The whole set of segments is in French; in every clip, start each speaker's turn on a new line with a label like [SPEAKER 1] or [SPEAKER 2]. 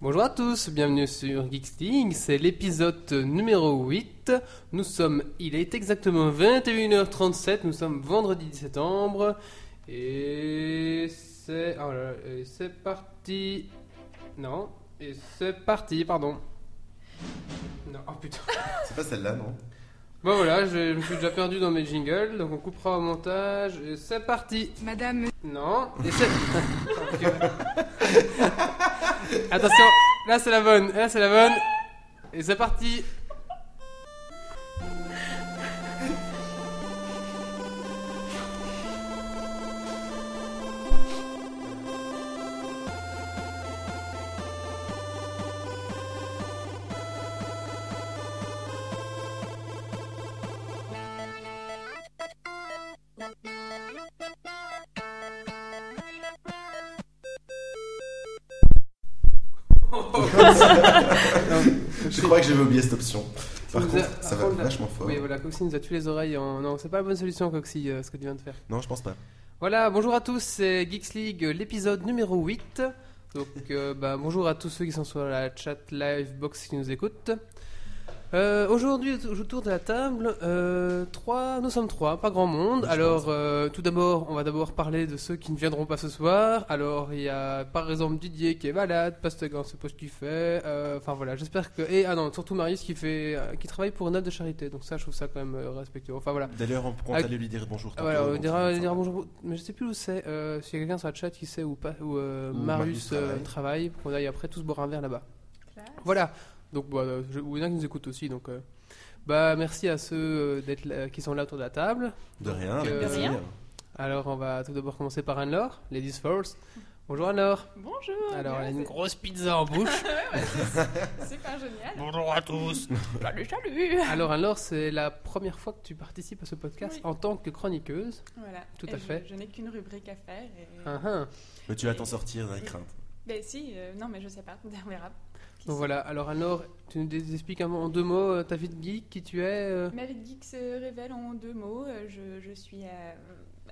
[SPEAKER 1] Bonjour à tous, bienvenue sur Geeksling, c'est l'épisode numéro 8. Nous sommes, il est exactement 21h37, nous sommes vendredi 10 septembre et c'est oh là là, et c'est parti. Non, et c'est parti, pardon. Non, oh putain.
[SPEAKER 2] C'est pas celle-là, non
[SPEAKER 1] Bon voilà, je, je me suis déjà perdu dans mes jingles, donc on coupera au montage et c'est parti.
[SPEAKER 3] Madame,
[SPEAKER 1] Non, et c'est. Attention, là c'est la bonne, là c'est la bonne. Et c'est parti.
[SPEAKER 2] Je crois que j'avais oublié cette option. Par
[SPEAKER 1] nous a-
[SPEAKER 2] contre, ça
[SPEAKER 1] par
[SPEAKER 2] va
[SPEAKER 1] contre, la-
[SPEAKER 2] vachement fort.
[SPEAKER 1] Oui, voilà, Coxy nous a tué les oreilles en. Non, c'est pas la bonne solution, Coxy, euh, ce que tu viens de faire.
[SPEAKER 2] Non, je pense pas.
[SPEAKER 1] Voilà, bonjour à tous, c'est Geeks League, euh, l'épisode numéro 8. Donc, euh, bah, bonjour à tous ceux qui sont sur la chat live box qui nous écoutent. Euh, Aujourd'hui, au- autour de la table, euh, trois, nous sommes trois, pas grand monde.
[SPEAKER 2] Oui, je
[SPEAKER 1] Alors,
[SPEAKER 2] pense.
[SPEAKER 1] euh, tout d'abord, on va d'abord parler de ceux qui ne viendront pas ce soir. Alors, il y a par exemple Didier qui est malade, Pastegan, c'est pas ce qu'il fait. Euh, Enfin voilà, j'espère que. Et ah non, surtout Marius qui, fait, euh, qui travaille pour une œuvre de charité. Donc, ça, je trouve ça quand même euh, respectueux. Enfin voilà.
[SPEAKER 2] D'ailleurs, on compte
[SPEAKER 1] Ah,
[SPEAKER 2] aller lui dire bonjour.
[SPEAKER 1] Ah,
[SPEAKER 2] tantôt,
[SPEAKER 1] Voilà, on
[SPEAKER 2] donc,
[SPEAKER 1] dira,
[SPEAKER 2] enfin,
[SPEAKER 1] on dira bonjour, mais je sais plus où c'est. Euh, S'il y a quelqu'un sur la chat qui sait où, pas, où, euh,
[SPEAKER 2] Où
[SPEAKER 1] Marius
[SPEAKER 2] Marius
[SPEAKER 1] euh,
[SPEAKER 2] travaille.
[SPEAKER 1] travaille, qu'on aille après tous boire un verre là-bas.
[SPEAKER 3] Classe.
[SPEAKER 1] Voilà, donc bah, euh, je- ou il y en a qui nous écoutent aussi. Donc, euh, bah, merci à ceux euh, d'être là- qui sont là autour de la table.
[SPEAKER 2] De rien, avec
[SPEAKER 1] euh,
[SPEAKER 2] bien
[SPEAKER 1] De
[SPEAKER 3] rien.
[SPEAKER 2] plaisir.
[SPEAKER 1] Alors, on va tout d'abord commencer par Anne-Laure, Ladies First. Bonjour Anne-Laure.
[SPEAKER 3] bonjour.
[SPEAKER 1] Alors, elle a Ah, une
[SPEAKER 3] Bien,
[SPEAKER 1] grosse pizza en bouche.
[SPEAKER 3] c'est super génial.
[SPEAKER 1] Bonjour à tous.
[SPEAKER 3] Salut, salut.
[SPEAKER 1] Alors, Anne-Laure, c'est la première fois que tu participes à ce podcast
[SPEAKER 3] Oui.
[SPEAKER 1] en tant que chroniqueuse.
[SPEAKER 3] Voilà.
[SPEAKER 1] Tout
[SPEAKER 3] Et
[SPEAKER 1] à
[SPEAKER 3] je-
[SPEAKER 1] fait.
[SPEAKER 3] Je, n'ai qu'une rubrique à faire. Et...
[SPEAKER 1] Hein, hein.
[SPEAKER 2] Mais tu vas t'en sortir dans les craintes.
[SPEAKER 3] Ben si, euh, non mais je sais pas, on verra. Qui
[SPEAKER 1] Donc
[SPEAKER 3] sait.
[SPEAKER 1] voilà, alors alors, tu nous dé- expliques un- en deux mots euh, ta vie de geek, qui tu es euh,
[SPEAKER 3] Ma vie de geek se révèle en deux mots. Euh, Je, je suis à, euh,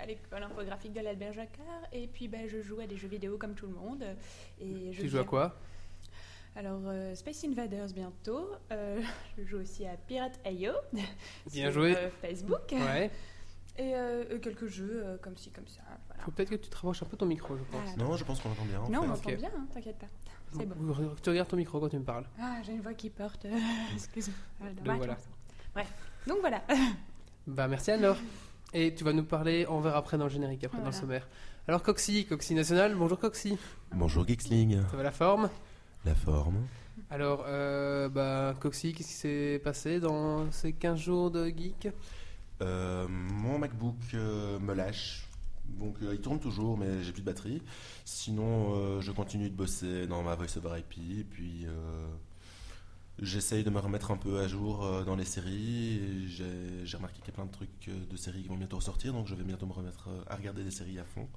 [SPEAKER 3] à l'école infographique de l'Albert Jacquard et puis ben, je joue à des jeux vidéo comme tout le monde. Et je
[SPEAKER 1] Tu joues à
[SPEAKER 3] viens-
[SPEAKER 1] quoi
[SPEAKER 3] Alors euh, Space Invaders bientôt. Euh, je joue aussi à Pirate.io.
[SPEAKER 1] Bien
[SPEAKER 3] sur,
[SPEAKER 1] joué.
[SPEAKER 3] euh, Facebook.
[SPEAKER 1] Ouais.
[SPEAKER 3] Et euh, euh, quelques jeux euh, comme ci, comme ça. Voilà.
[SPEAKER 1] Faut peut-être que tu te rapproches un peu ton micro, je pense.
[SPEAKER 3] Ah,
[SPEAKER 2] Non, je pense qu'on l'entend bien. en
[SPEAKER 3] Non,
[SPEAKER 2] fait.
[SPEAKER 3] on
[SPEAKER 1] ok.
[SPEAKER 3] entend bien, hein, t'inquiète pas. C'est bon.
[SPEAKER 1] Ou- ou- Tu regardes ton micro quand tu me parles.
[SPEAKER 3] Ah, j'ai une voix qui porte. euh, Excuse-moi. Ah, dommage,
[SPEAKER 1] Donc voilà.
[SPEAKER 3] on- Bref. Donc voilà.
[SPEAKER 1] Bah merci alors. Et tu vas nous parler, on verra après dans le générique, après dans
[SPEAKER 3] Voilà.
[SPEAKER 1] le sommaire. Alors Coxy, Coxy National, bonjour Coxy.
[SPEAKER 2] Bonjour Geeksling.
[SPEAKER 1] Ça va la forme
[SPEAKER 2] La forme.
[SPEAKER 1] Alors, euh, bah, Coxy, qu'est-ce qui s'est passé dans ces 15 jours de geek
[SPEAKER 2] Euh, mon MacBook euh, me lâche. Donc euh, il tourne toujours, mais j'ai plus de batterie. Sinon, euh, je continue de bosser dans ma voice over IP. Et puis, euh, j'essaye de me remettre un peu à jour euh, dans les séries. Et J'ai j'ai remarqué qu'il y a plein de trucs euh, de séries qui vont bientôt ressortir. Donc, je vais bientôt me remettre euh, à regarder des séries à fond.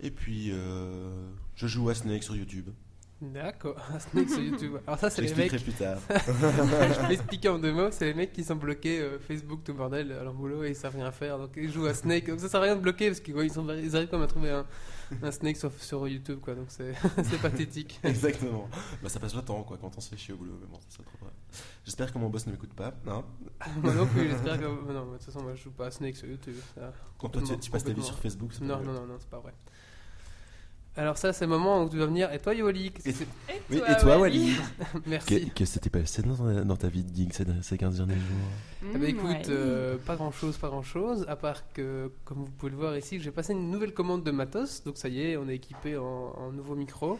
[SPEAKER 2] Et puis, euh, je joue à Snake sur YouTube.
[SPEAKER 1] D'accord, Snake sur YouTube. Alors ça,
[SPEAKER 2] Je
[SPEAKER 1] c'est les mecs
[SPEAKER 2] l'expliquerai plus tard.
[SPEAKER 1] Je vais expliquer en deux mots, c'est les mecs qui sont bloqués euh, Facebook tout bordel à leur boulot et ils savent rien faire, donc ils jouent à Snake. Donc ça sert à rien de bloquer parce qu'ils quoi, ils sont- ils arrivent quand même à trouver un, un Snake sur, sur YouTube quoi, donc c'est c'est pathétique.
[SPEAKER 2] Exactement. Bah, ça passe le temps, quoi, quand on se fait chier au boulot. Mais bon, ça, c'est trop vrai. J'espère que mon boss ne m'écoute pas. Hein
[SPEAKER 1] moi non plus, j'espère que non, mais de toute façon moi je joue pas à Snake sur YouTube. ça.
[SPEAKER 2] Quand toi, tu, tu passes ta vie
[SPEAKER 1] Complètement.
[SPEAKER 2] sur Facebook, c'est pas
[SPEAKER 1] Non
[SPEAKER 2] mieux.
[SPEAKER 1] non non non, c'est pas vrai. Alors ça c'est le moment où tu vas venir. Et toi Yoli, qu'est-ce
[SPEAKER 2] Et-
[SPEAKER 1] que c'est-
[SPEAKER 2] Oui, et toi, Wally
[SPEAKER 1] merci.
[SPEAKER 2] s'était passé dans, ta vie de geek ces, 15 derniers jours
[SPEAKER 1] Ah
[SPEAKER 3] Mm, Hmm,
[SPEAKER 1] bah écoute, euh, pas grand chose, pas grand chose, à part que, comme vous pouvez le voir ici, que j'ai passé une nouvelle commande de matos, donc ça y est, on est équipé en, en nouveau micro.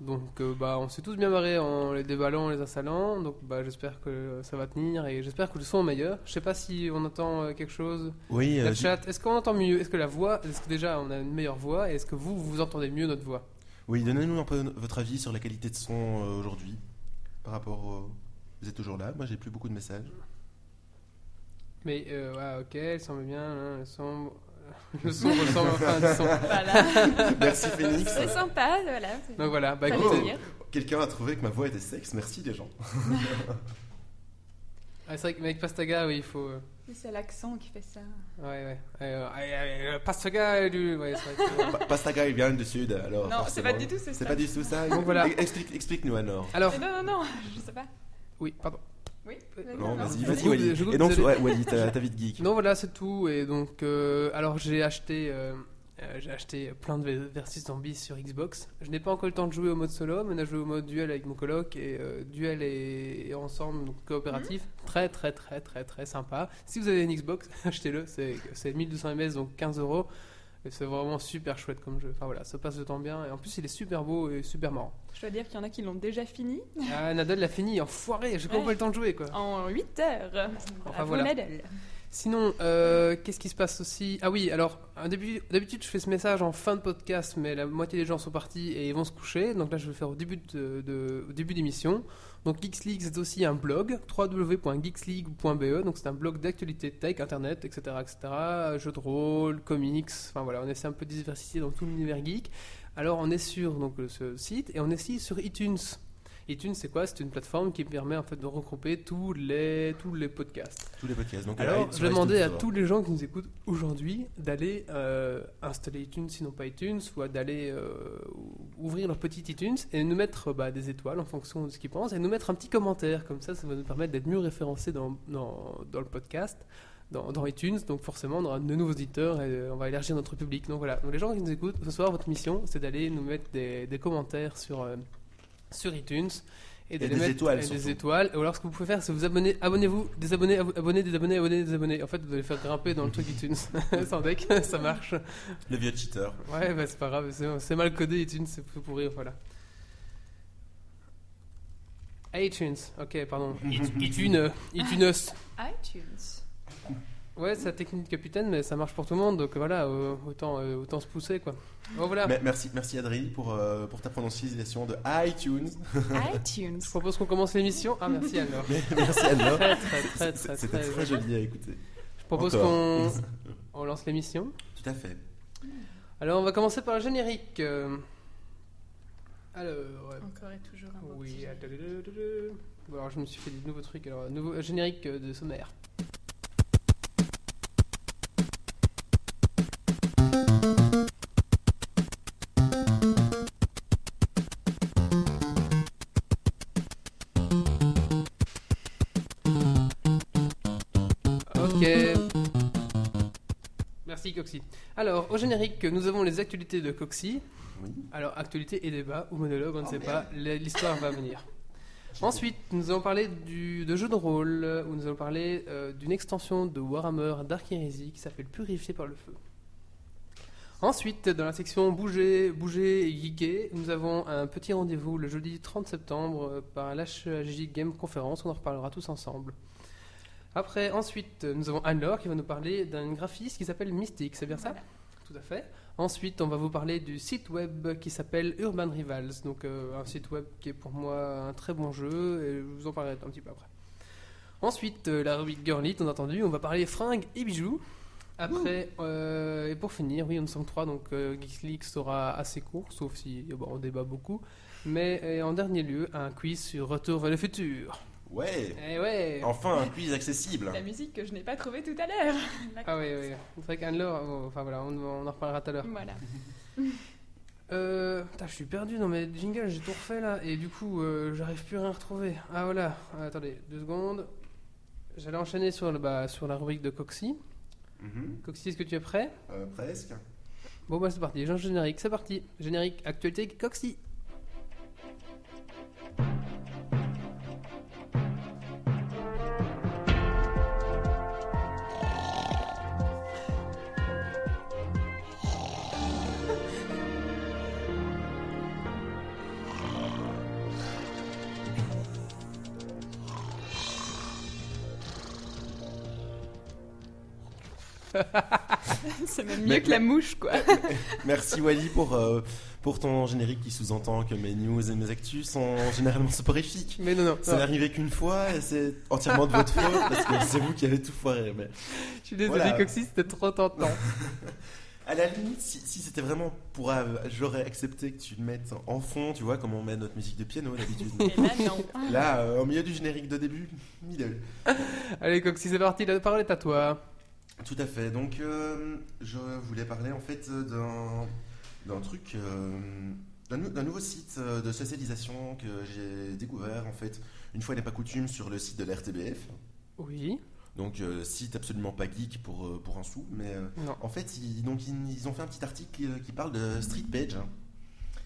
[SPEAKER 1] Donc euh, bah, on s'est tous bien marrés en les déballant, en les installant, donc bah, j'espère que ça va tenir et j'espère que le son est meilleur. Je sais pas si on entend euh, quelque chose.
[SPEAKER 2] Oui,
[SPEAKER 1] La
[SPEAKER 2] euh,
[SPEAKER 1] chat, est-ce qu'on entend mieux Est-ce que la voix, est-ce que déjà on a une meilleure voix et est-ce que vous, vous entendez mieux notre voix
[SPEAKER 2] j'ai- oui donnez-nous un peu votre avis sur la qualité de son euh, aujourd'hui. Par rapport. au- Vous êtes toujours là, moi j'ai plus beaucoup de messages.
[SPEAKER 1] Mais euh, ouais, ok, elle semble bien, hein, le son... Le son ressemble enfin à du son.
[SPEAKER 3] Voilà.
[SPEAKER 2] Merci Phoenix.
[SPEAKER 3] C'est sympa, voilà. c'est-
[SPEAKER 1] Donc voilà, bah
[SPEAKER 3] fallait
[SPEAKER 2] écoutez-
[SPEAKER 3] le dire.
[SPEAKER 2] Quelqu'un a trouvé que ma voix était sexe, merci les gens.
[SPEAKER 1] Ah, c'est vrai que avec Pastaga, oui, il faut. euh,
[SPEAKER 3] Mais C'est l'accent qui fait ça.
[SPEAKER 1] Ouais, ouais. Euh, allez, allez, euh, passe ce gars, du. Ouais, c'est vrai que-
[SPEAKER 2] Pa- Pastaga, il vient du sud, alors.
[SPEAKER 3] non, c'est
[SPEAKER 2] Bah, forcément.
[SPEAKER 3] pas du tout c'est
[SPEAKER 2] C'est
[SPEAKER 3] ça.
[SPEAKER 2] pas du tout ça.
[SPEAKER 1] Donc voilà.
[SPEAKER 2] Explique- Explique-nous alors.
[SPEAKER 1] Alors,
[SPEAKER 3] Mais Non, non, non, je sais pas.
[SPEAKER 1] oui, pardon.
[SPEAKER 3] Oui,
[SPEAKER 2] Non, vas-y,
[SPEAKER 1] Je
[SPEAKER 2] vas-y,
[SPEAKER 1] coupe,
[SPEAKER 2] Wally.
[SPEAKER 1] je coupe,
[SPEAKER 2] Et donc,
[SPEAKER 1] désolé.
[SPEAKER 2] ouais, Wally, ta ta vie de geek.
[SPEAKER 1] Non, voilà, c'est tout. Et donc, euh, alors j'ai acheté, euh, euh, j'ai acheté plein de versus zombies sur Xbox. Je n'ai pas encore eu le temps de jouer au mode solo, mais on a joué au mode duel avec mon coloc et euh, duel et, et ensemble, donc coopératif. Très, très, très, très, très sympa. Si vous avez une Xbox, achetez-le. C'est c'est 1200 ms, donc 15 euros. Et c'est vraiment super chouette comme jeu. Enfin voilà, ça passe le temps bien. Et en plus, il est super beau et super marrant.
[SPEAKER 3] Je dois dire qu'il y en a qui l'ont déjà fini
[SPEAKER 1] Ah, Nadal l'a fini, enfoiré. J'ai pas
[SPEAKER 3] Ouais.
[SPEAKER 1] pas le temps de jouer quoi.
[SPEAKER 3] en 8 heures. Bravo,
[SPEAKER 1] voilà.
[SPEAKER 3] Nadal.
[SPEAKER 1] Sinon, euh, qu'est-ce qui se passe aussi Ah oui, alors un début- d'habitude je fais ce message en fin de podcast, mais la moitié des gens sont partis et ils vont se coucher. Donc là, je vais le faire au début de, de- au début d'émission. Donc Geeks League, c'est aussi un blog www.geeksleague.be. Donc c'est un blog d'actualité tech, internet, etc., etc. Jeux de rôle, comics. Enfin voilà, on essaie un peu de diversifier dans tout l'univers geek. Alors on est sur donc ce site et on est aussi sur iTunes. iTunes, c'est quoi C'est une plateforme qui permet en fait de regrouper tous les tous les podcasts.
[SPEAKER 2] Tous les podcasts. Donc,
[SPEAKER 1] Alors,
[SPEAKER 2] allez,
[SPEAKER 1] je
[SPEAKER 2] sur
[SPEAKER 1] demandais à
[SPEAKER 2] iTunes,
[SPEAKER 1] tous les gens qui nous écoutent aujourd'hui d'aller euh, installer iTunes, sinon pas iTunes, soit d'aller euh, ouvrir leur petit iTunes et nous mettre bah, des étoiles en fonction de ce qu'ils pensent et nous mettre un petit commentaire. Comme ça, ça va nous permettre d'être mieux référencés dans, dans, dans le podcast, dans, dans iTunes. Donc, forcément, on aura de nouveaux auditeurs et euh, on va élargir notre public. Donc, voilà. Donc, les gens qui nous écoutent, ce soir, votre mission, c'est d'aller nous mettre des, des commentaires sur, euh, sur iTunes. Et, d'aller
[SPEAKER 2] des
[SPEAKER 1] mettre-
[SPEAKER 2] étoiles,
[SPEAKER 1] et des
[SPEAKER 2] surtout.
[SPEAKER 1] étoiles. Ou alors, ce que vous pouvez faire, c'est vous abonner, abonnez-vous, des abonnés, abonnez, des abonnés, abonnez, des abonnés. En fait, vous allez faire grimper dans le truc iTunes. Sans deck, ça marche.
[SPEAKER 2] Le vieux cheater.
[SPEAKER 1] Ouais, bah, c'est pas grave, c'est c'est mal codé iTunes, c'est pour pourrir, voilà. iTunes, ok, pardon. It- iTunes, iTunes.
[SPEAKER 3] iTunes.
[SPEAKER 1] Ouais, c'est la technique de capitaine, mais ça marche pour tout le monde, donc voilà, euh, autant, euh, autant se pousser, quoi. Bon, voilà,
[SPEAKER 2] Mais- Merci, merci Adrien pour, euh, pour ta prononciation de iTunes.
[SPEAKER 3] iTunes.
[SPEAKER 1] je propose qu'on commence l'émission. Ah, merci alors.
[SPEAKER 2] merci Anne-Laure.
[SPEAKER 1] Très, très, très, très,
[SPEAKER 2] C'est- C'était
[SPEAKER 1] très.
[SPEAKER 2] très joli à écouter.
[SPEAKER 1] Je propose
[SPEAKER 2] Encore.
[SPEAKER 1] qu'on on lance l'émission.
[SPEAKER 2] Tout à fait.
[SPEAKER 1] Alors, on va commencer par le générique. euh. Alors, euh,
[SPEAKER 3] Encore et toujours un beau petit
[SPEAKER 1] oui. ah,
[SPEAKER 3] générique.
[SPEAKER 1] euh, Bon, alors, je me suis fait des nouveaux trucs. Alors, nouveau euh, générique euh, de sommaire. Ok. Merci Coxy. Alors, au générique, nous avons les actualités de Coxy.
[SPEAKER 2] Oui.
[SPEAKER 1] Alors, actualité et débat ou monologue, on ne sait pas, l- l'histoire va venir. Ensuite, nous allons parler du, de jeux de rôle, euh, où nous allons parler euh, d'une extension de Warhammer Dark Heresy qui s'appelle Purifié par le feu. Ensuite, dans la section Bouger, Bouger et Geeker, nous avons un petit rendez-vous le jeudi 30 septembre euh, par l'HAJ Game Conference, on en reparlera tous ensemble. Après, ensuite, euh, nous avons Anne-Laure qui va nous parler d'un graphiste qui s'appelle Mystique, c'est bien ça
[SPEAKER 3] Voilà.
[SPEAKER 1] Tout à fait. Ensuite, on va vous parler du site web qui s'appelle Urban Rivals, donc euh, un site web qui est pour moi un très bon jeu, et je vous en parlerai un petit peu après. Ensuite, euh, la rubrique Girly, on entendu, on va parler fringues et bijoux. Après, euh, et pour finir, oui, on sommes trois, donc euh, Geeks League sera assez court, sauf si euh, bon, on débat beaucoup. Mais euh, en dernier lieu, un quiz sur Retour vers le futur.
[SPEAKER 2] Ouais.
[SPEAKER 1] Eh ouais
[SPEAKER 2] Enfin, un quiz accessible.
[SPEAKER 3] La musique que je n'ai pas trouvée tout à l'heure.
[SPEAKER 1] Ah oui, oui. C'est vrai qu'Anne-Laure, bon, enfin voilà, on, on en reparlera
[SPEAKER 2] Ah.
[SPEAKER 1] tout à l'heure.
[SPEAKER 3] Voilà.
[SPEAKER 1] Euh, putain, je suis perdu dans mes jingles, j'ai tout refait là, et du coup, euh, j'arrive plus à rien retrouver. Ah voilà, Ah, attendez, deux secondes. J'allais enchaîner sur, le, bah, sur la rubrique de Coxy.
[SPEAKER 2] Mhm.
[SPEAKER 1] Coxy, est-ce que tu es prêt
[SPEAKER 2] Euh, presque.
[SPEAKER 1] Bon bah c'est parti, les gens générique, c'est parti. Générique, actualité, Coxy.
[SPEAKER 3] C'est même
[SPEAKER 2] Mais-
[SPEAKER 3] mieux que la mouche, quoi.
[SPEAKER 2] Merci Wally pour, euh, pour ton générique qui sous-entend que mes news et mes actus sont généralement soporifiques.
[SPEAKER 1] Mais non, non,
[SPEAKER 2] Ça
[SPEAKER 1] non,
[SPEAKER 2] n'est arrivé qu'une fois et c'est entièrement de votre faute parce que c'est vous qui avez tout foiré. Mais...
[SPEAKER 1] je suis désolé
[SPEAKER 2] Voilà.
[SPEAKER 1] Coxy, c'était trop tentant.
[SPEAKER 2] À la limite, si, si c'était vraiment pour. euh, J'aurais accepté que tu le mettes en fond, tu vois, comme on met notre musique de piano d'habitude.
[SPEAKER 3] Et là, non.
[SPEAKER 2] Là, euh, au milieu du générique de début, middle.
[SPEAKER 1] Allez, Coxy, c'est parti, la parole est à toi.
[SPEAKER 2] Tout à fait. Donc, euh, je voulais parler en fait d'un d'un truc, euh, d'un nou- d'un nouveau site euh, de socialisation que j'ai découvert en fait, une fois n'est pas coutume, sur le site de l'RTBF.
[SPEAKER 1] Oui.
[SPEAKER 2] Donc, euh, site absolument pas geek pour, euh, pour un sou, mais euh,
[SPEAKER 1] Non.
[SPEAKER 2] en fait, ils, donc, ils, ils ont fait un petit article qui, euh, qui parle de Street Page, hein,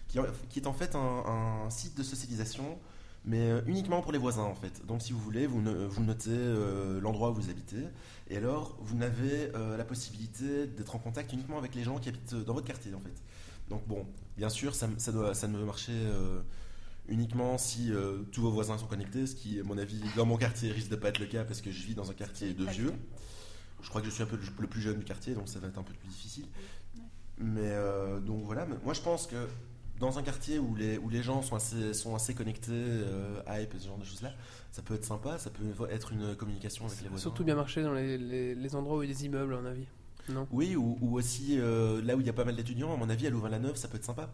[SPEAKER 2] qui, en- qui est en fait un, un site de socialisation, mais euh, uniquement pour les voisins en fait. Donc si vous voulez, vous, no- vous notez euh, l'endroit où vous habitez, et alors vous n'avez euh, la possibilité d'être en contact uniquement avec les gens qui habitent euh, dans votre quartier en fait. Donc bon, bien sûr, ça, m- ça doit, ça ne veut marcher euh, uniquement si euh, tous vos voisins sont connectés, ce qui, à mon avis, dans mon quartier risque de pas être le cas parce que je vis dans un quartier de vieux. Je crois que je suis un peu le- le plus jeune du quartier, donc ça va être un peu plus difficile. Mais euh, donc voilà, mais moi je pense que dans un quartier où les, où les gens sont assez, sont assez connectés, euh, hype et ce genre de choses-là, ça peut être sympa, ça peut être une communication avec les voisins.
[SPEAKER 1] Surtout bien marché dans les, les- les endroits où il y a des immeubles, à mon avis. Non.
[SPEAKER 2] Oui, ou, ou aussi euh, là où il y a pas mal d'étudiants, à mon avis, à Louvain-la-Neuve, ça peut être sympa.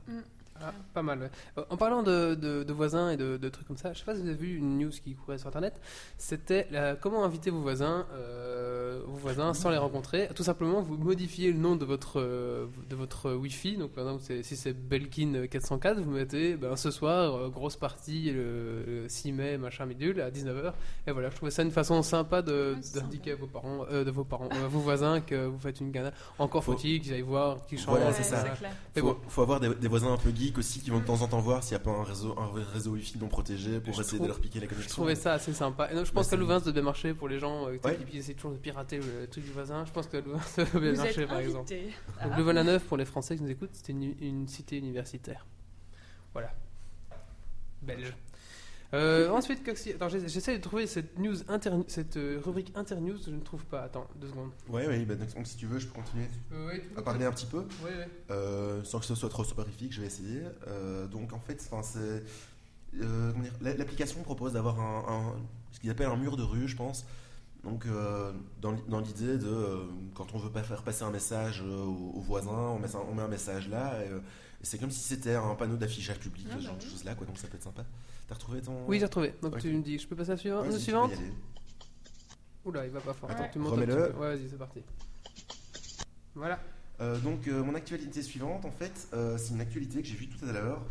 [SPEAKER 1] Ah, pas mal. ouais. Euh, En parlant de, de- de voisins et de, de trucs comme ça, je sais pas si vous avez vu une news qui courait sur internet. C'était la- comment inviter vos voisins, euh, vos voisins sans les rencontrer. Tout simplement, vous modifiez le nom de votre euh, de votre Wi-Fi. Donc par exemple, c'est- si c'est Belkin 404, vous mettez ben, ce soir euh, grosse partie le, le 6 mai machin midule à 19h. Et voilà, je trouvais ça une façon sympa de-
[SPEAKER 3] Ah, c'est
[SPEAKER 1] d'indiquer à vos parents, euh, de vos parents, euh, à vos voisins que vous faites une gana. Encore
[SPEAKER 2] Faut-
[SPEAKER 1] faut-il qu'ils aillent voir, qu'ils changent.
[SPEAKER 2] Voilà,
[SPEAKER 3] Ouais,
[SPEAKER 2] c'est ça.
[SPEAKER 3] clair.
[SPEAKER 1] Mais
[SPEAKER 2] Il
[SPEAKER 1] bon.
[SPEAKER 2] faut, faut avoir des, des voisins un peu geeks aussi qui vont de temps en temps voir s'il n'y a pas un réseau, un réseau Wi-Fi non protégé pour
[SPEAKER 1] Je
[SPEAKER 2] essayer
[SPEAKER 1] trouve-
[SPEAKER 2] de leur piquer la
[SPEAKER 1] Je
[SPEAKER 2] connexion.
[SPEAKER 1] trouvais ça assez sympa. Et non, je pense
[SPEAKER 2] Bah,
[SPEAKER 1] qu'à
[SPEAKER 2] c'est-
[SPEAKER 1] Louvain, ça devait marcher pour les gens euh, tu sais,
[SPEAKER 2] Ouais.
[SPEAKER 1] qui, qui essaient toujours de pirater le truc du voisin. Je pense qu'à Louvain, ça devait
[SPEAKER 3] Vous
[SPEAKER 1] marcher
[SPEAKER 3] êtes Ah.
[SPEAKER 1] par exemple.
[SPEAKER 3] invité.
[SPEAKER 1] Donc, Louvain la Neuve, pour les Français qui nous écoutent, c'était une, une cité universitaire. Voilà. Belge. Euh, ensuite, Coxy- attends, j'essa- j'essaie de trouver cette news inter, cette euh, rubrique internews, je ne trouve pas. Attends, deux secondes.
[SPEAKER 2] Ouais, ouais, bah, donc, donc, si tu veux, je peux continuer
[SPEAKER 1] Euh, ouais,
[SPEAKER 2] à parler un petit peu.
[SPEAKER 1] ouais, ouais.
[SPEAKER 2] Euh, sans que ce soit trop soporifique, je vais essayer. Euh, donc en fait, 'fin, c'est euh, comment dire, l'a- l'application propose d'avoir un, un- ce qu'ils appellent un mur de rue, je pense. Donc euh, dans l- dans l'idée de euh, quand on veut pas faire passer un message euh, aux, aux voisins, on met, ça- on met un message là. et, euh, et c'est comme si c'était un panneau d'affichage public,
[SPEAKER 3] Ah,
[SPEAKER 2] ce
[SPEAKER 3] bah
[SPEAKER 2] genre de
[SPEAKER 3] oui.
[SPEAKER 2] choses là, quoi. Donc ça peut être sympa. T'as retrouvé ton
[SPEAKER 1] Oui, j'ai retrouvé. Donc
[SPEAKER 2] Ok.
[SPEAKER 1] tu me dis, je peux passer à la suivante,
[SPEAKER 2] Vas-y,
[SPEAKER 1] la
[SPEAKER 2] tu peux y
[SPEAKER 1] suivante
[SPEAKER 2] aller.
[SPEAKER 1] Oula, il va pas fort.
[SPEAKER 3] Attends,
[SPEAKER 1] tu montes un
[SPEAKER 2] remets-le.
[SPEAKER 1] petit peu. Ouais, vas-y, c'est parti. Voilà.
[SPEAKER 2] Euh, donc euh, mon actualité suivante, en fait, euh, c'est une actualité que j'ai vue tout à l'heure,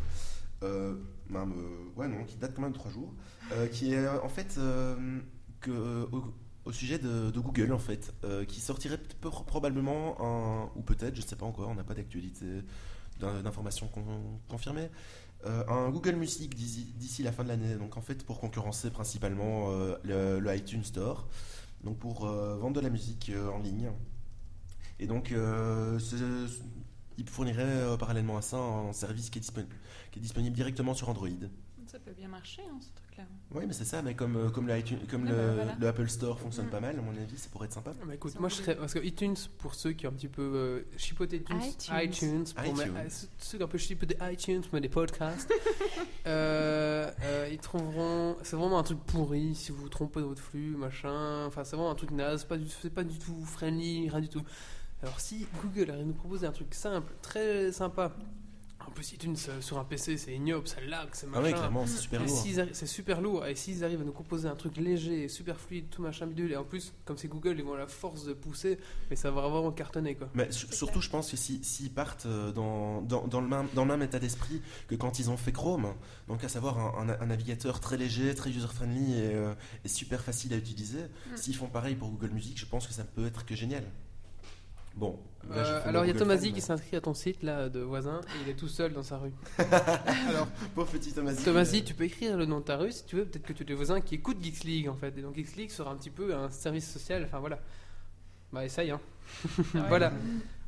[SPEAKER 2] euh, ben, euh, ouais non, qui date quand même de trois jours, euh, qui est euh, en fait euh, que, euh, au, au sujet de, de Google en fait, euh, qui sortirait p- pro- probablement un ou peut-être, je ne sais pas encore, on n'a pas d'actualité d'in- d'informations con- confirmées, euh, un Google Music d'ici d'ici la fin de l'année. Donc en fait pour concurrencer principalement euh, le, le iTunes Store, donc pour euh, vendre de la musique euh, en ligne. Et donc, euh, ce- ce- il fournirait euh, parallèlement à ça un service qui est disponible, qui est disponible directement sur Android.
[SPEAKER 3] Ça peut bien marcher, hein, ce truc-là.
[SPEAKER 2] Oui, mais c'est ça, mais comme, euh, comme, le, iTunes- comme
[SPEAKER 3] Ah
[SPEAKER 2] le,
[SPEAKER 3] bah voilà.
[SPEAKER 2] le Apple Store fonctionne
[SPEAKER 3] Mm.
[SPEAKER 2] pas mal, à mon avis, ça pourrait être sympa.
[SPEAKER 1] Ah bah écoute,
[SPEAKER 3] C'est
[SPEAKER 1] moi
[SPEAKER 3] un
[SPEAKER 1] je
[SPEAKER 3] peu
[SPEAKER 1] serais. Parce que iTunes, pour ceux qui ont un petit peu euh, chipoté iTunes,
[SPEAKER 4] iTunes.
[SPEAKER 1] pour mettre-
[SPEAKER 2] iTunes.
[SPEAKER 1] ceux- ceux qui ont un peu chipoté iTunes, mais des podcasts, euh, euh, ils trouveront. C'est vraiment un truc pourri si vous vous trompez dans votre flux, machin. Enfin, c'est vraiment un truc naze, pas du- c'est pas du tout friendly, rien du tout. Alors si Google arrive à nous proposer un truc simple, très sympa. En plus, iTunes euh, sur un PC, c'est ignoble, ça lag, c'est
[SPEAKER 2] Ah
[SPEAKER 1] machin.
[SPEAKER 2] oui,
[SPEAKER 3] Mm.
[SPEAKER 2] clairement, c'est super
[SPEAKER 1] Et
[SPEAKER 2] lourd.
[SPEAKER 1] s'ils arri- C'est super lourd. Et s'ils arrivent à nous proposer un truc léger, super fluide, tout machin bidule, et en plus, comme c'est Google, ils vont à la force de pousser, mais ça va vraiment cartonner quoi.
[SPEAKER 2] Mais su- surtout, je pense que si- s'ils partent euh, dans, dans, dans le même, dans le même état d'esprit que quand ils ont fait Chrome, donc à savoir un, un- un navigateur très léger, très user-friendly et, euh, et super facile à utiliser,
[SPEAKER 3] Mm.
[SPEAKER 2] s'ils font pareil pour Google Music, je pense que ça peut être que génial. Bon, là, je
[SPEAKER 1] Euh,
[SPEAKER 2] fais mon
[SPEAKER 1] alors il y a
[SPEAKER 2] Google
[SPEAKER 1] Tomasi qui
[SPEAKER 2] fan, mais-
[SPEAKER 1] s'inscrit à ton site là de voisin et il est tout seul dans sa rue. alors
[SPEAKER 2] Pauvre petit Tomasi.
[SPEAKER 1] Tomasi, tu peux écrire le nom de ta rue si tu veux, peut-être que tu as des voisins qui écoutent Geeks League en fait. Et donc Geeks League sera un petit peu un service social, enfin voilà. Bah essaye hein. voilà.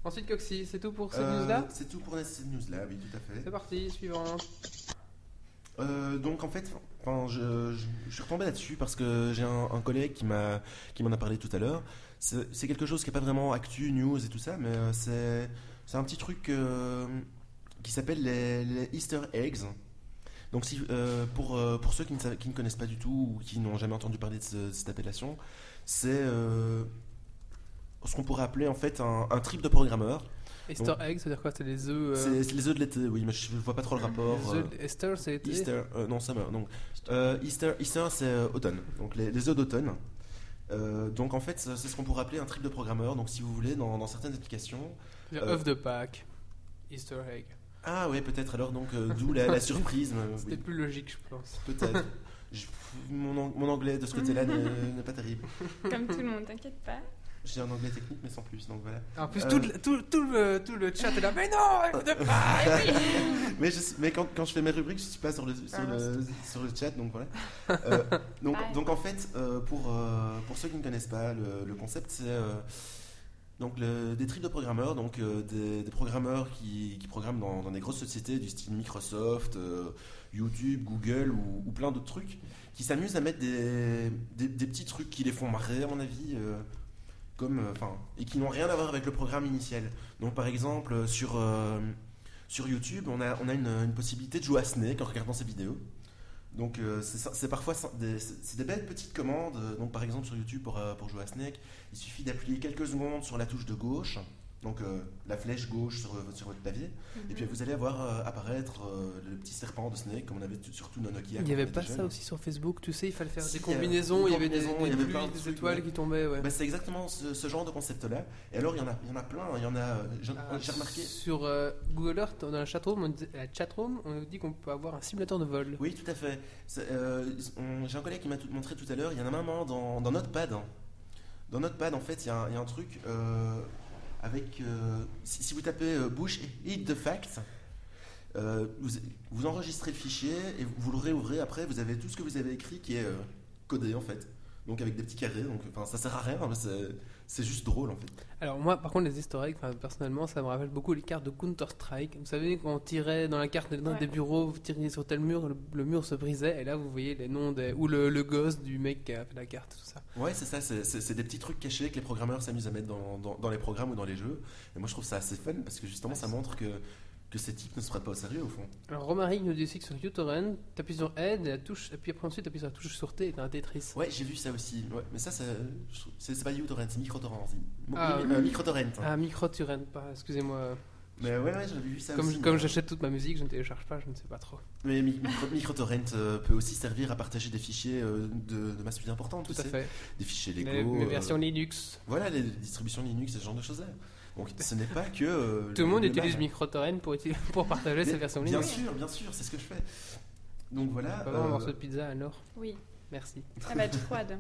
[SPEAKER 1] Ensuite Coxy, c'est tout pour cette
[SPEAKER 2] Euh,
[SPEAKER 1] news là
[SPEAKER 2] C'est tout pour cette news-là, oui, tout à
[SPEAKER 1] C'est
[SPEAKER 2] fait.
[SPEAKER 1] parti, suivant.
[SPEAKER 2] Euh, donc en fait, enfin, je, je- je suis retombé là-dessus parce que j'ai un, un collègue qui m'a qui m'en a parlé tout à l'heure. C'est c'est quelque chose qui est pas vraiment actu, news et tout ça, mais euh, c'est c'est un petit truc euh, qui s'appelle les, les Easter eggs. Donc si, euh, pour, euh, pour ceux qui ne, sa- qui ne connaissent pas du tout ou qui n'ont jamais entendu parler de ce- cette appellation, c'est euh, ce qu'on pourrait appeler en fait un, un trip de programmeur.
[SPEAKER 1] Easter egg, c'est-à-dire quoi C'est les œufs. euh,
[SPEAKER 2] C'est c'est les œufs de l'été, oui, mais je vois pas trop le rapport.
[SPEAKER 1] les
[SPEAKER 2] euh,
[SPEAKER 1] œufs de- Easter, c'est l'été.
[SPEAKER 2] Easter, euh, non, summer. Donc, euh, Easter, Easter c'est euh, automne, donc les, les œufs d'automne. Euh, donc en fait, c'est c'est ce qu'on pourrait appeler un trip de programmeur. Donc si vous voulez, dans, dans certaines applications.
[SPEAKER 1] C'est-à-dire
[SPEAKER 2] euh,
[SPEAKER 1] œufs de Pâques. Easter egg.
[SPEAKER 2] Ah ouais, peut-être alors, donc euh, d'où la, la surprise. mais oui,
[SPEAKER 1] C'était plus logique, je pense.
[SPEAKER 2] peut-être. Je- mon, ang- mon anglais de ce côté-là n'est n'est pas terrible.
[SPEAKER 3] Comme tout le monde, t'inquiète pas.
[SPEAKER 2] J'ai un anglais technique, mais sans plus, donc voilà.
[SPEAKER 1] En plus,
[SPEAKER 2] Euh,
[SPEAKER 1] tout, le, tout, tout le, tout le chat est là. Mais non œufs de Pâques
[SPEAKER 2] mais je- mais quand, quand je fais mes rubriques, je suis pas sur le, sur
[SPEAKER 3] Ah,
[SPEAKER 2] le, sur le chat, donc voilà. Euh, donc,
[SPEAKER 3] Ah.
[SPEAKER 2] donc en fait, euh, pour, euh, pour ceux qui ne connaissent pas le, le concept, c'est euh, donc le- des tripes de programmeurs, donc euh, des, des programmeurs qui, qui programment dans, dans des grosses sociétés du style Microsoft, euh, YouTube, Google ou, ou plein d'autres trucs, qui s'amusent à mettre des, des, des petits trucs qui les font marrer, à mon avis. euh, comme, euh, 'fin, et qui n'ont rien à voir avec le programme initial. Donc par exemple euh, sur, euh, sur YouTube, on a, on a une, une possibilité de jouer à Snake en regardant ses vidéos. Donc euh, c'est ça- c'est parfois ça- des, c'est c'est des belles petites commandes. Donc par exemple sur YouTube pour, euh, pour jouer à Snake, il suffit d'appuyer quelques secondes sur la touche de gauche, donc euh, la flèche gauche sur, votre- sur votre clavier, et
[SPEAKER 1] Mm.
[SPEAKER 2] puis vous allez voir euh, apparaître euh, le petit serpent de Snake comme on avait tout- surtout nos Nokia.
[SPEAKER 1] Il n'y
[SPEAKER 2] quand on
[SPEAKER 1] avait
[SPEAKER 2] était
[SPEAKER 1] pas
[SPEAKER 2] jeune.
[SPEAKER 1] ça aussi sur Facebook, tu sais, il fallait faire
[SPEAKER 2] Si,
[SPEAKER 1] des
[SPEAKER 2] euh,
[SPEAKER 1] combinaisons,
[SPEAKER 2] des
[SPEAKER 1] il y avait des,
[SPEAKER 2] combinaisons, il y
[SPEAKER 1] des
[SPEAKER 2] avait
[SPEAKER 1] pluies,
[SPEAKER 2] plein de
[SPEAKER 1] des
[SPEAKER 2] trucs,
[SPEAKER 1] étoiles
[SPEAKER 2] ouais.
[SPEAKER 1] qui tombaient. Ouais.
[SPEAKER 2] Bah, c'est exactement ce, ce genre de concept-là. Et alors, il y, en a, il y en a plein. Il y en a. euh, j'en-
[SPEAKER 1] Ah,
[SPEAKER 2] J'ai remarqué.
[SPEAKER 1] Sur euh, Google Earth, dans la chatroom, on, disait- la chatroom, on nous dit qu'on peut avoir un simulateur de vol.
[SPEAKER 2] Oui, tout à fait. C'est, euh, on- J'ai un collègue qui m'a tout- montré tout à l'heure, il y en a maman dans, dans Notepad. Dans Notepad, en fait, il y, a un- il y a un truc euh, avec. euh, si, si vous tapez euh, Bush hit the fact, euh, vous, vous enregistrez le fichier et vous, vous le réouvrez après, vous avez tout ce que vous avez écrit qui est euh, codé en fait. Donc avec des petits carrés, donc enfin, ça sert à rien, hein, mais c'est- c'est juste drôle en fait.
[SPEAKER 1] Alors moi, par contre, les historiques, personnellement, ça me rappelle beaucoup les cartes de Counter-Strike. Vous savez, quand on tirait dans la carte dans
[SPEAKER 3] Ouais.
[SPEAKER 1] des bureaux, vous tiriez sur tel mur, le, le mur se brisait, et là, vous voyez les noms des... ou le, le gosse du mec qui a fait la carte, tout ça.
[SPEAKER 2] Ouais, c'est ça, c'est- c'est c'est des petits trucs cachés que les programmeurs s'amusent à mettre dans, dans- dans les programmes ou dans les jeux. Et moi, je trouve ça assez fun parce que justement, ça montre que, que ces types ne se prennent pas au sérieux au fond.
[SPEAKER 1] Alors Romaric nous dit aussi que sur uTorrent, t'appuies sur Aide, et la touche, et puis après ensuite, t'appuies sur la touche sur T, et t'as un Tetris.
[SPEAKER 2] Ouais, j'ai vu ça aussi. Ouais, mais ça, ça- je trouve- c'est c'est pas uTorrent, c'est MicroTorrent. Mo-
[SPEAKER 1] Ah,
[SPEAKER 2] mi-
[SPEAKER 1] oui.
[SPEAKER 2] euh, MicroTorrent.
[SPEAKER 1] Ah, micro-torrent, pas, excusez-moi.
[SPEAKER 2] Mais ouais, ouais, j'avais vu ça
[SPEAKER 1] Comme,
[SPEAKER 2] aussi.
[SPEAKER 1] comme
[SPEAKER 2] mais-
[SPEAKER 1] j'achète toute ma musique, je ne télécharge pas, je ne sais pas trop.
[SPEAKER 2] Mais mi- micro- MicroTorrent euh, peut aussi servir à partager des fichiers euh, de, de masse plus importante.
[SPEAKER 1] Tout
[SPEAKER 2] tu
[SPEAKER 1] à
[SPEAKER 2] sais.
[SPEAKER 1] fait.
[SPEAKER 2] Des fichiers
[SPEAKER 1] Les,
[SPEAKER 2] Lego.
[SPEAKER 1] les
[SPEAKER 2] euh,
[SPEAKER 1] versions Linux.
[SPEAKER 2] Voilà, les distributions Linux, ce genre de choses-là. Donc, ce n'est pas que. euh,
[SPEAKER 1] Tout le monde
[SPEAKER 2] mal.
[SPEAKER 1] utilise MicroTorrent pour, uti- pour partager
[SPEAKER 2] Mais
[SPEAKER 1] ses versions
[SPEAKER 2] Bien
[SPEAKER 1] Linux.
[SPEAKER 2] sûr, bien sûr, c'est ce que je fais. Donc
[SPEAKER 1] On
[SPEAKER 2] voilà,
[SPEAKER 1] peut avoir un
[SPEAKER 2] euh,
[SPEAKER 1] morceau de pizza alors
[SPEAKER 3] Oui,
[SPEAKER 1] Merci.
[SPEAKER 3] ça va être froide.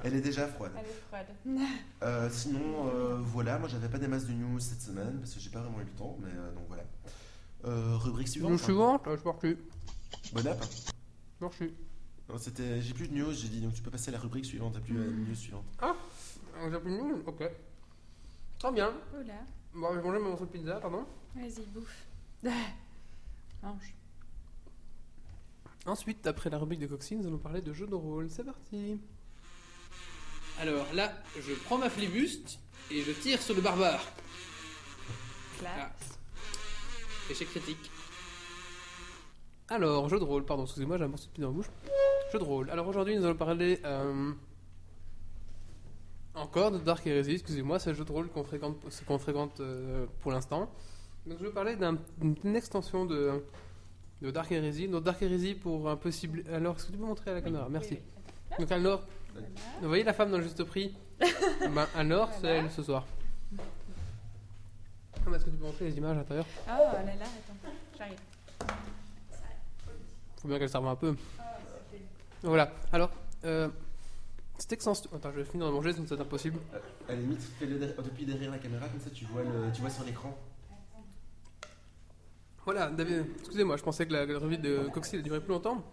[SPEAKER 2] elle est déjà froide.
[SPEAKER 3] Elle est froide.
[SPEAKER 2] Euh, sinon, euh, voilà, moi j'avais pas des masses de news cette semaine parce que j'ai pas vraiment eu le temps, mais euh, donc voilà. Euh, rubrique suivante.
[SPEAKER 1] Nous
[SPEAKER 2] hein.
[SPEAKER 1] suivante, je m'en plus.
[SPEAKER 2] Bon app.
[SPEAKER 1] Je m'en suis.
[SPEAKER 2] Non, c'était, j'ai plus de news, j'ai dit donc tu peux passer à la rubrique suivante, t'as plus la news suivante.
[SPEAKER 1] Vous avez plus de news Ok. Très bien.
[SPEAKER 3] Oh là,
[SPEAKER 1] Bon, j'ai mangé mon morceau de pizza, pardon.
[SPEAKER 3] vas-y, bouffe. Mange.
[SPEAKER 1] Ensuite, après la rubrique de Coxine, nous allons parler de jeux de rôle. C'est parti Alors là, je prends ma flibuste et je tire sur le barbare.
[SPEAKER 3] Classe.
[SPEAKER 1] Échec critique. Alors, jeu de rôle, pardon, excusez-moi, j'ai un morceau de pied dans la bouche. Jeu de rôle. Alors aujourd'hui, nous allons parler euh, encore de Dark Heresy, excusez-moi, c'est le jeu de rôle qu'on fréquente, ce qu'on fréquente euh, pour l'instant. Donc je vais parler d'un- d'une petite extension de, de Dark Heresy. Donc Dark Heresy pour un peu cibler. Alors, est-ce que tu peux montrer à la caméra Merci.
[SPEAKER 3] Oui, oui.
[SPEAKER 1] Donc Anor, vous voyez la femme dans le juste prix Ben Anor, c'est
[SPEAKER 3] Voilà.
[SPEAKER 1] elle ce soir. Comment est-ce que tu peux montrer les images à l'intérieur
[SPEAKER 3] Oh là là, attends, j'arrive.
[SPEAKER 1] faut bien qu'elle serve un peu. Voilà. Alors, euh, cette extension. Attends, je vais finir de manger, sinon c'est impossible.
[SPEAKER 2] À la limite, fais-le derrière- depuis derrière la caméra, comme ça tu vois, le, tu vois sur l'écran.
[SPEAKER 1] Voilà, David, excusez-moi, je pensais que la, la revue de Coxy elle durait plus longtemps.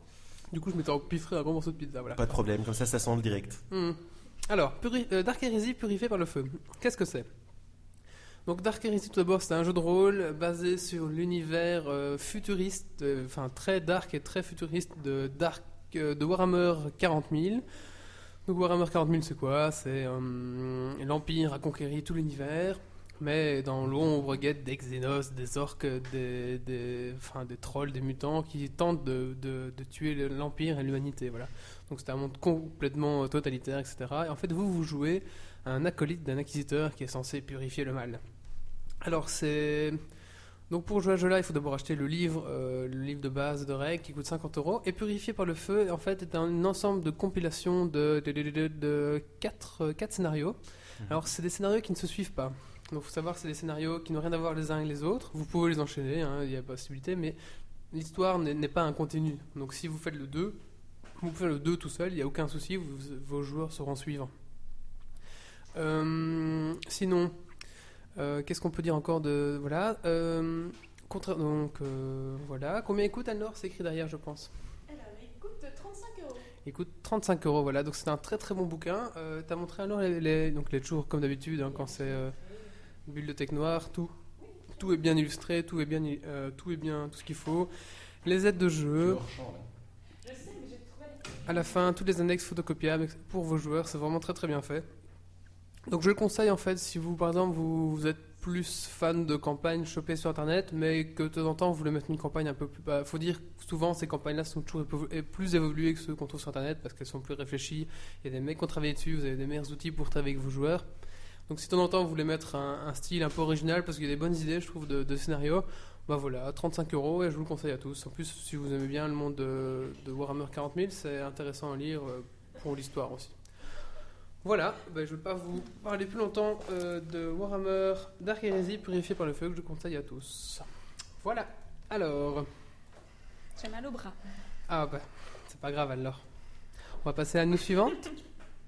[SPEAKER 1] Du coup, je m'étais empiffré un grand morceau de pizza. Voilà.
[SPEAKER 2] Pas de problème, comme ça ça sent le direct.
[SPEAKER 1] Hmm. Alors, puri- euh, Dark Heresy purifié par le feu. Qu'est-ce que c'est Donc, Dark Heresy, tout d'abord, c'est un jeu de rôle basé sur l'univers euh, futuriste, euh, enfin très dark et très futuriste de, dark, euh, de Warhammer 40 000. Donc, Warhammer 40 000, c'est quoi C'est euh, l'Empire a conquéri tout l'univers. Mais dans l'ombre guette des Xenos, des orques, des, des, enfin, des trolls, des mutants qui tentent de, de- de tuer le- l'Empire et l'humanité. Voilà. Donc c'est un monde complètement euh, totalitaire, etc. Et en fait, vous, vous jouez à un acolyte d'un inquisiteur qui est censé purifier le mal. Alors, c'est. Donc, pour jouer à ce jeu-là, il faut d'abord acheter le livre, euh, le livre de base de règles qui coûte 50 euros. Et Purifié par le Feu, en fait, est un ensemble de compilations de, de, de, de- de quatre, euh, quatre scénarios.
[SPEAKER 2] Mhm.
[SPEAKER 1] Alors, c'est des scénarios qui ne se suivent pas. Donc, faut savoir que c'est des scénarios qui n'ont rien à voir les uns et les autres. Vous pouvez les enchaîner, hein, il y a possibilité, mais l'histoire n'est n'est pas un continu. Donc, si vous faites le 2, vous pouvez faire le 2 tout seul, il n'y a aucun souci, vous- vos joueurs seront suivants. Euh, sinon, euh, qu'est-ce qu'on peut dire encore de. Voilà. euh, contra- donc, euh, voilà. Combien écoute Anne-Laure C'est écrit derrière, je pense.
[SPEAKER 3] Alors, il coûte 35 euros.
[SPEAKER 1] Il coûte 35 euros, voilà. Donc, c'est un très très bon bouquin. Euh, T'as montré Anne-Laure les, les- donc, les toujours comme d'habitude, hein, quand c'est euh, bibliothèque noire, tout. Tout est bien illustré, tout est bien, il- euh, tout est bien, tout ce qu'il faut. Les aides de jeu.
[SPEAKER 2] hors champ, là.
[SPEAKER 3] Je sais, mais j'ai trouvé
[SPEAKER 1] À la fin, toutes les annexes photocopiables pour vos joueurs, c'est vraiment très très bien fait. Donc je le conseille en fait, si vous par exemple vous, vous êtes plus fan de campagnes chopées sur internet, mais que de temps en temps vous voulez mettre une campagne un peu plus. bah, faut dire que souvent ces campagnes-là sont toujours épo- et plus évoluées que ceux qu'on trouve sur internet parce qu'elles sont plus réfléchies. Il y a des mecs qui ont travaillé dessus, vous avez des meilleurs outils pour travailler avec vos joueurs. Donc si de temps en temps vous voulez mettre un, un style un peu original parce qu'il y a des bonnes idées, je trouve, de, de scénarios, bah voilà, 35 euros et je vous le conseille à tous. En plus, si vous aimez bien le monde de, de Warhammer 40 000, c'est intéressant à lire euh, pour l'histoire aussi. Voilà, bah, je ne vais pas vous parler plus longtemps euh, de Warhammer Dark Heresy purifié par le feu que je conseille à tous. Voilà, alors.
[SPEAKER 3] J'ai mal au bras.
[SPEAKER 1] Ah bah, c'est pas grave alors. On va passer à la news suivante.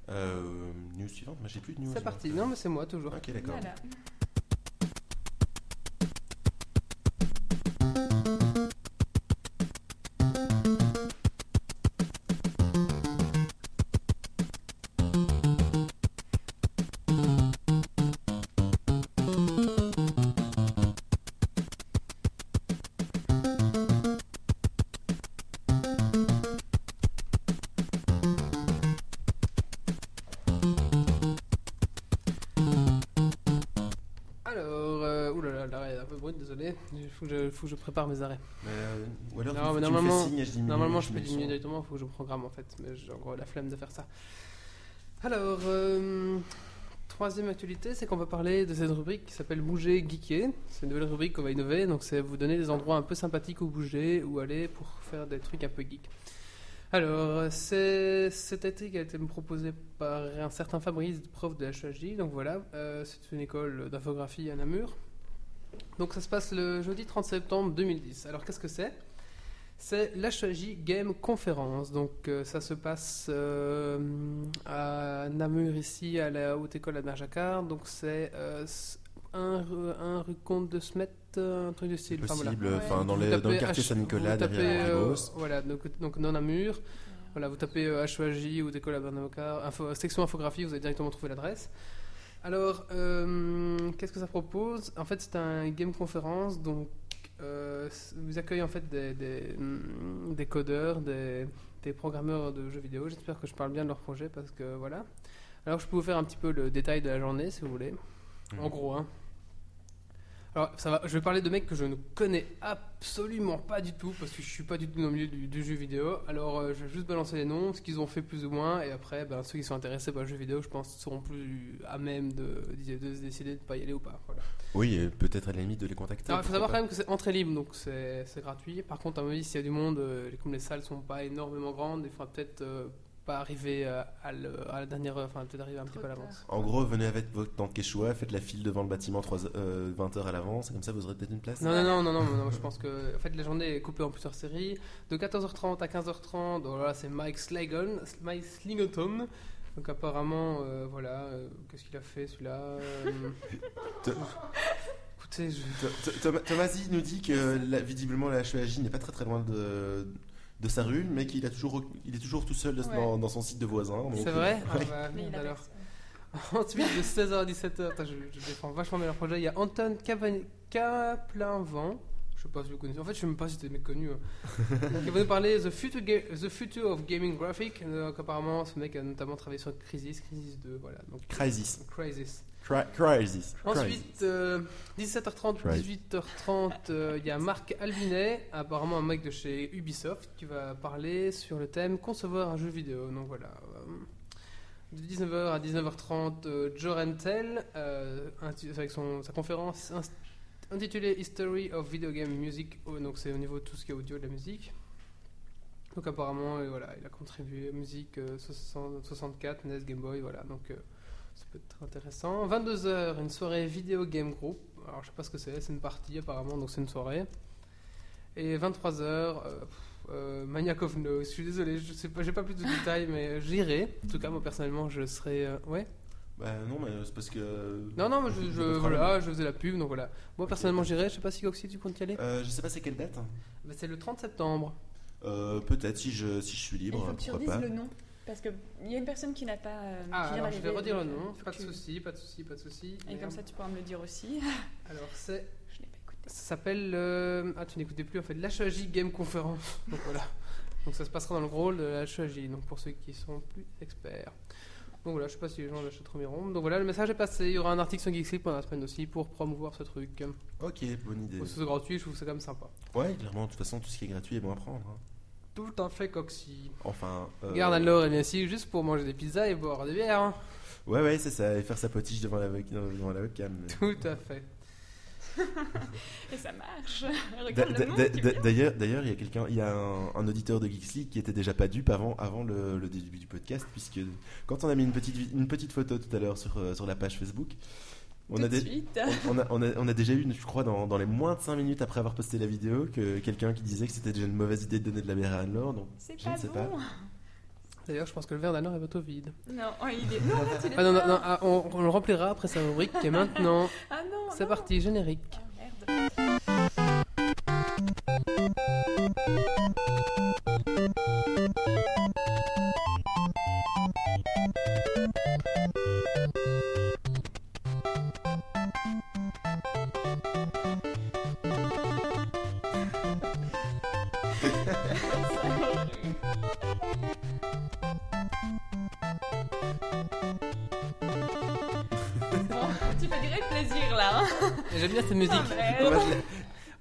[SPEAKER 2] Euh, news suivante, mais j'ai plus de news.
[SPEAKER 1] C'est
[SPEAKER 2] moi.
[SPEAKER 1] parti. Non, mais c'est moi toujours.
[SPEAKER 2] Ok, d'accord.
[SPEAKER 3] Voilà.
[SPEAKER 1] Alors, euh, oulala, l'arrêt est un peu brut, désolé. Il faut que je, faut que je prépare mes arrêts.
[SPEAKER 2] Mais, euh, ou alors,
[SPEAKER 1] Non,
[SPEAKER 2] tu-
[SPEAKER 1] mais
[SPEAKER 2] tu me fais
[SPEAKER 1] normalement-
[SPEAKER 2] signe et je diminue-
[SPEAKER 1] Normalement, je peux
[SPEAKER 2] diminue le
[SPEAKER 1] diminuer
[SPEAKER 2] son.
[SPEAKER 1] directement, il faut que je programme en fait, mais j'ai encore la flemme de faire ça. Alors, euh, troisième actualité, c'est qu'on va parler de cette rubrique qui s'appelle Bouger, Geeker. C'est une nouvelle rubrique qu'on va innover, donc c'est vous donner des endroits un peu sympathiques où bouger, où aller pour faire des trucs un peu geek. Alors, c'est cette éthique a été proposée par un certain Fabrice, prof de HHJ, donc voilà, euh, c'est une école d'infographie à Namur. Donc ça se passe le jeudi 30 septembre 2010. Alors qu'est-ce que c'est c'est l'HJ Game Conference. Donc, euh, ça se passe euh, à Namur, ici, à la Haute École à Narjakar. Donc, c'est euh, s- un, rue- un rue Comte de Smet, euh, un truc de
[SPEAKER 2] C'est
[SPEAKER 1] style. Enfin, voilà.
[SPEAKER 2] possible, enfin,
[SPEAKER 3] Ouais.
[SPEAKER 2] dans,
[SPEAKER 1] Vous
[SPEAKER 2] les- dans le
[SPEAKER 1] tapez
[SPEAKER 2] quartier
[SPEAKER 1] H-
[SPEAKER 2] Saint-Nicolas,
[SPEAKER 1] vous tapez,
[SPEAKER 2] derrière
[SPEAKER 1] euh,
[SPEAKER 2] Argos.
[SPEAKER 1] Voilà, donc, donc non Namur. Voilà, vous tapez euh, HEAJ ou Décolle à Bernard info, section infographie, vous allez directement trouver l'adresse. Alors, euh, qu'est-ce que ça propose En fait, c'est un game conférence, donc euh, c- vous accueillez en fait des, des, mm, des codeurs, des, des programmeurs de jeux vidéo. J'espère que je parle bien de leur projet parce que voilà. Alors, je peux vous faire un petit peu le détail de la journée si vous voulez. En
[SPEAKER 2] Mhm.
[SPEAKER 1] gros, hein. Alors, ça va, je vais parler de mecs que je ne connais absolument pas du tout parce que je suis pas du tout dans le milieu du, du jeu vidéo. Alors, euh, je vais juste balancer les noms, ce qu'ils ont fait plus ou moins, et après, ben, ceux qui sont intéressés par le jeu vidéo, je pense, seront plus à même de, de se décider de pas y aller ou pas. Voilà.
[SPEAKER 2] Oui, et peut-être à la limite de les contacter.
[SPEAKER 1] Alors, il faut
[SPEAKER 2] pourquoi
[SPEAKER 1] savoir
[SPEAKER 2] pas.
[SPEAKER 1] quand même que c'est entrée libre, donc c'est c'est gratuit. Par contre, à mon avis, s'il y a du monde, euh, comme les salles sont pas énormément grandes, il faudra peut-être euh, pas arriver euh, à, le- à la dernière heure, enfin peut-être arriver un petit
[SPEAKER 3] Trop
[SPEAKER 1] peu à
[SPEAKER 3] tard.
[SPEAKER 1] l'avance.
[SPEAKER 2] En gros, venez avec votre tente Quechua, faites la file devant le bâtiment 3, 20 heures à l'avance, et comme ça vous aurez peut-être une place.
[SPEAKER 1] Non, non, non, non, non, non, non, je pense que en fait, la journée est coupée en plusieurs séries. De 14h30 à 15h30, oh là là, c'est Mike Slagon, Mike Slingoton. Donc apparemment, euh, voilà, euh, qu'est-ce qu'il a fait celui-là Euh,
[SPEAKER 2] Te-
[SPEAKER 1] Écoutez, je...
[SPEAKER 2] Th- Th- Thoma- Thomasi nous dit que la- visiblement la HEAJ n'est pas très très loin de, de sa rue, mais qu'il a toujours, il est toujours tout seul de-
[SPEAKER 3] Ouais.
[SPEAKER 2] dans, dans son site de voisin. donc-
[SPEAKER 1] c'est vrai Ah
[SPEAKER 2] Ouais.
[SPEAKER 1] bah,
[SPEAKER 3] Mais il
[SPEAKER 1] merde
[SPEAKER 3] a
[SPEAKER 1] alors.
[SPEAKER 3] raison.
[SPEAKER 1] Ensuite, de 16h à 17h, Attends, je, je défends vachement bien leur projet. Il y a Anton Cavan- Caplinvent. Je sais pas si vous connaissez. En fait, je sais même pas si c'était méconnu. hein. Donc, il va nous parler The Future, Ga- The Future of Gaming Graphic. Donc, apparemment, ce mec a notamment travaillé sur Crisis, Crisis 2. Voilà. Donc,
[SPEAKER 2] Crisis.
[SPEAKER 1] Crisis.
[SPEAKER 2] euh, Cri- crisis. Crisis.
[SPEAKER 1] Ensuite, euh, 17h30,
[SPEAKER 2] Right.
[SPEAKER 1] 18h30, euh, il y a Marc Albinet, apparemment un mec de chez Ubisoft, qui va parler sur le thème concevoir un jeu vidéo. Donc voilà. euh, De 19h à 19h30, euh, Joe Rentel, euh, inti- avec son, sa conférence inst- intitulée History of Video Game Music, oh, donc c'est au niveau de tout ce qui est audio de la musique. Donc apparemment, euh, voilà, il a contribué à musique euh, 60 64, NES, E Game Boy, voilà, donc euh, ça peut être intéressant. 22h, une soirée vidéo game group. Alors je sais pas ce que c'est, c'est une partie apparemment, donc c'est une soirée. Et 23h, euh, pff, euh, Maniac of Noise. Je suis désolé, je sais pas, j'ai pas plus de détails, mais j'irai. En tout cas, moi personnellement, je serai. euh, ouais.
[SPEAKER 2] Bah non, mais c'est parce que.
[SPEAKER 1] Non, non, mais je,
[SPEAKER 2] Pas de
[SPEAKER 1] je-
[SPEAKER 2] problème.
[SPEAKER 1] voilà, je faisais la pub, donc voilà. Moi
[SPEAKER 2] Ok.
[SPEAKER 1] personnellement, j'irai. Je sais pas si Goxy, tu comptes y aller.
[SPEAKER 2] Euh, je sais pas c'est quelle date.
[SPEAKER 1] Bah, c'est le 30 septembre.
[SPEAKER 2] Euh, Peut-être si je, si je suis
[SPEAKER 3] Il
[SPEAKER 2] libre,
[SPEAKER 3] faut que tu
[SPEAKER 2] pourquoi
[SPEAKER 3] redises
[SPEAKER 2] pas.
[SPEAKER 3] le nom. Parce qu'il y a une personne qui n'a pas. euh,
[SPEAKER 1] Ah,
[SPEAKER 3] qui vient
[SPEAKER 1] alors je vais
[SPEAKER 3] d'arriver,
[SPEAKER 1] redire le
[SPEAKER 3] donc,
[SPEAKER 1] nom.
[SPEAKER 3] euh,
[SPEAKER 1] Pas de
[SPEAKER 3] tu-
[SPEAKER 1] souci, pas de souci, pas de souci.
[SPEAKER 3] Et
[SPEAKER 1] Merde.
[SPEAKER 3] comme ça, tu pourras me le dire aussi.
[SPEAKER 1] Alors c'est
[SPEAKER 3] Je n'ai pas écouté.
[SPEAKER 1] Ça s'appelle. euh, Ah, tu n'écoutais plus en fait. L'HEJ Game Conference. Donc voilà. Donc ça se passera dans le rôle de la HEJ, donc pour ceux qui sont plus experts. Donc voilà, je sais pas si les gens l'achèteront, mais rond. Donc voilà, le message est passé. Il y aura un article sur Geeksy pendant la semaine aussi pour promouvoir ce truc.
[SPEAKER 2] Ok, bonne idée.
[SPEAKER 1] Bon, C'est gratuit, je trouve ça quand même sympa.
[SPEAKER 2] Ouais, clairement, de toute façon, tout ce qui est gratuit est bon à prendre. hein.
[SPEAKER 1] Tout à fait coxy.
[SPEAKER 2] Enfin. euh,
[SPEAKER 1] Garde alors et Nancy juste pour manger des pizzas et boire des bières. hein.
[SPEAKER 2] Ouais, ouais, c'est ça, et faire sa potiche devant la, web- devant la webcam. mais-
[SPEAKER 1] Tout à fait.
[SPEAKER 3] Et ça marche.
[SPEAKER 2] D'a-
[SPEAKER 3] Regarde
[SPEAKER 2] d'a-
[SPEAKER 3] le monde. c'est bien.
[SPEAKER 2] d'a- D'ailleurs, d'ailleurs, il y a quelqu'un, il y a un, un auditeur de Geeks League qui était déjà pas dupe avant, avant le, le début du podcast, puisque quand on a mis une petite, vi- une petite photo tout à l'heure sur, euh, sur la page Facebook, on
[SPEAKER 3] Tout
[SPEAKER 2] a, dé-
[SPEAKER 3] de suite.
[SPEAKER 2] on, on a, on a- on a déjà eu, je crois, dans, dans les moins de 5 minutes après avoir posté la vidéo, que quelqu'un qui disait que c'était déjà une mauvaise idée de donner de la bière à Anne-Laure. Donc,
[SPEAKER 3] C'est
[SPEAKER 2] je
[SPEAKER 3] pas
[SPEAKER 2] ne sais pas.
[SPEAKER 3] bon.
[SPEAKER 1] D'ailleurs, je pense que le verre d'Anna est bientôt vide.
[SPEAKER 3] Non, oh, il est. Non, là, tu l'es
[SPEAKER 1] Ah non, non,
[SPEAKER 3] pas.
[SPEAKER 1] non, ah, on, on le remplira après sa rubrique qui est maintenant.
[SPEAKER 3] Ah non.
[SPEAKER 1] C'est
[SPEAKER 3] non.
[SPEAKER 1] parti, générique.
[SPEAKER 3] Ah, merde. Oh, Bon, tu fais grave plaisir là. Hein.
[SPEAKER 1] J'aime bien cette musique.
[SPEAKER 3] Ah,
[SPEAKER 2] On
[SPEAKER 3] merde.
[SPEAKER 2] va se la-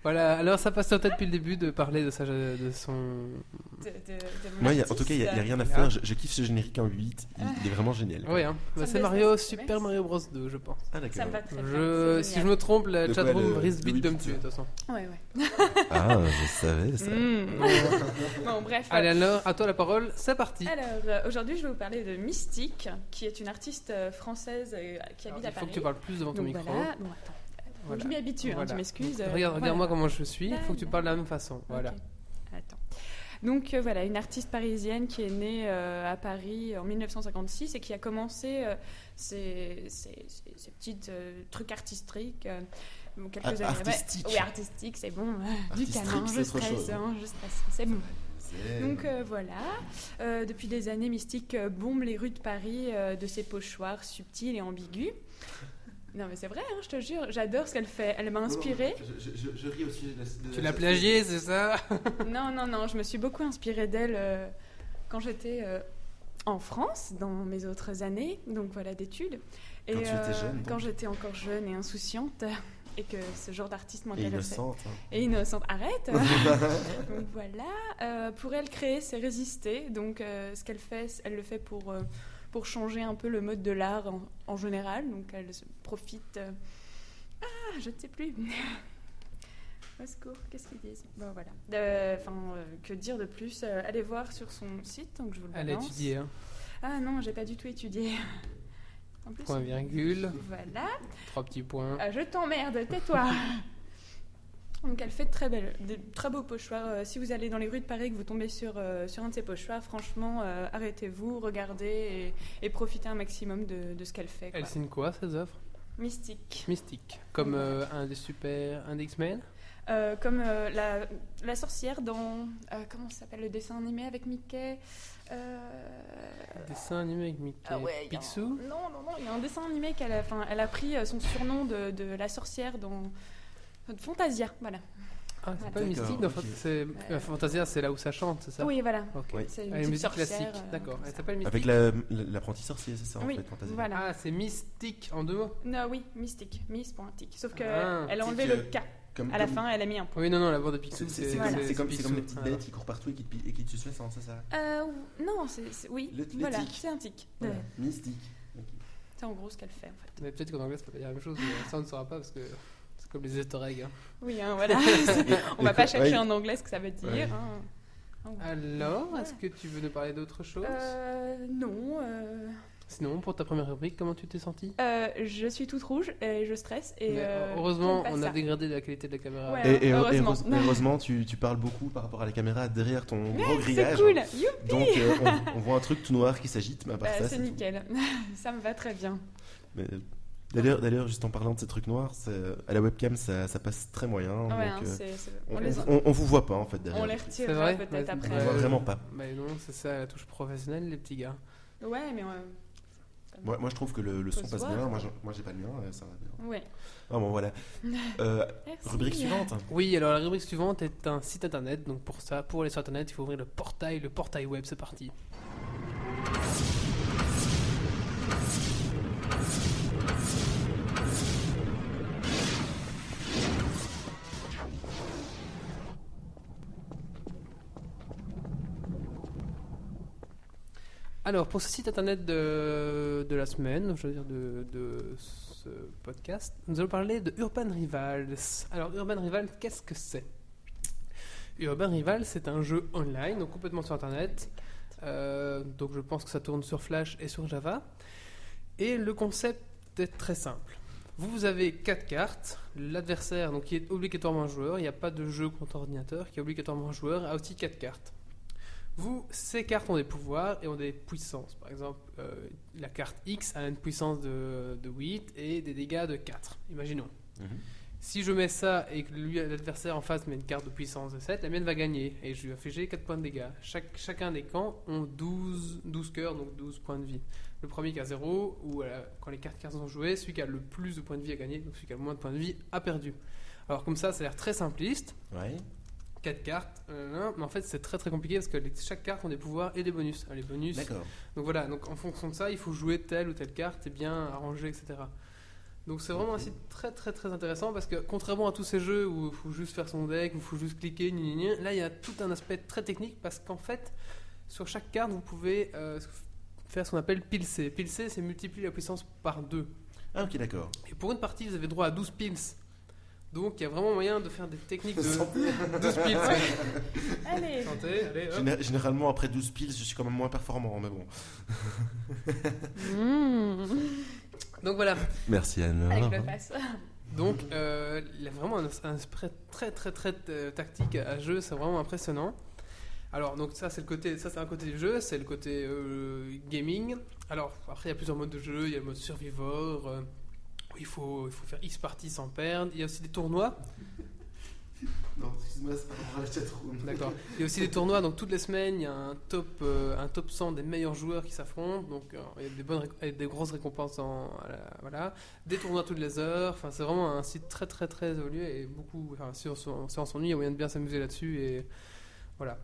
[SPEAKER 1] Voilà, alors ça passe sur tête depuis le début de parler de, sa, de son.
[SPEAKER 3] De- de- de mon
[SPEAKER 2] Moi, il y a- en
[SPEAKER 3] artiste.
[SPEAKER 2] tout cas, il n'y a, il y a rien à faire. Je, je kiffe ce générique en 8. Il, il est vraiment génial.
[SPEAKER 1] Oui, hein. Bah,
[SPEAKER 3] Ça
[SPEAKER 1] c'est
[SPEAKER 3] me
[SPEAKER 1] Mario,
[SPEAKER 3] laisse-
[SPEAKER 1] Super
[SPEAKER 3] merci.
[SPEAKER 1] Mario Bros 2, je pense.
[SPEAKER 2] Ah,
[SPEAKER 3] Ça me
[SPEAKER 2] d'accord.
[SPEAKER 3] va très
[SPEAKER 1] Je,
[SPEAKER 3] bien.
[SPEAKER 1] si je me trompe, la
[SPEAKER 2] De quoi,
[SPEAKER 1] chatroom
[SPEAKER 2] le-
[SPEAKER 1] risque
[SPEAKER 2] le
[SPEAKER 1] vite de me
[SPEAKER 2] Wii Fit
[SPEAKER 1] tuer, de toute façon.
[SPEAKER 3] Ouais, ouais.
[SPEAKER 2] Ah, je savais ça.
[SPEAKER 3] Hmm. bon, bref.
[SPEAKER 1] Allez, alors, à toi la parole, c'est parti.
[SPEAKER 3] Alors, euh, aujourd'hui, je vais vous parler de Mystique, qui est une artiste euh, française euh, qui
[SPEAKER 1] Alors,
[SPEAKER 3] habite
[SPEAKER 1] il
[SPEAKER 3] à
[SPEAKER 1] faut
[SPEAKER 3] Paris.
[SPEAKER 1] que tu parles plus devant ton
[SPEAKER 3] Donc
[SPEAKER 1] micro.
[SPEAKER 3] voilà. Bon, attends.
[SPEAKER 1] Voilà.
[SPEAKER 3] Je m'y habitue, hein,
[SPEAKER 1] Voilà.
[SPEAKER 3] tu m'excuses.
[SPEAKER 1] Donc, regarde, regarde-moi
[SPEAKER 3] Voilà.
[SPEAKER 1] comment je suis, il faut que tu
[SPEAKER 3] Voilà.
[SPEAKER 1] parles de la même façon. Voilà.
[SPEAKER 3] Ok. Attends. Donc euh, voilà, une artiste parisienne qui est née euh, à Paris en 1956 et qui a commencé euh, ses, ses- ses- ses petits euh, trucs artistiques. euh, bon, quelques
[SPEAKER 2] Ah,
[SPEAKER 3] années après.
[SPEAKER 2] artistique.
[SPEAKER 3] Oui, artistique, c'est bon. Du
[SPEAKER 2] Artistrique,
[SPEAKER 3] canin,
[SPEAKER 2] c'est
[SPEAKER 3] je
[SPEAKER 2] autre chose.
[SPEAKER 3] stresse, hein, je stresse, c'est bon.
[SPEAKER 2] C'est-
[SPEAKER 3] Donc euh, voilà, Euh, depuis des années, Mystique euh, bombe les rues de Paris euh, de ses pochoirs subtils et ambigus. Non mais c'est vrai, hein, je te jure, j'adore ce qu'elle fait. Elle
[SPEAKER 2] Oh.
[SPEAKER 3] m'a inspirée.
[SPEAKER 2] Je, je- je ris aussi. de la- de
[SPEAKER 1] Tu
[SPEAKER 2] la-
[SPEAKER 1] l'as plagié, c'est ça
[SPEAKER 3] Non, non, non, je me suis beaucoup inspirée d'elle euh, quand j'étais euh, en France, dans mes autres années, donc voilà, d'études. Et
[SPEAKER 2] Quand
[SPEAKER 3] euh,
[SPEAKER 2] tu étais jeune, donc.
[SPEAKER 3] Quand j'étais encore jeune et insouciante, et que ce genre d'artiste
[SPEAKER 2] Et
[SPEAKER 3] m'intéressait.
[SPEAKER 2] innocente. hein.
[SPEAKER 3] Et innocente, arrête Donc voilà, euh, pour elle, créer, c'est résister. Donc euh, ce qu'elle fait, c'est- elle le fait pour, euh, pour changer un peu le mode de l'art en, en général. Donc elle se- profite... euh, Ah, je ne sais plus Au secours, qu'est-ce qu'ils disent Bon voilà. Euh, Enfin, euh, que dire de plus Euh, Allez voir sur son site, donc je vous le
[SPEAKER 1] Elle a
[SPEAKER 3] balance.
[SPEAKER 1] étudié, hein.
[SPEAKER 3] Ah non, j'ai pas du tout étudié. En plus,
[SPEAKER 1] Point virgule,
[SPEAKER 3] voilà.
[SPEAKER 1] trois petits points.
[SPEAKER 3] Ah, je t'emmerde, tais-toi. Donc elle fait de très, belles, de très beaux pochoirs. Euh, si vous allez dans les rues de Paris et que vous tombez sur, euh, sur un de ces pochoirs, franchement, euh, arrêtez-vous, regardez et, et profitez un maximum de, de ce qu'elle fait. quoi.
[SPEAKER 1] Elle signe quoi, ses œuvres
[SPEAKER 3] Mystique.
[SPEAKER 1] Mystique. Comme euh, un des super. un des X-Men
[SPEAKER 3] Euh, comme euh, la, la sorcière dans... euh, comment ça s'appelle le dessin animé avec Mickey Euh,
[SPEAKER 1] Dessin animé avec Mickey.
[SPEAKER 3] Ah ouais, il y a un-
[SPEAKER 1] Picsou
[SPEAKER 3] Non, non, non, il y a un dessin animé qu'elle a, enfin, elle a pris euh, son surnom de, de la sorcière dans de Fantasia, voilà.
[SPEAKER 1] Ah, c'est
[SPEAKER 3] Voilà.
[SPEAKER 1] pas mystique,
[SPEAKER 2] D'accord,
[SPEAKER 1] dans
[SPEAKER 2] ok.
[SPEAKER 1] Fant- c'est- euh, Fantasia, c'est là où ça chante, c'est ça
[SPEAKER 3] Oui, voilà.
[SPEAKER 1] Ok.
[SPEAKER 2] Oui.
[SPEAKER 3] C'est
[SPEAKER 1] Ah,
[SPEAKER 3] une
[SPEAKER 1] une
[SPEAKER 3] petite
[SPEAKER 1] musique
[SPEAKER 3] sorcière,
[SPEAKER 1] classique,
[SPEAKER 3] euh,
[SPEAKER 1] d'accord.
[SPEAKER 3] comme
[SPEAKER 1] Elle
[SPEAKER 3] ça.
[SPEAKER 1] s'appelle Mystique.
[SPEAKER 2] Avec la- l'apprenti sorcier, c'est ça en
[SPEAKER 3] Oui,
[SPEAKER 2] fait, Fantasia.
[SPEAKER 3] voilà.
[SPEAKER 1] Ah, c'est mystique en deux mots.
[SPEAKER 3] Non, oui, mystique, miss.tic. Sauf que
[SPEAKER 1] Ah,
[SPEAKER 3] elle a enlevé
[SPEAKER 2] tic,
[SPEAKER 3] le
[SPEAKER 2] euh,
[SPEAKER 3] K.
[SPEAKER 2] Comme,
[SPEAKER 3] À la
[SPEAKER 2] comme-
[SPEAKER 3] fin, elle a mis un point.
[SPEAKER 1] Oui, non, non, la voix de Picsou,
[SPEAKER 2] C'est c'est-
[SPEAKER 1] c'est
[SPEAKER 2] c'est
[SPEAKER 3] voilà.
[SPEAKER 2] comme, c'est comme, c'est comme les
[SPEAKER 1] Picsou.
[SPEAKER 2] petites bêtes qui courent partout et qui te, pi- et qui te sucent, hein, c'est ça
[SPEAKER 3] Euh, ou- non, c'est, c'est- oui,
[SPEAKER 2] Le- les
[SPEAKER 3] voilà,
[SPEAKER 2] tics.
[SPEAKER 3] c'est un tic.
[SPEAKER 2] Voilà.
[SPEAKER 3] Ouais.
[SPEAKER 2] Mystique. Ok.
[SPEAKER 3] C'est en gros ce qu'elle fait en fait.
[SPEAKER 1] Mais peut-être qu'en anglais, ça peut pas dire la même chose, mais ça, on ne saura pas parce que c'est comme les easter eggs. hein.
[SPEAKER 3] Oui, hein, voilà. On
[SPEAKER 2] Et-
[SPEAKER 3] va
[SPEAKER 2] et-
[SPEAKER 3] pas chercher
[SPEAKER 2] ouais.
[SPEAKER 3] en anglais ce que ça veut dire.
[SPEAKER 2] Ouais.
[SPEAKER 3] hein. En gros.
[SPEAKER 1] Alors,
[SPEAKER 3] Ouais.
[SPEAKER 1] est-ce que tu veux nous parler d'autre chose
[SPEAKER 3] Euh, non, euh,
[SPEAKER 1] Sinon, pour ta première rubrique, comment tu t'es senti
[SPEAKER 3] euh, je suis toute rouge et je stresse. Et,
[SPEAKER 1] Mais,
[SPEAKER 3] euh,
[SPEAKER 1] Heureusement,
[SPEAKER 3] j'aime pas
[SPEAKER 1] on a
[SPEAKER 3] ça.
[SPEAKER 1] dégradé la qualité de la caméra.
[SPEAKER 3] Ouais.
[SPEAKER 2] Et, et- et
[SPEAKER 3] Heureusement.
[SPEAKER 2] heureuse- et heureusement, tu, tu parles beaucoup par rapport à la caméra derrière ton gros
[SPEAKER 3] C'est
[SPEAKER 2] Oh, grillage.
[SPEAKER 3] cool, youp,
[SPEAKER 2] Donc euh, on, on voit un truc tout noir qui s'agite, mais à part
[SPEAKER 3] bah,
[SPEAKER 2] ça,
[SPEAKER 3] c'est
[SPEAKER 2] tout.
[SPEAKER 3] nickel. ça me va très bien.
[SPEAKER 2] Mais, D'ailleurs, d'ailleurs, juste en parlant de ces trucs noirs, c'est- à la webcam ça, ça passe très moyen.
[SPEAKER 3] Ouais,
[SPEAKER 2] donc,
[SPEAKER 3] hein,
[SPEAKER 2] euh,
[SPEAKER 3] c'est- c'est-
[SPEAKER 2] on,
[SPEAKER 3] on, les,
[SPEAKER 2] on- on- on vous voit pas en fait derrière.
[SPEAKER 3] on les
[SPEAKER 1] C'est
[SPEAKER 3] retirera
[SPEAKER 1] vrai
[SPEAKER 3] peut-être
[SPEAKER 1] Ouais,
[SPEAKER 2] On
[SPEAKER 3] après.
[SPEAKER 2] voit
[SPEAKER 1] Ouais.
[SPEAKER 2] vraiment pas.
[SPEAKER 1] Mais non, c'est ça la touche professionnelle, les petits gars.
[SPEAKER 3] Ouais, mais euh,
[SPEAKER 2] Moi, moi, je trouve que le, le son
[SPEAKER 3] Faut se
[SPEAKER 2] passe
[SPEAKER 3] voir.
[SPEAKER 2] bien. Moi, j'en- moi, j'ai pas le mien, euh, ça va bien.
[SPEAKER 3] ouais.
[SPEAKER 2] Ah bon, voilà. Euh,
[SPEAKER 3] Merci.
[SPEAKER 2] rubrique suivante.
[SPEAKER 1] Oui, alors la rubrique suivante est un site internet. Donc pour ça, pour aller sur internet, il faut ouvrir le portail, le portail web, c'est parti. Alors pour ce site internet de, de la semaine, je veux dire de, de ce podcast, nous allons parler de Urban Rivals. Alors Urban Rivals, qu'est-ce que c'est Urban Rivals, c'est un jeu online, donc complètement sur Internet. Euh, donc je pense que ça tourne sur Flash et sur Java. Et le concept est très simple. Vous avez quatre cartes. L'adversaire, donc qui est obligatoirement un joueur, il n'y a pas de jeu contre ordinateur, qui est obligatoirement un joueur, a aussi quatre cartes. Vous, ces cartes ont des pouvoirs et ont des puissances. Par exemple, euh, la carte X a une puissance de, de 8 et des dégâts de 4, imaginons.
[SPEAKER 2] Mhm.
[SPEAKER 1] Si je mets ça et que lui, l'adversaire en face met une carte de puissance de 7, la mienne va gagner et je lui afficher 4 points de dégâts. Chaque- chacun des camps ont 12, 12 cœurs, donc 12 points de vie. Le premier qui a 0, ou à la- quand les cartes cartes sont jouées, celui qui a le plus de points de vie a gagné, donc celui qui a le moins de points de vie a perdu. Alors comme ça, ça a l'air très simpliste,
[SPEAKER 2] Ouais.
[SPEAKER 1] 4 cartes, euh, mais en fait c'est très très compliqué parce que les- chaque carte a des pouvoirs et des bonus. Alors, les bonus,
[SPEAKER 2] D'accord.
[SPEAKER 1] donc voilà, donc en fonction de ça, il faut jouer telle ou telle carte et bien arranger, etc. Donc c'est vraiment un site très très très intéressant parce que contrairement à tous ces jeux où il faut juste faire son deck, où il faut juste cliquer, gna gna gna, là il y a tout un aspect très technique parce qu'en fait sur chaque carte vous pouvez euh, faire ce qu'on appelle pilcer. Pilcer c'est multiplier la puissance par 2.
[SPEAKER 2] Ah ok, d'accord.
[SPEAKER 1] Et pour une partie vous avez droit à 12 pils. Donc il y a vraiment moyen de faire des techniques de 12 pils.
[SPEAKER 3] Allez,
[SPEAKER 1] Santé, allez, hop.
[SPEAKER 2] Géné- Généralement, après 12 piles, je suis quand même moins performant, mais bon.
[SPEAKER 3] Mmh.
[SPEAKER 1] Ah, Donc voilà,
[SPEAKER 2] Merci Anne.
[SPEAKER 3] avec Ah, le passe.
[SPEAKER 1] Donc, euh, il y a vraiment un, un spread très très très euh, tactique à jeu, c'est vraiment impressionnant. Alors, donc ça c'est le côté, ça c'est un côté du jeu, c'est le côté euh, gaming. Alors après il y a plusieurs modes de jeu, il y a le mode survivor, euh, où il faut il faut faire X parties sans perdre. Il y a aussi des tournois.
[SPEAKER 2] Non, excuse-moi, c'est pas pour la chatroom.
[SPEAKER 1] D'accord. Il y a aussi des tournois, donc toutes les semaines, il y a un top, euh, un top 100 des meilleurs joueurs qui s'affrontent. Donc euh, il y a des, bonnes, réc- et des grosses récompenses. En, à la- voilà. Des tournois toutes les heures. Enfin, c'est vraiment un site très, très, très évolué. Et beaucoup, enfin, si on s'en- si on s'ennuie, il y a moyen de bien s'amuser là-dessus. Et voilà.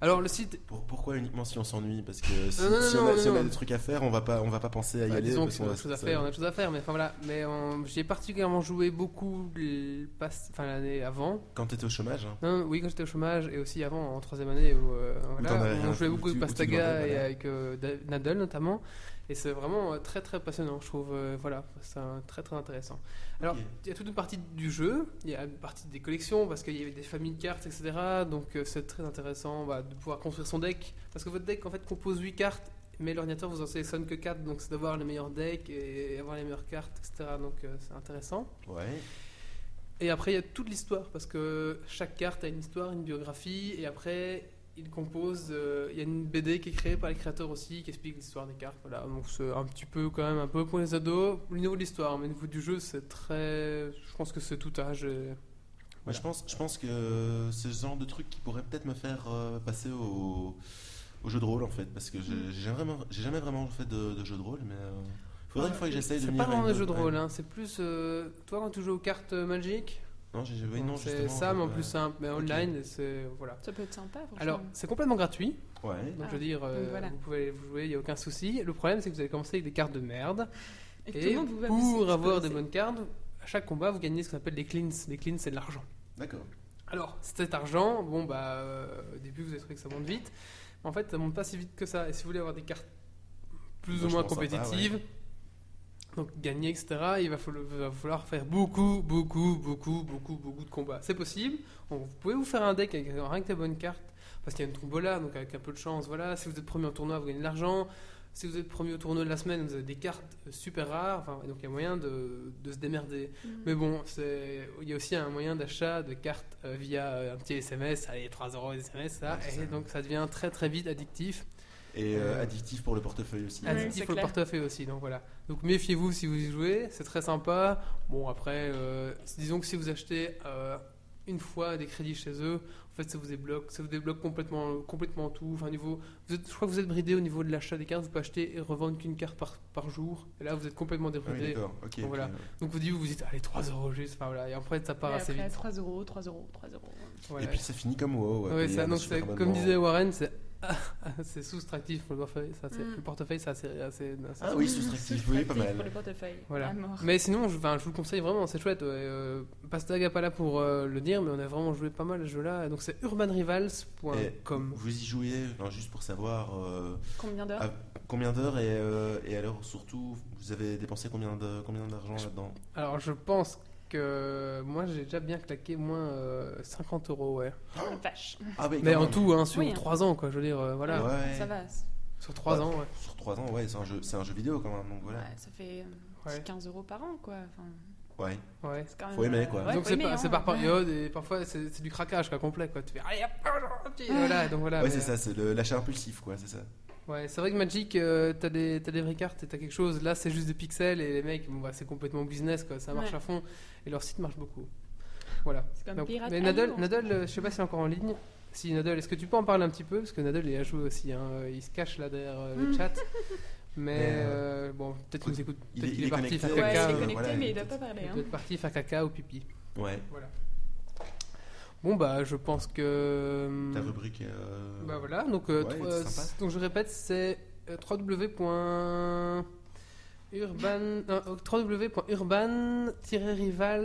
[SPEAKER 1] Alors le site.
[SPEAKER 2] Pour- pourquoi uniquement si on s'ennuie Parce que si,
[SPEAKER 1] Non, non,
[SPEAKER 2] si
[SPEAKER 1] non,
[SPEAKER 2] on, a,
[SPEAKER 1] non,
[SPEAKER 2] si on a
[SPEAKER 1] non.
[SPEAKER 2] des trucs à faire, on va pas, on va pas penser à y
[SPEAKER 1] bah,
[SPEAKER 2] aller.
[SPEAKER 1] disons que
[SPEAKER 2] parce
[SPEAKER 1] c'est
[SPEAKER 2] qu'on euh,
[SPEAKER 1] autre
[SPEAKER 2] va-
[SPEAKER 1] chose à
[SPEAKER 2] ça-
[SPEAKER 1] faire, on a des choses à faire, mais enfin voilà. Mais on- j'y ai particulièrement joué beaucoup le pass- enfin, l'année avant.
[SPEAKER 2] Quand t'étais au chômage, hein.
[SPEAKER 1] Non, non, oui, quand j'étais au chômage et aussi avant en troisième année où euh, voilà,
[SPEAKER 2] t'en avais rien
[SPEAKER 1] on jouait
[SPEAKER 2] foutu,
[SPEAKER 1] beaucoup
[SPEAKER 2] où tu
[SPEAKER 1] de Pastaga
[SPEAKER 2] demandais,
[SPEAKER 1] et
[SPEAKER 2] voilà.
[SPEAKER 1] avec euh, Da- Nadal notamment. Et c'est vraiment euh, très très passionnant, je trouve. euh, voilà, c'est un- très très intéressant. Alors,
[SPEAKER 2] Ok.
[SPEAKER 1] il y a toute une partie du jeu, il y a une partie des collections parce qu'il y avait des familles de cartes, etc. Donc euh, c'est très intéressant bah, de pouvoir construire son deck parce que votre deck en fait compose 8 cartes. Mais l'ordinateur vous en sélectionne que 4, donc c'est d'avoir les meilleurs decks et avoir les meilleures cartes, etc. Donc euh, c'est intéressant.
[SPEAKER 2] Ouais.
[SPEAKER 1] Et après, il y a toute l'histoire, parce que chaque carte a une histoire, une biographie, et après, il compose. euh, il y a une BD qui est créée par les créateurs aussi, qui explique l'histoire des cartes. Voilà, donc c'est un petit peu, quand même, un peu pour les ados. Le niveau de l'histoire, mais au niveau du jeu, c'est très. Je pense que c'est tout âge. et-
[SPEAKER 2] Moi, je pense, je pense que c'est ce genre de truc qui pourrait peut-être me faire euh, passer au, au jeu de rôle en fait, parce que j'ai j'ai jamais, j'ai jamais vraiment fait de, de jeu de rôle, mais euh, faudrait une fois que j'essaye de.
[SPEAKER 1] Ah, C'est
[SPEAKER 2] venir
[SPEAKER 1] pas
[SPEAKER 2] à
[SPEAKER 1] vraiment
[SPEAKER 2] une-
[SPEAKER 1] un jeu de rôle,
[SPEAKER 2] ouais.
[SPEAKER 1] hein, c'est plus. euh, toi, quand tu joues aux cartes euh, Magic,
[SPEAKER 2] Non, j'ai- oui, non,
[SPEAKER 1] c'est
[SPEAKER 2] justement, euh,
[SPEAKER 1] ça, mais en
[SPEAKER 2] ouais.
[SPEAKER 1] plus simple, mais
[SPEAKER 2] Ok.
[SPEAKER 1] online, et c'est. Voilà.
[SPEAKER 3] Ça peut être sympa, franchement.
[SPEAKER 1] Alors, c'est complètement gratuit.
[SPEAKER 2] Ouais.
[SPEAKER 1] Donc,
[SPEAKER 3] Ah,
[SPEAKER 1] je veux dire, euh,
[SPEAKER 3] voilà.
[SPEAKER 1] vous pouvez aller vous jouer, il n'y a aucun souci. Le problème, c'est que vous allez commencer avec des cartes de merde.
[SPEAKER 3] et que tout
[SPEAKER 1] Et
[SPEAKER 3] le monde vous va
[SPEAKER 1] pour
[SPEAKER 3] vous-
[SPEAKER 1] avoir des
[SPEAKER 3] vous
[SPEAKER 1] bonnes cartes, à chaque combat, vous gagnez ce qu'on appelle des cleans. Les cleans, c'est de l'argent.
[SPEAKER 2] D'accord.
[SPEAKER 1] Alors, cet argent, bon, bah, euh, au début, vous avez trouvé que ça monte vite. Mais en fait, ça monte pas si vite que ça. Et si vous voulez avoir des cartes plus ou
[SPEAKER 2] Vachement
[SPEAKER 1] moins
[SPEAKER 2] sympa,
[SPEAKER 1] compétitives, donc gagner, etc., il va, fallo- va falloir faire beaucoup, beaucoup, beaucoup, beaucoup, beaucoup de combats. C'est possible. On- vous pouvez vous faire un deck avec rien que des bonnes cartes. Parce qu'il y a une tombola, donc avec un peu de chance, voilà. Si vous êtes premier au tournoi, vous gagnez de l'argent. Si vous êtes premier au tournoi de la semaine, vous avez des cartes euh, super rares. Enfin, donc il y a moyen de- de se démerder. Mais bon, c'est- il y a aussi un moyen d'achat de cartes euh, via euh, un petit SMS, allez, 3 euros les SMS, ça,
[SPEAKER 2] Ouais, c'est
[SPEAKER 1] et
[SPEAKER 2] ça.
[SPEAKER 1] donc ça devient très très vite addictif.
[SPEAKER 2] Et euh,
[SPEAKER 1] Euh,
[SPEAKER 2] addictif pour le portefeuille aussi.
[SPEAKER 3] Ouais,
[SPEAKER 1] addictif
[SPEAKER 3] c'est
[SPEAKER 1] pour le
[SPEAKER 3] clair.
[SPEAKER 1] portefeuille aussi, donc voilà. Donc méfiez-vous si vous y jouez, c'est très sympa. Bon, après, euh, disons que si vous achetez euh, une fois des crédits chez eux, en fait ça vous débloque, ça vous débloque complètement, complètement tout. Enfin, niveau, vous êtes- je crois que vous êtes bridé au niveau de l'achat des cartes, vous pouvez acheter et revendre qu'une carte par, par jour, et là vous êtes complètement
[SPEAKER 2] Ah oui,
[SPEAKER 1] débridé.
[SPEAKER 2] d'accord. Ok.
[SPEAKER 1] Voilà.
[SPEAKER 2] ok.
[SPEAKER 1] donc vous dites, vous vous dites, allez, 3 euros juste, enfin voilà, et après ça part
[SPEAKER 3] Et
[SPEAKER 1] assez
[SPEAKER 3] après,
[SPEAKER 1] vite.
[SPEAKER 3] 3 euros, 3 euros, 3 euros.
[SPEAKER 1] Voilà.
[SPEAKER 2] Et puis ça finit comme WoW. à
[SPEAKER 1] Ouais,
[SPEAKER 2] payer
[SPEAKER 1] ça,
[SPEAKER 2] un
[SPEAKER 1] donc
[SPEAKER 2] super
[SPEAKER 1] c'est- comme
[SPEAKER 2] abonnement.
[SPEAKER 1] disait Warren, c'est c'est soustractif pour le portefeuille. Ça, c'est-
[SPEAKER 3] Mm.
[SPEAKER 1] Le portefeuille, c'est assez. assez- assez-
[SPEAKER 2] Ah oui, soustractif, oui, pas
[SPEAKER 3] pour le
[SPEAKER 2] mal.
[SPEAKER 3] portefeuille.
[SPEAKER 1] Voilà.
[SPEAKER 3] À mort.
[SPEAKER 1] Mais sinon, je, enfin, je vous le conseille vraiment, c'est chouette. ouais, euh, Pastag n'est pas là pour euh, le dire, mais on a vraiment joué pas mal à ce jeu-là. Donc c'est hein, urbanrivals.com.
[SPEAKER 2] Vous y jouez, non, juste pour savoir euh,
[SPEAKER 3] Combien d'heures
[SPEAKER 2] à combien d'heures et, euh, et alors surtout, vous avez dépensé combien de combien d'argent là-dedans
[SPEAKER 1] Alors je pense que moi j'ai déjà bien claqué au moins euh, 50 euros, ouais.
[SPEAKER 3] Oh, vache.
[SPEAKER 2] Ah oui,
[SPEAKER 1] Mais
[SPEAKER 2] quand
[SPEAKER 1] en
[SPEAKER 2] même.
[SPEAKER 1] tout, hein, sur
[SPEAKER 3] Oui, hein.
[SPEAKER 1] 3 ans, quoi. Je veux dire, euh, voilà.
[SPEAKER 2] Ouais.
[SPEAKER 3] Ça va. c'est-
[SPEAKER 1] Sur 3
[SPEAKER 2] Ouais.
[SPEAKER 1] ans, ouais.
[SPEAKER 2] Sur 3 ans, ouais, c'est un jeu, c'est un jeu vidéo quand même, donc voilà.
[SPEAKER 3] ouais, ça fait euh,
[SPEAKER 1] Ouais.
[SPEAKER 3] 15 euros par an, quoi. Enfin,
[SPEAKER 2] Ouais.
[SPEAKER 1] ouais.
[SPEAKER 3] c'est quand même,
[SPEAKER 2] Faut aimer,
[SPEAKER 3] euh,
[SPEAKER 2] quoi.
[SPEAKER 3] ouais,
[SPEAKER 1] donc
[SPEAKER 3] faut
[SPEAKER 1] c'est
[SPEAKER 3] aimer,
[SPEAKER 1] par,
[SPEAKER 3] hein. Ah.
[SPEAKER 1] c'est par période et parfois c'est c'est du craquage quoi, complet quoi. Tu fais allez hop, hop, et voilà, donc voilà.
[SPEAKER 2] Ouais,
[SPEAKER 1] mais-
[SPEAKER 2] c'est ça, c'est le- l'achat impulsif, quoi, c'est ça.
[SPEAKER 1] Ouais, c'est vrai que Magic, euh, t'as des, t'as des vraies cartes et t'as quelque chose. Là, c'est juste des pixels et les mecs, bon, bah, c'est complètement business, quoi. Ça marche
[SPEAKER 3] Ouais.
[SPEAKER 1] à fond et leur site marche beaucoup. Voilà.
[SPEAKER 3] C'est comme
[SPEAKER 1] Donc,
[SPEAKER 3] Pirate
[SPEAKER 1] mais
[SPEAKER 3] Alley,
[SPEAKER 1] Nadal,
[SPEAKER 3] on se
[SPEAKER 1] Nadal euh, je sais pas s'il est encore en ligne. Si, Nadal, est-ce que tu peux en parler un petit peu Parce que Nadal, il a joué aussi. hein. Il se cache là derrière euh, le
[SPEAKER 3] Mm.
[SPEAKER 1] chat. Mais
[SPEAKER 2] Mais,
[SPEAKER 1] euh, bon, peut-être qu'il nous écoute.
[SPEAKER 2] il
[SPEAKER 1] Peut-être
[SPEAKER 2] est-
[SPEAKER 1] qu'il
[SPEAKER 2] il
[SPEAKER 1] est
[SPEAKER 2] est
[SPEAKER 1] parti
[SPEAKER 2] connecté.
[SPEAKER 1] faire
[SPEAKER 3] Ouais, il est
[SPEAKER 1] caca.
[SPEAKER 2] euh,
[SPEAKER 3] connecté,
[SPEAKER 2] voilà,
[SPEAKER 3] mais il
[SPEAKER 2] il
[SPEAKER 3] doit
[SPEAKER 2] peut-
[SPEAKER 3] pas parler.
[SPEAKER 1] Il
[SPEAKER 3] hein.
[SPEAKER 1] doit être parti faire caca ou pipi.
[SPEAKER 2] Ouais.
[SPEAKER 1] Voilà. Bon, bah, je pense que.
[SPEAKER 2] Ta rubrique. euh,
[SPEAKER 1] Mm. Bah voilà, donc, euh,
[SPEAKER 2] Ouais,
[SPEAKER 1] tro-
[SPEAKER 2] c'est
[SPEAKER 1] euh,
[SPEAKER 2] sympa.
[SPEAKER 1] donc je répète, c'est euh, www.urban non, euh,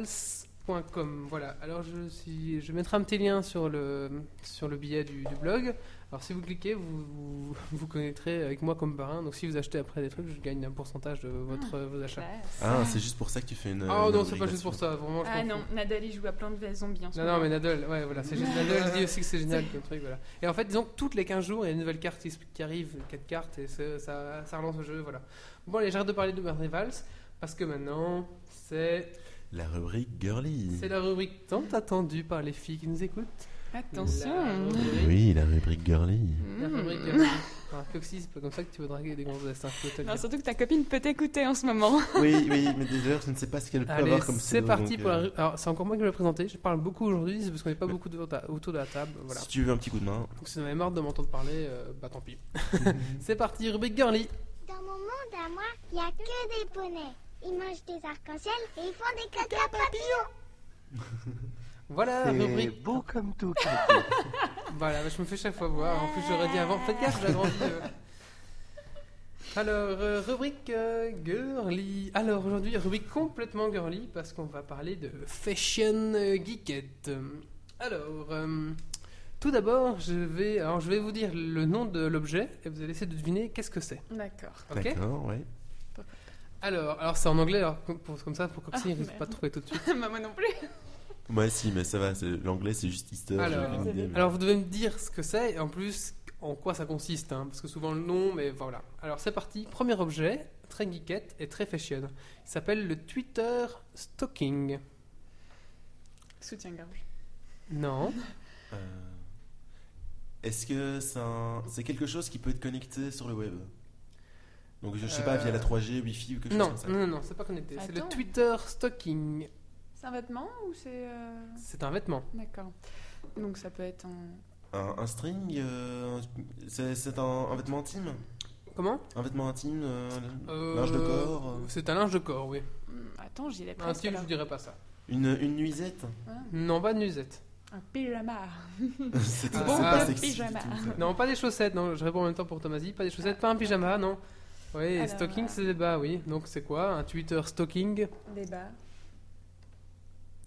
[SPEAKER 1] www.urban-rivals.com. Voilà, alors je, suis, je mettrai un petit lien sur le, sur le billet du, du blog. Alors si vous cliquez, vous vous, vous connecterez avec moi comme parrain. Donc si vous achetez après des trucs, je gagne un pourcentage de votre, vos achats.
[SPEAKER 3] Classe.
[SPEAKER 2] Ah, c'est juste pour ça que tu fais une.
[SPEAKER 1] Ah
[SPEAKER 2] une
[SPEAKER 1] non, c'est
[SPEAKER 2] rubrique
[SPEAKER 1] pas juste pour
[SPEAKER 2] là-dessus.
[SPEAKER 1] ça, vraiment. je
[SPEAKER 3] Ah
[SPEAKER 1] m'en
[SPEAKER 3] non,
[SPEAKER 1] fous.
[SPEAKER 3] Nadal, il joue à plein de vaisons bien
[SPEAKER 1] Non, non, mais Nadal, ouais, voilà, c'est génial. Nadal dit aussi que c'est génial comme truc, voilà. Et en fait, disons que toutes les 15 jours, il y a une nouvelle carte qui, s- qui arrive, 4 cartes, et ce- ça, ça relance le jeu, voilà. Bon, allez, j'arrête de parler de Bernie Valls, parce que maintenant, c'est
[SPEAKER 2] La rubrique girly.
[SPEAKER 1] c'est la rubrique tant attendue par les filles qui nous écoutent. La
[SPEAKER 3] Attention.
[SPEAKER 1] rubrique-
[SPEAKER 2] Oui, la rubrique girly.
[SPEAKER 1] La
[SPEAKER 3] Mmh.
[SPEAKER 1] rubrique. euh, enfin, Foxy, c'est pas comme ça que tu veux draguer des gonzesses, hein, je peux te le
[SPEAKER 3] Non,
[SPEAKER 1] dire.
[SPEAKER 3] surtout que ta copine peut t'écouter en ce moment.
[SPEAKER 2] oui, oui, mais d'ailleurs, je ne sais pas ce qu'elle peut
[SPEAKER 1] Allez,
[SPEAKER 2] avoir comme
[SPEAKER 1] c'est
[SPEAKER 2] pseudo,
[SPEAKER 1] parti
[SPEAKER 2] donc,
[SPEAKER 1] pour la
[SPEAKER 2] euh,
[SPEAKER 1] ru- Alors, c'est encore moi qui vais le présenter. Je parle beaucoup aujourd'hui, c'est parce qu'on n'est pas
[SPEAKER 2] Mais-
[SPEAKER 1] beaucoup de- autour de la table. Voilà.
[SPEAKER 2] Si tu veux un petit coup de main.
[SPEAKER 1] Donc, si vous en avez marre de m'entendre parler, euh, bah tant pis. c'est parti, rubrique girly.
[SPEAKER 4] Dans mon monde à moi, il n'y a que des poneys. Ils mangent des arcs-en-ciel et ils font des caca papillons.
[SPEAKER 1] Voilà, rubrique.
[SPEAKER 5] beau comme tout.
[SPEAKER 1] Voilà, bah, je me fais chaque fois voir. En plus, j'aurais dit avant, faites gaffe, j'ai grandi. euh. Alors, euh, rubrique euh, girly. Alors, aujourd'hui, rubrique complètement girly parce qu'on va parler de fashion euh, geekette. Alors, euh, tout d'abord, je vais, alors, je vais vous dire le nom de l'objet et vous allez essayer de deviner qu'est-ce que c'est.
[SPEAKER 3] D'accord.
[SPEAKER 1] Ok
[SPEAKER 2] D'accord, ouais.
[SPEAKER 1] Alors, alors c'est en anglais, alors, com- pour- comme ça, pour Coxy,
[SPEAKER 3] Ah,
[SPEAKER 1] il risque
[SPEAKER 3] merde.
[SPEAKER 1] pas de trouver tout de suite.
[SPEAKER 3] Bah, moi non plus.
[SPEAKER 2] Moi, si, mais ça va. c'est- L'anglais, c'est juste histoire.
[SPEAKER 1] Alors-
[SPEAKER 2] j'ai aucune idée, mais-
[SPEAKER 1] Alors vous devez me dire ce que c'est et en plus en quoi ça consiste, hein, parce que souvent le nom, mais voilà. Alors c'est parti, premier objet, très geekette et très fashion. Il s'appelle le Twitter Stalking.
[SPEAKER 3] Soutien-gorge.
[SPEAKER 1] Non,
[SPEAKER 2] Euh, Est-ce que c'est un- c'est quelque chose qui peut être connecté sur le web Donc, je sais pas,
[SPEAKER 1] Euh,
[SPEAKER 2] via la 3G, Wi-Fi ou quelque
[SPEAKER 1] non,
[SPEAKER 2] chose comme ça
[SPEAKER 1] non, non, non, c'est pas connecté. C'est le
[SPEAKER 3] Attends.
[SPEAKER 1] Twitter Stalking.
[SPEAKER 3] C'est un vêtement ou c'est. euh,
[SPEAKER 1] C'est un vêtement.
[SPEAKER 3] D'accord. Donc ça peut être un.
[SPEAKER 2] Un, un string euh, un- C'est c'est un, un vêtement intime
[SPEAKER 1] Comment
[SPEAKER 2] Un vêtement intime euh,
[SPEAKER 1] Euh,
[SPEAKER 2] Linge de corps euh,
[SPEAKER 1] C'est un linge de corps, oui.
[SPEAKER 3] Hmm, Attends, j'y ai
[SPEAKER 1] Un
[SPEAKER 3] presque.
[SPEAKER 1] style, je
[SPEAKER 3] alors.
[SPEAKER 1] vous dirais pas ça.
[SPEAKER 2] une, une nuisette
[SPEAKER 1] Non, pas de nuisette.
[SPEAKER 3] Un pyjama.
[SPEAKER 2] C'est
[SPEAKER 1] Ah,
[SPEAKER 2] c'est
[SPEAKER 1] bon,
[SPEAKER 2] pas
[SPEAKER 1] le
[SPEAKER 2] sexy. du
[SPEAKER 3] pyjama.
[SPEAKER 2] tout, ça.
[SPEAKER 1] Non, pas des chaussettes. Non, je réponds en même temps pour Tomasi. Pas des chaussettes, pas un pyjama, non. Oui, et
[SPEAKER 3] Alors,
[SPEAKER 1] stalking,
[SPEAKER 3] euh,
[SPEAKER 1] c'est des bas, oui. Donc c'est quoi Un Twitter stalking
[SPEAKER 3] Des bas.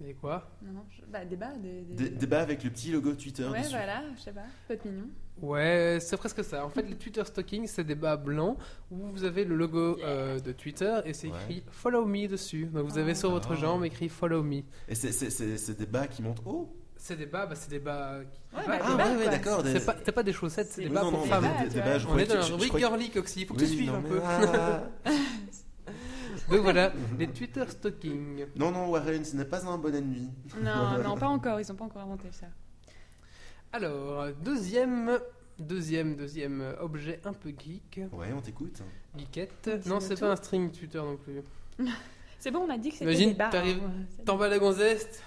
[SPEAKER 1] Et quoi
[SPEAKER 3] Non, non, je- bah, débat. Des, des-
[SPEAKER 2] Dé- Débat avec le petit logo Twitter
[SPEAKER 3] Ouais,
[SPEAKER 2] dessus.
[SPEAKER 3] voilà, je sais pas. Peut-être mignon.
[SPEAKER 1] Ouais, c'est presque ça. En fait, le Twitter stalking, c'est des bas blancs où vous avez le logo euh, de Twitter et c'est
[SPEAKER 2] Ouais.
[SPEAKER 1] écrit Follow me dessus. Donc vous avez
[SPEAKER 3] Ah.
[SPEAKER 1] sur votre
[SPEAKER 2] Ah.
[SPEAKER 1] jambe écrit Follow me.
[SPEAKER 2] Et c'est- c'est c'est- c'est des bas qui montent haut.
[SPEAKER 1] C'est des bas, bah, c'est des bas. qui-
[SPEAKER 3] Ouais,
[SPEAKER 1] Ah,
[SPEAKER 3] bah,
[SPEAKER 2] Ah
[SPEAKER 3] des bas,
[SPEAKER 2] ouais, ouais,
[SPEAKER 3] quoi.
[SPEAKER 2] d'accord. des-
[SPEAKER 1] C'est pas, c'est pas des chaussettes, c'est
[SPEAKER 3] Oui,
[SPEAKER 1] des
[SPEAKER 2] Oui,
[SPEAKER 1] bas
[SPEAKER 2] non,
[SPEAKER 1] pour
[SPEAKER 2] non,
[SPEAKER 1] femmes.
[SPEAKER 2] des- des- des bas, je
[SPEAKER 1] On
[SPEAKER 2] croyais
[SPEAKER 1] est dans
[SPEAKER 2] que-
[SPEAKER 1] la
[SPEAKER 2] je- je
[SPEAKER 1] rubrique
[SPEAKER 2] croyais que-
[SPEAKER 1] girly coxy, il faut que tu
[SPEAKER 2] Oui,
[SPEAKER 1] suives
[SPEAKER 2] non,
[SPEAKER 1] un
[SPEAKER 2] mais-
[SPEAKER 1] peu.
[SPEAKER 2] ah.
[SPEAKER 1] Donc voilà, les Twitter stalking.
[SPEAKER 2] Non, non, Warren, ce n'est pas un bon ennemi.
[SPEAKER 3] Non, non, pas encore. Ils ont pas encore inventé ça.
[SPEAKER 1] Alors, deuxième, deuxième, deuxième objet un peu geek,
[SPEAKER 2] Ouais, on t'écoute. hein.
[SPEAKER 1] geekette.
[SPEAKER 3] Dis-le
[SPEAKER 1] Non, c'est
[SPEAKER 3] tout.
[SPEAKER 1] pas un string Twitter non plus.
[SPEAKER 3] C'est bon, on a dit que c'était
[SPEAKER 1] Imagine,
[SPEAKER 3] des bars.
[SPEAKER 1] t'arrives-
[SPEAKER 3] hein, ouais,
[SPEAKER 1] T'en bats la gonzeste,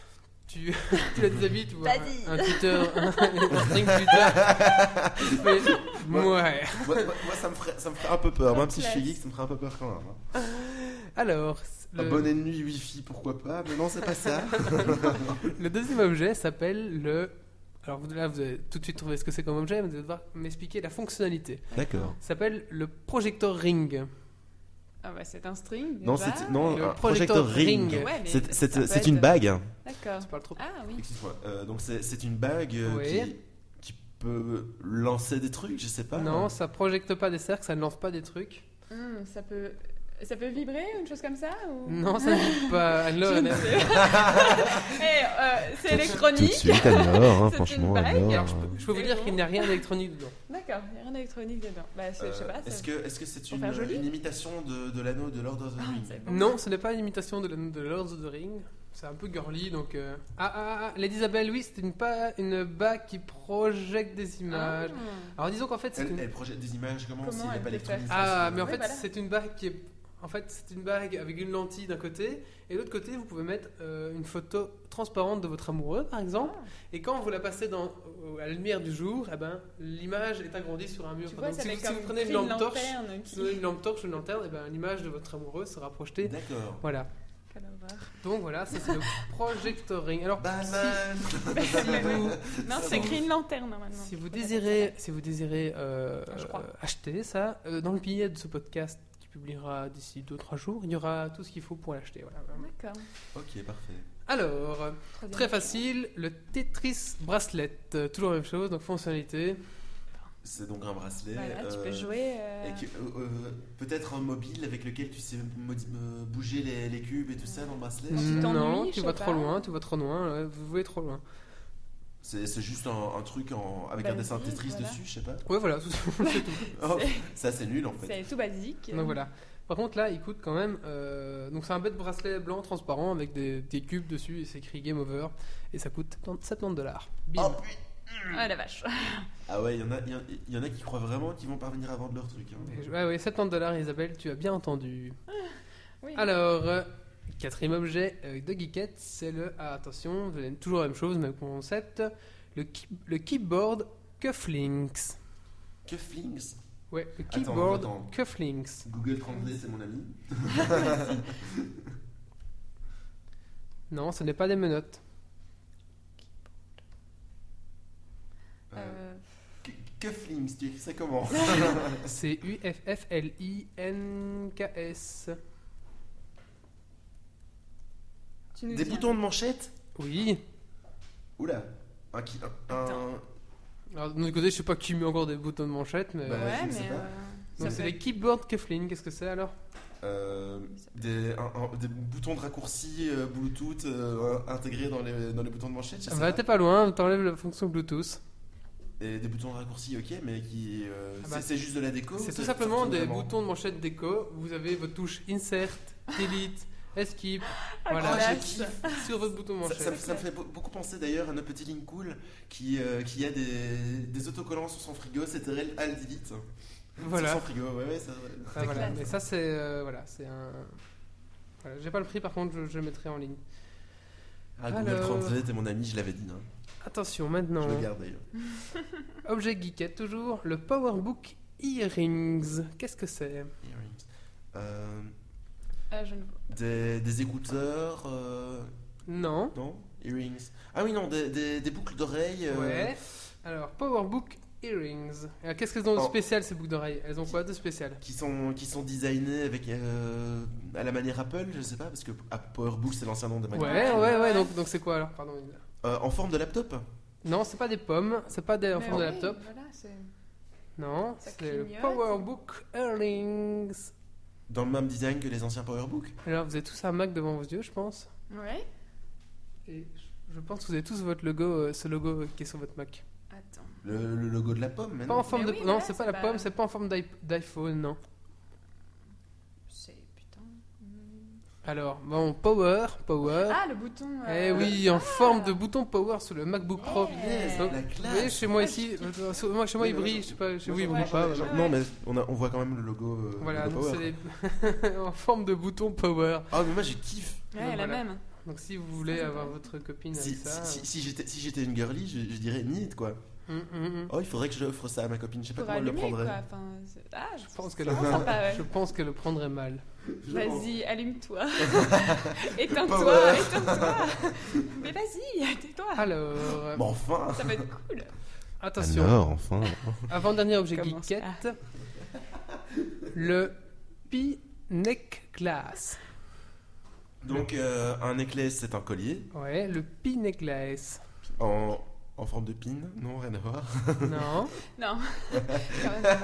[SPEAKER 1] tu, tu la déshabilles, tu vois
[SPEAKER 3] Vas-y.
[SPEAKER 1] un Twitter, un, un string Twitter. Tu fais, ouais.
[SPEAKER 2] moi, moi- moi, ça, me ferait, ça me ferait un peu peur. Même si je suis
[SPEAKER 3] Place.
[SPEAKER 2] geek, ça me ferait un peu peur quand même. hein.
[SPEAKER 1] Alors,
[SPEAKER 2] Un
[SPEAKER 1] le-
[SPEAKER 2] bon ennemi Wi-Fi, pourquoi pas Mais non, c'est pas ça.
[SPEAKER 1] Le deuxième objet s'appelle le. Alors vous- là, vous allez tout de suite trouver ce que c'est comme objet, mais vous allez devoir m'expliquer la fonctionnalité.
[SPEAKER 2] D'accord.
[SPEAKER 1] Ça s'appelle le projector ring.
[SPEAKER 3] Ah bah c'est un string.
[SPEAKER 2] Non,
[SPEAKER 3] déjà.
[SPEAKER 2] c'est non,
[SPEAKER 1] Le
[SPEAKER 2] un
[SPEAKER 1] projecteur
[SPEAKER 2] projecteur ring.
[SPEAKER 1] ring.
[SPEAKER 3] Ouais, mais
[SPEAKER 2] C'est-
[SPEAKER 3] ça peut
[SPEAKER 2] C'est c'est
[SPEAKER 3] être-
[SPEAKER 2] une bague.
[SPEAKER 3] D'accord.
[SPEAKER 1] Je parle trop.
[SPEAKER 3] Ah oui.
[SPEAKER 2] Excuse-moi. euh, donc c'est c'est une bague euh,
[SPEAKER 1] Ouais.
[SPEAKER 2] qui, qui peut lancer des trucs, je sais pas.
[SPEAKER 1] Non, ça projecte pas des cercles, ça ne lance pas des trucs.
[SPEAKER 3] Hum, ça peut, ça peut vibrer une chose comme ça ou...
[SPEAKER 2] Hmm.
[SPEAKER 1] Non, ça ne dit pas. Anne-Laure,
[SPEAKER 3] Je
[SPEAKER 1] elle
[SPEAKER 3] ne
[SPEAKER 1] a-
[SPEAKER 3] sais pas. Eh, euh, c'est électronique.
[SPEAKER 2] alors, hein,
[SPEAKER 3] C'est franchement, une bague, alors, alors,
[SPEAKER 1] je peux, je peux vous
[SPEAKER 3] Mais
[SPEAKER 1] dire
[SPEAKER 3] bon.
[SPEAKER 1] qu'il n'y a rien d'électronique dedans.
[SPEAKER 3] D'accord, il n'y a rien d'électronique dedans. Bah, c'est- je sais pas.
[SPEAKER 2] Est-ce
[SPEAKER 3] c'est-
[SPEAKER 2] que est-ce que c'est
[SPEAKER 3] Pour
[SPEAKER 2] une,
[SPEAKER 3] faire joli.
[SPEAKER 2] une imitation de, de l'anneau de Lord of the
[SPEAKER 3] Ah,
[SPEAKER 2] Rings
[SPEAKER 3] c'est bon.
[SPEAKER 1] Non, ce n'est pas une imitation de, la- de Lord of the Ring. C'est un peu girly, donc. euh, Ah ah ah, Lady Isabelle, oui, c'est une, pas... une bague qui projette des
[SPEAKER 3] Ah.
[SPEAKER 1] images. Alors disons qu'en fait, c'est
[SPEAKER 2] elle,
[SPEAKER 1] une.
[SPEAKER 2] elle projette des images comment,
[SPEAKER 3] Comment
[SPEAKER 2] s'il n'est
[SPEAKER 3] elle
[SPEAKER 2] pas
[SPEAKER 3] peut faire
[SPEAKER 2] électronique
[SPEAKER 1] Ah,
[SPEAKER 2] c'est-
[SPEAKER 1] mais en
[SPEAKER 3] Oui,
[SPEAKER 1] fait,
[SPEAKER 3] voilà.
[SPEAKER 1] c'est une bague qui est. En fait, c'est une bague avec une lentille d'un côté, et de l'autre côté, vous pouvez mettre euh, une photo transparente de votre amoureux, par exemple. Et quand vous la passez dans, au- à la lumière du jour, eh ben, l'image est agrandie sur un mur.
[SPEAKER 3] Tu vois,
[SPEAKER 1] Donc,
[SPEAKER 3] ça
[SPEAKER 1] si,
[SPEAKER 3] fait
[SPEAKER 1] vous, si
[SPEAKER 3] comme
[SPEAKER 1] vous prenez une
[SPEAKER 3] une
[SPEAKER 1] lampe torche,
[SPEAKER 3] lanterne
[SPEAKER 1] si
[SPEAKER 3] qui...
[SPEAKER 1] vous prenez une lampe torche ou une lanterne, eh ben, l'image de votre amoureux sera projetée.
[SPEAKER 2] D'accord.
[SPEAKER 1] Voilà.
[SPEAKER 3] Quelle horreur.
[SPEAKER 1] Donc voilà, ça c'est le projectoring. Alors, si,
[SPEAKER 2] Banane.
[SPEAKER 1] si vous,
[SPEAKER 3] Non,
[SPEAKER 2] Ça
[SPEAKER 3] c'est
[SPEAKER 2] va.
[SPEAKER 3] écrit une lanterne normalement.
[SPEAKER 1] si vous désirez, si vous désirez euh,
[SPEAKER 3] Ah, Je crois.
[SPEAKER 1] euh, acheter ça, euh, dans le billet de ce podcast qui publiera d'ici 2-3 jours, il y aura tout ce qu'il faut pour l'acheter. Voilà.
[SPEAKER 3] D'accord.
[SPEAKER 2] Ok, parfait.
[SPEAKER 1] Alors, euh,
[SPEAKER 3] Troisième
[SPEAKER 1] très
[SPEAKER 3] objet.
[SPEAKER 1] facile, le Tetris Bracelet. Euh, Toujours la même chose, donc fonctionnalité.
[SPEAKER 2] C'est donc un bracelet.
[SPEAKER 3] Voilà, tu peux
[SPEAKER 2] euh,
[SPEAKER 3] jouer. euh,
[SPEAKER 2] Et que, euh, euh, peut-être un mobile avec lequel tu sais modi- euh, bouger les, les cubes et tout ça dans le bracelet
[SPEAKER 3] tu
[SPEAKER 1] Mm, non,
[SPEAKER 3] t'ennuies,
[SPEAKER 1] tu
[SPEAKER 3] je
[SPEAKER 1] vas
[SPEAKER 3] sais
[SPEAKER 1] trop
[SPEAKER 3] pas.
[SPEAKER 1] loin, tu vas trop loin, ouais, vous voyez trop loin.
[SPEAKER 2] C'est c'est juste un, un truc en- avec
[SPEAKER 3] Bah
[SPEAKER 2] un dessin
[SPEAKER 3] oui,
[SPEAKER 2] Tetris
[SPEAKER 3] voilà.
[SPEAKER 2] dessus, je sais pas.
[SPEAKER 1] Ouais, voilà, c'est tout.
[SPEAKER 2] Oh, ça, c'est nul en fait.
[SPEAKER 3] C'est tout basique.
[SPEAKER 1] Donc voilà. Par contre, là, il coûte quand même. euh, donc, c'est un bête bracelet blanc transparent avec des, des cubes dessus et c'est écrit Game Over. Et ça coûte 70 70 dollars. Bim.
[SPEAKER 2] Oh, putain.
[SPEAKER 3] Ah la vache.
[SPEAKER 2] ah ouais, il y, en a- y en- y en a qui croient vraiment qu'ils vont parvenir à vendre leur truc. hein.
[SPEAKER 1] Et je- Ouais, ouais, 70 dollars, Isabelle, tu as bien entendu.
[SPEAKER 3] Oui.
[SPEAKER 1] Alors, euh, quatrième objet euh, de Geekette, c'est le. Ah, attention, vous avez toujours la même chose, même concept. Le, ki- le keyboard cufflinks.
[SPEAKER 2] Que flings
[SPEAKER 1] Ouais, le
[SPEAKER 2] Attends,
[SPEAKER 1] keyboard
[SPEAKER 2] attends.
[SPEAKER 1] cufflinks.
[SPEAKER 2] Google Translate, c'est mon ami.
[SPEAKER 1] Non, ce n'est pas des menottes.
[SPEAKER 2] Euh,
[SPEAKER 3] Euh,
[SPEAKER 2] que- Que flings Tu écris ça comment
[SPEAKER 1] C'est U-F-F-L-I-N-K-S.
[SPEAKER 3] tu nous
[SPEAKER 2] Des
[SPEAKER 3] dis-
[SPEAKER 2] boutons de manchette
[SPEAKER 1] Oui.
[SPEAKER 2] Oula Un qui. un-
[SPEAKER 3] Attends.
[SPEAKER 2] un-
[SPEAKER 1] Alors, d'un autre côté, je sais pas qui met encore des boutons de manchette, mais.
[SPEAKER 2] Bah,
[SPEAKER 1] Donc,
[SPEAKER 3] Ouais,
[SPEAKER 2] je ne sais
[SPEAKER 3] mais.
[SPEAKER 2] pas.
[SPEAKER 3] euh, ça
[SPEAKER 1] c'est
[SPEAKER 3] peut
[SPEAKER 1] les keyboard cufflinks, qu'est-ce que c'est alors
[SPEAKER 2] euh, des, un- un- des boutons de raccourci euh, Bluetooth euh, intégrés dans les, dans les boutons de manchette, je sais
[SPEAKER 1] Bah,
[SPEAKER 2] pas.
[SPEAKER 1] t'es pas loin, t'enlèves la fonction Bluetooth.
[SPEAKER 2] Et des boutons de raccourci, ok, mais qui. euh,
[SPEAKER 1] Ah bah,
[SPEAKER 2] c'est- c'est juste de la déco
[SPEAKER 1] c'est
[SPEAKER 2] ou
[SPEAKER 1] tout
[SPEAKER 2] Oh, ça-
[SPEAKER 1] simplement
[SPEAKER 2] ça
[SPEAKER 1] des
[SPEAKER 2] vraiment
[SPEAKER 1] boutons de manchette déco. Vous avez votre touche insert, delete, escape.
[SPEAKER 2] Ah,
[SPEAKER 1] voilà,
[SPEAKER 2] je
[SPEAKER 3] Voilà.
[SPEAKER 2] kiffe.
[SPEAKER 1] sur votre bouton
[SPEAKER 2] Ça,
[SPEAKER 1] manchette.
[SPEAKER 2] ça- ça me fait be- beaucoup penser d'ailleurs à notre petit Link Cool qui, euh, qui a des, des autocollants sur son frigo, c'est Terrell Al Delete. Sur
[SPEAKER 1] voilà.
[SPEAKER 2] son frigo, ouais, ouais, ça.
[SPEAKER 1] Ah, voilà.
[SPEAKER 3] classe.
[SPEAKER 1] Mais ça, c'est euh, voilà, c'est un. Voilà, j'ai pas le prix, par contre, je, je le mettrai en ligne.
[SPEAKER 2] Ah,
[SPEAKER 1] Google
[SPEAKER 2] Google
[SPEAKER 1] Alors- Translate
[SPEAKER 2] Translate est mon ami, je l'avais dit. Hein.
[SPEAKER 1] Attention, maintenant.
[SPEAKER 2] Je le garde d'ailleurs.
[SPEAKER 1] Objet geekette toujours. Le PowerBook Earrings. Qu'est-ce que c'est
[SPEAKER 2] Euh,
[SPEAKER 3] Ah, je ne vois.
[SPEAKER 2] des, des écouteurs, euh,
[SPEAKER 1] Non.
[SPEAKER 2] non Earrings. Ah oui, non, des, des- des boucles d'oreilles. euh,
[SPEAKER 1] Ouais. Alors, PowerBook Earrings. Alors, qu'est-ce qu'elles ont de
[SPEAKER 2] Oh.
[SPEAKER 1] spécial ces boucles d'oreilles Elles ont quoi de spécial
[SPEAKER 2] qui sont qui sont designés avec euh, à la manière Apple, je sais pas, parce que ah, PowerBook c'est l'ancien nom de
[SPEAKER 1] Ouais,
[SPEAKER 2] Mac.
[SPEAKER 1] ouais, ouais, donc donc c'est quoi alors Pardon.
[SPEAKER 2] Euh, en forme de laptop.
[SPEAKER 1] Non, c'est pas des pommes, c'est pas des en
[SPEAKER 3] Mais
[SPEAKER 1] forme de
[SPEAKER 3] oui,
[SPEAKER 1] laptop.
[SPEAKER 3] Voilà, c'est-
[SPEAKER 1] Non,
[SPEAKER 3] Ça
[SPEAKER 1] c'est le
[SPEAKER 3] clignote.
[SPEAKER 1] PowerBook Earrings.
[SPEAKER 2] Dans le même design que les anciens PowerBook.
[SPEAKER 1] Alors, vous avez tous un Mac devant vos yeux, je pense.
[SPEAKER 3] Ouais.
[SPEAKER 1] Et je pense que vous avez tous votre logo, euh, ce logo qui est sur votre Mac.
[SPEAKER 3] Attends.
[SPEAKER 2] Le, le logo de la pomme, mais
[SPEAKER 1] Pas en
[SPEAKER 2] non.
[SPEAKER 1] forme de.
[SPEAKER 3] Mais oui,
[SPEAKER 1] non,
[SPEAKER 3] voilà,
[SPEAKER 1] c'est pas
[SPEAKER 3] c'est
[SPEAKER 1] la
[SPEAKER 3] pas-
[SPEAKER 1] pomme, c'est pas en forme d'i- d'iPhone, non.
[SPEAKER 3] C'est putain.
[SPEAKER 1] Alors, bon, Power, Power.
[SPEAKER 3] Ah, Oh, le bouton.
[SPEAKER 1] eh
[SPEAKER 3] euh,
[SPEAKER 1] oui, en forme de bouton Power sur le MacBook Pro.
[SPEAKER 2] Yes,
[SPEAKER 1] Donc,
[SPEAKER 2] la
[SPEAKER 1] Vous voyez,
[SPEAKER 2] classe.
[SPEAKER 1] chez moi ici, euh, sur- moi, chez moi
[SPEAKER 2] Oui,
[SPEAKER 1] il
[SPEAKER 2] mais moi,
[SPEAKER 1] brille,
[SPEAKER 2] j'en-
[SPEAKER 1] euh, je sais pas, chez
[SPEAKER 2] Moi,
[SPEAKER 1] vous il
[SPEAKER 2] j'en-
[SPEAKER 1] brille
[SPEAKER 3] ouais,
[SPEAKER 1] pas.
[SPEAKER 3] j'en-
[SPEAKER 1] voilà.
[SPEAKER 3] ouais.
[SPEAKER 2] Non, mais on, a- on voit quand même le logo. euh,
[SPEAKER 1] Voilà,
[SPEAKER 2] de
[SPEAKER 1] donc
[SPEAKER 2] Power.
[SPEAKER 1] c'est les- en forme de bouton Power.
[SPEAKER 2] Ah, mais moi je kiffe.
[SPEAKER 3] Ouais,
[SPEAKER 1] Donc,
[SPEAKER 3] la
[SPEAKER 1] voilà.
[SPEAKER 3] même.
[SPEAKER 1] Donc si vous voulez avoir votre copine
[SPEAKER 2] Si,
[SPEAKER 1] avec ça.
[SPEAKER 2] si- si- si j'étais si j'étais une girly, je, je dirais need quoi.
[SPEAKER 1] euh, hum, hum, hum.
[SPEAKER 2] Oh, il faudrait que je offre ça à ma copine. Je sais pas
[SPEAKER 3] Pour
[SPEAKER 2] comment elle le
[SPEAKER 3] allumer,
[SPEAKER 2] prendrait.
[SPEAKER 3] quoi. Enfin, c'est- ah, je
[SPEAKER 1] Je pense qu'elle
[SPEAKER 3] c'est vraiment sympa, ouais.
[SPEAKER 1] je pense qu'elle le prendrait mal.
[SPEAKER 2] Je pense.
[SPEAKER 3] Vas-y, allume-toi. éteins-toi,
[SPEAKER 2] Power.
[SPEAKER 3] éteins-toi. Mais vas-y, tais-toi.
[SPEAKER 1] Alors, euh,
[SPEAKER 2] Mais enfin.
[SPEAKER 3] Ça va être cool.
[SPEAKER 1] attention.
[SPEAKER 2] enfin.
[SPEAKER 1] Avant-dernier objet
[SPEAKER 3] Commence.
[SPEAKER 1] geekette. Le Pi Neck Glass.
[SPEAKER 2] Donc euh, un necklace, c'est un collier
[SPEAKER 1] Ouais, le Pi Neck Glass.
[SPEAKER 2] en, en forme de pin. Non, rien à voir.
[SPEAKER 1] Non.
[SPEAKER 3] Non, quand même pas.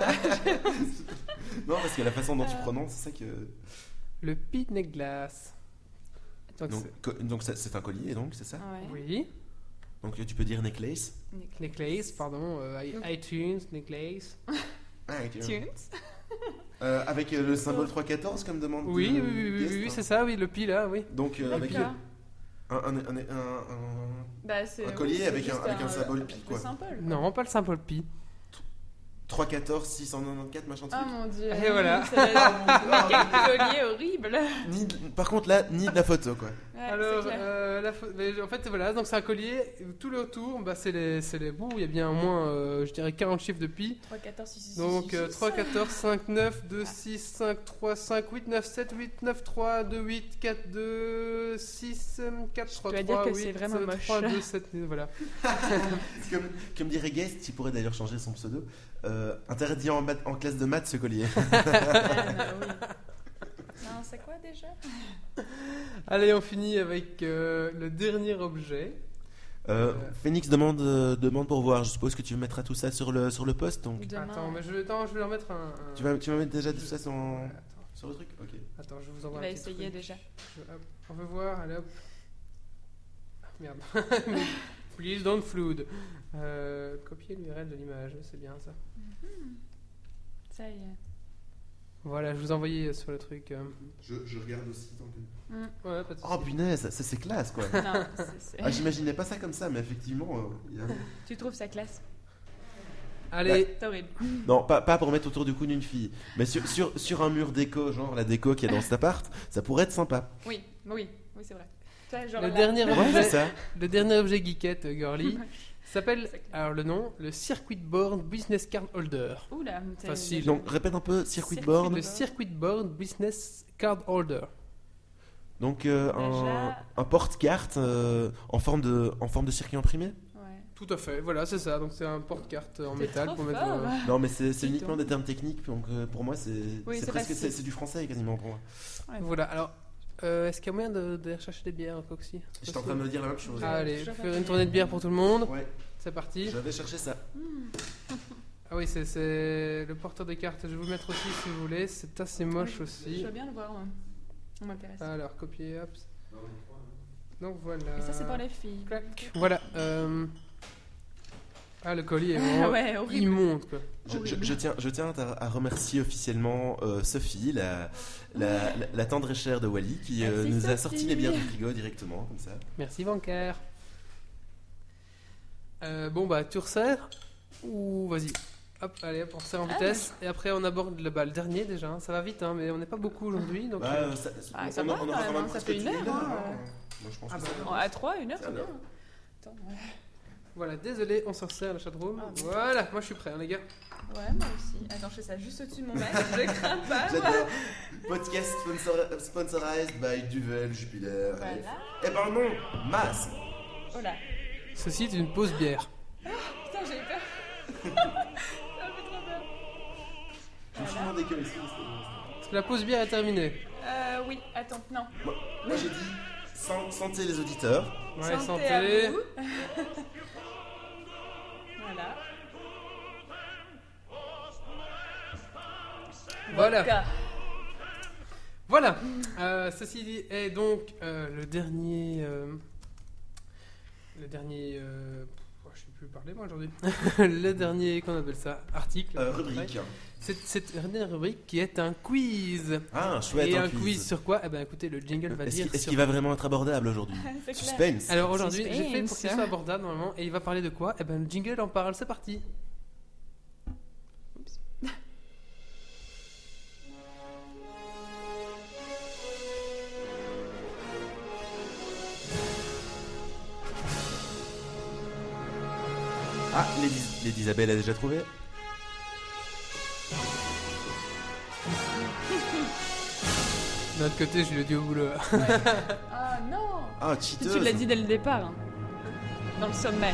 [SPEAKER 2] non, parce que la façon dont tu prononces, c'est ça que.
[SPEAKER 1] Le Pi Neck Glass. Donc, Ah.
[SPEAKER 2] Donc, co- donc c'est- c'est un collier, donc c'est ça.
[SPEAKER 1] c'est-
[SPEAKER 3] ah Ouais.
[SPEAKER 1] oui,
[SPEAKER 2] Donc tu peux dire necklace.
[SPEAKER 3] Nick-
[SPEAKER 1] Necklace, pardon, euh, i-
[SPEAKER 3] Donc-
[SPEAKER 1] iTunes, Necklace.
[SPEAKER 2] Ah, ok.
[SPEAKER 3] Tunes.
[SPEAKER 2] Euh, avec euh, le symbole 314 comme demande.
[SPEAKER 1] Oui, oui,
[SPEAKER 2] de-
[SPEAKER 1] oui, oui,
[SPEAKER 2] guest,
[SPEAKER 1] oui,
[SPEAKER 2] hein.
[SPEAKER 1] c'est ça, oui, le Pi là, oui.
[SPEAKER 2] Donc euh, avec
[SPEAKER 3] D'accord.
[SPEAKER 2] un, un, un, un- un-
[SPEAKER 3] Bah, c'est-
[SPEAKER 2] Un collier
[SPEAKER 3] oui, c'est
[SPEAKER 2] avec
[SPEAKER 3] juste
[SPEAKER 2] un- avec un symbole pi, quoi.
[SPEAKER 3] Le symbole.
[SPEAKER 1] Non, pas le symbole Pi.
[SPEAKER 2] 314 694 machin
[SPEAKER 3] Ah
[SPEAKER 2] truc. Ah,
[SPEAKER 3] mon dieu.
[SPEAKER 1] Et voilà.
[SPEAKER 3] Ça doit être un collier horrible.
[SPEAKER 2] Ni de- par contre là, ni de la photo quoi.
[SPEAKER 3] Ouais,
[SPEAKER 1] Alors,
[SPEAKER 3] c'est clair.
[SPEAKER 1] euh, la fa- mais en fait, voilà, donc c'est un collier. Tout le tour, bah, c'est les, c'est les bouts. Il y a bien au moins, euh, je dirais, 40 chiffres de pi.
[SPEAKER 3] 3, 14, 6, 6,
[SPEAKER 1] Donc euh, 3, 14, 5, 9, 2, 6, 5, 3, 5, 8, 9, 7, 8, 9, 3, 2, 8, 4, 2, 6, 4, 3,
[SPEAKER 3] dois
[SPEAKER 1] 3,
[SPEAKER 3] dire que
[SPEAKER 1] 8,
[SPEAKER 3] c'est vraiment
[SPEAKER 1] 7,
[SPEAKER 3] moche.
[SPEAKER 1] 3, 2, 7, voilà.
[SPEAKER 2] Comme, comme dirait Guest, il pourrait d'ailleurs changer son pseudo. euh, interdit en, maths- en classe de maths ce collier.
[SPEAKER 3] Non, c'est quoi déjà
[SPEAKER 1] Allez, on finit avec euh, le dernier objet.
[SPEAKER 2] Euh, Phoenix demande, euh, demande pour voir. Je suppose que tu mettras tout ça sur le, sur le poste. Donc.
[SPEAKER 3] Demain.
[SPEAKER 1] Attends, mais je, vais- attends, je vais leur mettre un... un-
[SPEAKER 2] Tu vas, tu vas mettre déjà tout ça
[SPEAKER 1] Ouais,
[SPEAKER 2] sur,
[SPEAKER 1] attends,
[SPEAKER 2] sur le truc Ok.
[SPEAKER 1] attends, je vous
[SPEAKER 3] On
[SPEAKER 1] envoie
[SPEAKER 3] va
[SPEAKER 1] un petit
[SPEAKER 3] essayer
[SPEAKER 1] truc.
[SPEAKER 3] déjà.
[SPEAKER 1] Je- hop, on veut voir, allez hop. Ah, Merde. Please don't flood. Euh, copier l'URL de l'image, c'est bien ça.
[SPEAKER 3] Ça y est.
[SPEAKER 1] Voilà, je vous envoyais sur le truc. euh.
[SPEAKER 2] Je, regarde aussi.
[SPEAKER 1] Ouais, pas de
[SPEAKER 2] Oh
[SPEAKER 1] soucis.
[SPEAKER 2] punaise, ça, ça, c'est classe quoi.
[SPEAKER 3] Non, c'est- c'est-
[SPEAKER 2] Ah, J'imaginais pas ça comme ça, mais effectivement. euh, il y a-
[SPEAKER 3] Tu trouves ça classe
[SPEAKER 1] Bah, Allez,
[SPEAKER 3] C'est horrible.
[SPEAKER 2] Non, pas, pas pour mettre autour du cou d'une fille, mais sur, sur, sur un mur déco, genre la déco qu'il y a dans cet appart, ça pourrait être sympa.
[SPEAKER 3] Oui, oui, oui, c'est vrai. Toi, genre
[SPEAKER 1] le
[SPEAKER 3] là,
[SPEAKER 1] dernier,
[SPEAKER 2] Ouais,
[SPEAKER 1] objet,
[SPEAKER 2] c'est ça.
[SPEAKER 1] le dernier objet geekette, euh, girly, s'appelle,
[SPEAKER 3] C'est clair.
[SPEAKER 1] alors le nom, le Circuit Board Business Card Holder.
[SPEAKER 3] Oula, t'es-
[SPEAKER 1] Facile.
[SPEAKER 2] Donc répète un peu circuit
[SPEAKER 3] Circuit
[SPEAKER 2] board.
[SPEAKER 1] Le Circuit Board Business Card Holder.
[SPEAKER 2] Donc euh, un,
[SPEAKER 3] Déjà-
[SPEAKER 2] un porte-carte euh, en forme de en forme de circuit imprimé.
[SPEAKER 3] Ouais.
[SPEAKER 1] Tout à fait, voilà, c'est ça. Donc c'est un porte-carte en
[SPEAKER 3] T'es
[SPEAKER 1] métal
[SPEAKER 3] trop
[SPEAKER 1] pour mettre.
[SPEAKER 3] fort.
[SPEAKER 1] euh,
[SPEAKER 2] Non, mais c'est
[SPEAKER 3] Dis
[SPEAKER 2] c'est uniquement
[SPEAKER 3] donc.
[SPEAKER 2] des termes techniques, donc euh, pour moi c'est c'est
[SPEAKER 3] c'est
[SPEAKER 2] presque
[SPEAKER 3] facile.
[SPEAKER 2] c'est c'est du français quasiment pour moi.
[SPEAKER 1] Voilà, alors, euh, est-ce qu'il y a moyen de, de rechercher des bières, Coxy
[SPEAKER 2] J'étais en train de me dire la même chose.
[SPEAKER 1] Ah, Allez,
[SPEAKER 3] Je
[SPEAKER 1] faire
[SPEAKER 3] répète.
[SPEAKER 1] une tournée de bière pour tout le monde.
[SPEAKER 2] Ouais,
[SPEAKER 1] C'est parti.
[SPEAKER 2] j'avais cherché ça.
[SPEAKER 1] Ah oui, c'est- c'est le porteur de cartes. Je vais vous le mettre aussi si vous voulez. C'est assez moche
[SPEAKER 3] Je
[SPEAKER 1] aussi.
[SPEAKER 3] veux bien le voir, moi. On m'intéresse.
[SPEAKER 1] Alors, copier, hop. Donc voilà.
[SPEAKER 3] Et ça, c'est pour les filles.
[SPEAKER 1] Clac. Voilà. euh, Ah, le colis est
[SPEAKER 3] Ah
[SPEAKER 1] vraiment
[SPEAKER 3] ouais, horrible.
[SPEAKER 1] immonde, quoi.
[SPEAKER 2] Je, je-
[SPEAKER 3] Horrible.
[SPEAKER 2] je tiens, je tiens à, à remercier officiellement euh, Sophie, la, la, la- la tendre et chère de Wally, qui euh,
[SPEAKER 3] Merci,
[SPEAKER 2] nous a
[SPEAKER 3] Bah, Sophie.
[SPEAKER 2] sorti les bières du frigo directement, comme ça.
[SPEAKER 1] Merci, bancaire. Euh, bon, bah, tu resserres Ou vas-y. Hop, allez, hop, on resserre en
[SPEAKER 3] Ah,
[SPEAKER 1] vitesse. Et après, on aborde le, bah, le dernier déjà. hein. Ça va vite, hein, mais on n'est pas beaucoup aujourd'hui. Donc,
[SPEAKER 2] Bah,
[SPEAKER 1] euh,
[SPEAKER 2] euh, ça,
[SPEAKER 3] Ah, ça va,
[SPEAKER 2] aura
[SPEAKER 3] quand même, ça
[SPEAKER 2] presque
[SPEAKER 3] fait une heure, hein.
[SPEAKER 2] Moi, je pense
[SPEAKER 1] Ah
[SPEAKER 2] que
[SPEAKER 1] bah,
[SPEAKER 2] ça va.
[SPEAKER 3] Oh, à 3, une heure,
[SPEAKER 2] Ça
[SPEAKER 3] c'est bien. hein.
[SPEAKER 2] va.
[SPEAKER 3] Attends, ouais.
[SPEAKER 1] Voilà, désolé, on s'en resserre la chatroom.
[SPEAKER 3] Ah, bon.
[SPEAKER 1] voilà, moi je suis prêt, hein, les gars.
[SPEAKER 3] Ouais, moi aussi. Attends, je fais ça juste au-dessus de mon masque. Je crains pas. moi.
[SPEAKER 2] J'adore. Podcast sponsor- sponsorized by Duvel, Jupiler.
[SPEAKER 3] Voilà.
[SPEAKER 2] Eh ben non, masque.
[SPEAKER 3] Oh là.
[SPEAKER 1] Ceci est une pause bière.
[SPEAKER 3] Putain, j'ai eu peur.
[SPEAKER 2] que ici.
[SPEAKER 1] Parce que la pause bière est terminée.
[SPEAKER 3] Euh, oui, attends, non.
[SPEAKER 2] Moi j'ai dit san- santé les auditeurs.
[SPEAKER 1] Ouais,
[SPEAKER 3] à
[SPEAKER 1] santé.
[SPEAKER 3] vous. voilà.
[SPEAKER 1] Voilà.
[SPEAKER 3] Vodka.
[SPEAKER 1] Voilà. Euh, ceci dit, est donc euh, le dernier. euh, le dernier. euh, oh, je sais plus parler moi aujourd'hui. le dernier, qu'on appelle ça Article.
[SPEAKER 2] Euh,
[SPEAKER 1] Ouais.
[SPEAKER 2] rubrique.
[SPEAKER 1] C'est cette dernière rubrique qui est un quiz.
[SPEAKER 2] Ah, chouette.
[SPEAKER 1] Et
[SPEAKER 2] un
[SPEAKER 1] un quiz. sur quoi Eh ben écoutez, le jingle va
[SPEAKER 2] Est-ce
[SPEAKER 1] dire.
[SPEAKER 2] qu'il est-ce
[SPEAKER 1] sur-
[SPEAKER 2] qu'il va vraiment être abordable aujourd'hui
[SPEAKER 3] C'est clair.
[SPEAKER 2] Suspense.
[SPEAKER 1] Alors aujourd'hui, j'ai
[SPEAKER 5] Suspense.
[SPEAKER 1] fait pour qu'il soit abordable normalement. Et il va parler de quoi Eh ben le jingle en parle, c'est parti.
[SPEAKER 2] Ah, Lady- Lady Isabelle a déjà trouvé
[SPEAKER 1] D'un autre côté, je lui ai dit au boulot.
[SPEAKER 3] Ah non
[SPEAKER 2] Ah,
[SPEAKER 5] Tu
[SPEAKER 2] cheateuse.
[SPEAKER 5] l'as dit dès le départ, hein. dans le sommet.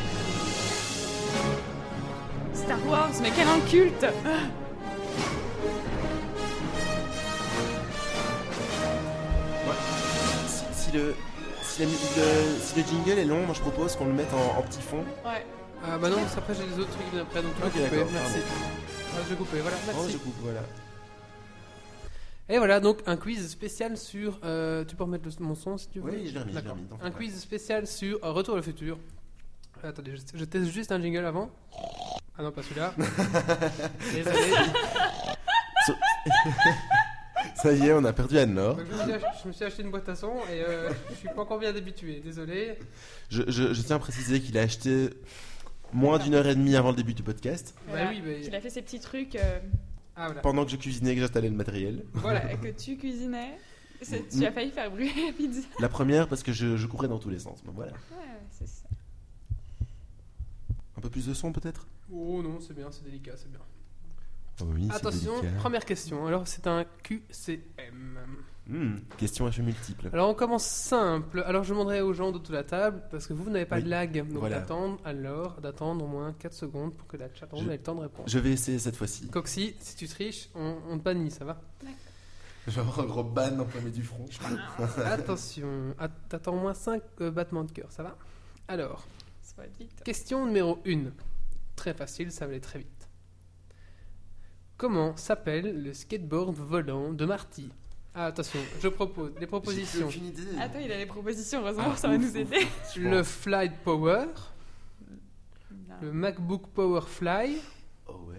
[SPEAKER 5] Star Wars, mais quel inculte
[SPEAKER 2] Si, si le, si, la mu- le- si le jingle est long, moi je propose qu'on le mette en, en petit fond.
[SPEAKER 3] Ouais.
[SPEAKER 1] Ah bah non, parce qu'après j'ai les autres trucs qui viennent après, donc tu
[SPEAKER 2] Ok,
[SPEAKER 1] vas couper.
[SPEAKER 2] d'accord,
[SPEAKER 1] Merci. Ah, je vais couper, voilà,
[SPEAKER 2] Oh,
[SPEAKER 1] merci.
[SPEAKER 2] je coupe, voilà.
[SPEAKER 1] Et voilà, donc un quiz spécial sur. euh, tu peux remettre le- mon son si tu veux
[SPEAKER 2] Oui, je l'ai remis, je l'ai
[SPEAKER 1] D'accord.
[SPEAKER 2] remis, t'en fais
[SPEAKER 1] Un
[SPEAKER 2] pas.
[SPEAKER 1] quiz spécial sur euh, Retour à le futur. Euh, Attendez, je, je teste juste un jingle avant. Ah non, pas celui-là. Désolé.
[SPEAKER 2] Ça y est, on a perdu Anne-Laure.
[SPEAKER 1] Donc, je, me suis ach- je me suis acheté une boîte à son et euh, je suis pas encore bien habitué, désolé.
[SPEAKER 2] Je, je- je tiens à préciser qu'il a acheté moins d'une heure et demie avant le début du podcast,
[SPEAKER 1] Bah oui, mais-
[SPEAKER 5] Il a fait ses petits trucs euh,
[SPEAKER 1] Ah voilà.
[SPEAKER 2] pendant que je cuisinais et que j'installais le matériel.
[SPEAKER 1] Voilà.
[SPEAKER 5] que tu cuisinais. C'est- Tu as failli faire brûler la pizza.
[SPEAKER 2] La première parce que je, je courais dans tous les sens. Bon, voilà.
[SPEAKER 5] Ouais, c'est ça.
[SPEAKER 2] Un peu plus de son peut-être
[SPEAKER 1] Oh non, c'est bien, c'est délicat, c'est bien.
[SPEAKER 2] Oh oui, c'est
[SPEAKER 1] Attention,
[SPEAKER 2] délicat.
[SPEAKER 1] première question. Alors, c'est un QCM.
[SPEAKER 2] Hmm, question à cheveux multiples.
[SPEAKER 1] Alors on commence simple. Alors je demanderai aux gens de toute la table, parce que vous, vous n'avez pas
[SPEAKER 2] Oui.
[SPEAKER 1] de lag, donc
[SPEAKER 2] Voilà.
[SPEAKER 1] d'attendre, alors d'attendre au moins 4 secondes pour que la chatroom
[SPEAKER 2] Je-
[SPEAKER 1] ait le temps de répondre.
[SPEAKER 2] Je vais essayer cette fois-ci.
[SPEAKER 1] Coxy, si tu triches, on, on te bannit, ça va
[SPEAKER 2] Je vais avoir un gros ban en premier du front.
[SPEAKER 1] Attention, att- t'attends au moins 5 battements de cœur, ça va Alors,
[SPEAKER 5] Ça va être vite.
[SPEAKER 1] question numéro 1. Très facile, ça va aller très vite. Comment s'appelle le skateboard volant de Marty Ah, attention, je propose des propositions.
[SPEAKER 2] aucune idée.
[SPEAKER 5] hein. Attends, il a les propositions, heureusement,
[SPEAKER 2] Ah,
[SPEAKER 5] ça va
[SPEAKER 2] ouf,
[SPEAKER 5] nous
[SPEAKER 2] ouf.
[SPEAKER 5] aider.
[SPEAKER 2] Je
[SPEAKER 1] Le
[SPEAKER 2] pense.
[SPEAKER 1] Flight Power,
[SPEAKER 5] Non.
[SPEAKER 1] le MacBook Power Fly,
[SPEAKER 2] Oh ouais.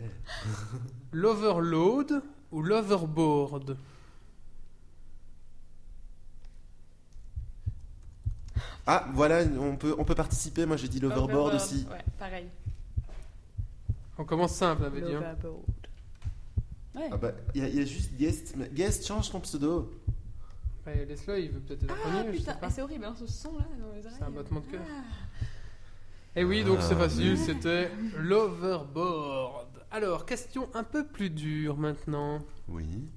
[SPEAKER 1] L'overload ou l'overboard
[SPEAKER 2] Ah, voilà, on peut, on peut participer. Moi, j'ai dit l'overboard
[SPEAKER 5] Overboard,
[SPEAKER 2] aussi.
[SPEAKER 5] Ouais, pareil.
[SPEAKER 1] On commence simple, hein. à vrai dire.
[SPEAKER 5] L'overboard. Ouais.
[SPEAKER 2] Ah bah, il y, a- il y a juste guest. mais- Guest, change ton pseudo.
[SPEAKER 1] Ouais, Laisse-le, il veut peut-être être
[SPEAKER 5] Ah,
[SPEAKER 1] premier, je sais
[SPEAKER 5] putain,
[SPEAKER 1] pas.
[SPEAKER 5] et c'est horrible, hein, ce son là dans les oreilles.
[SPEAKER 1] C'est un battement de cœur.
[SPEAKER 5] Ah.
[SPEAKER 1] Et Eh oui, donc c'est
[SPEAKER 2] Ah,
[SPEAKER 1] facile, c'était l'overboard. Alors, question un peu plus dure maintenant.
[SPEAKER 2] Oui.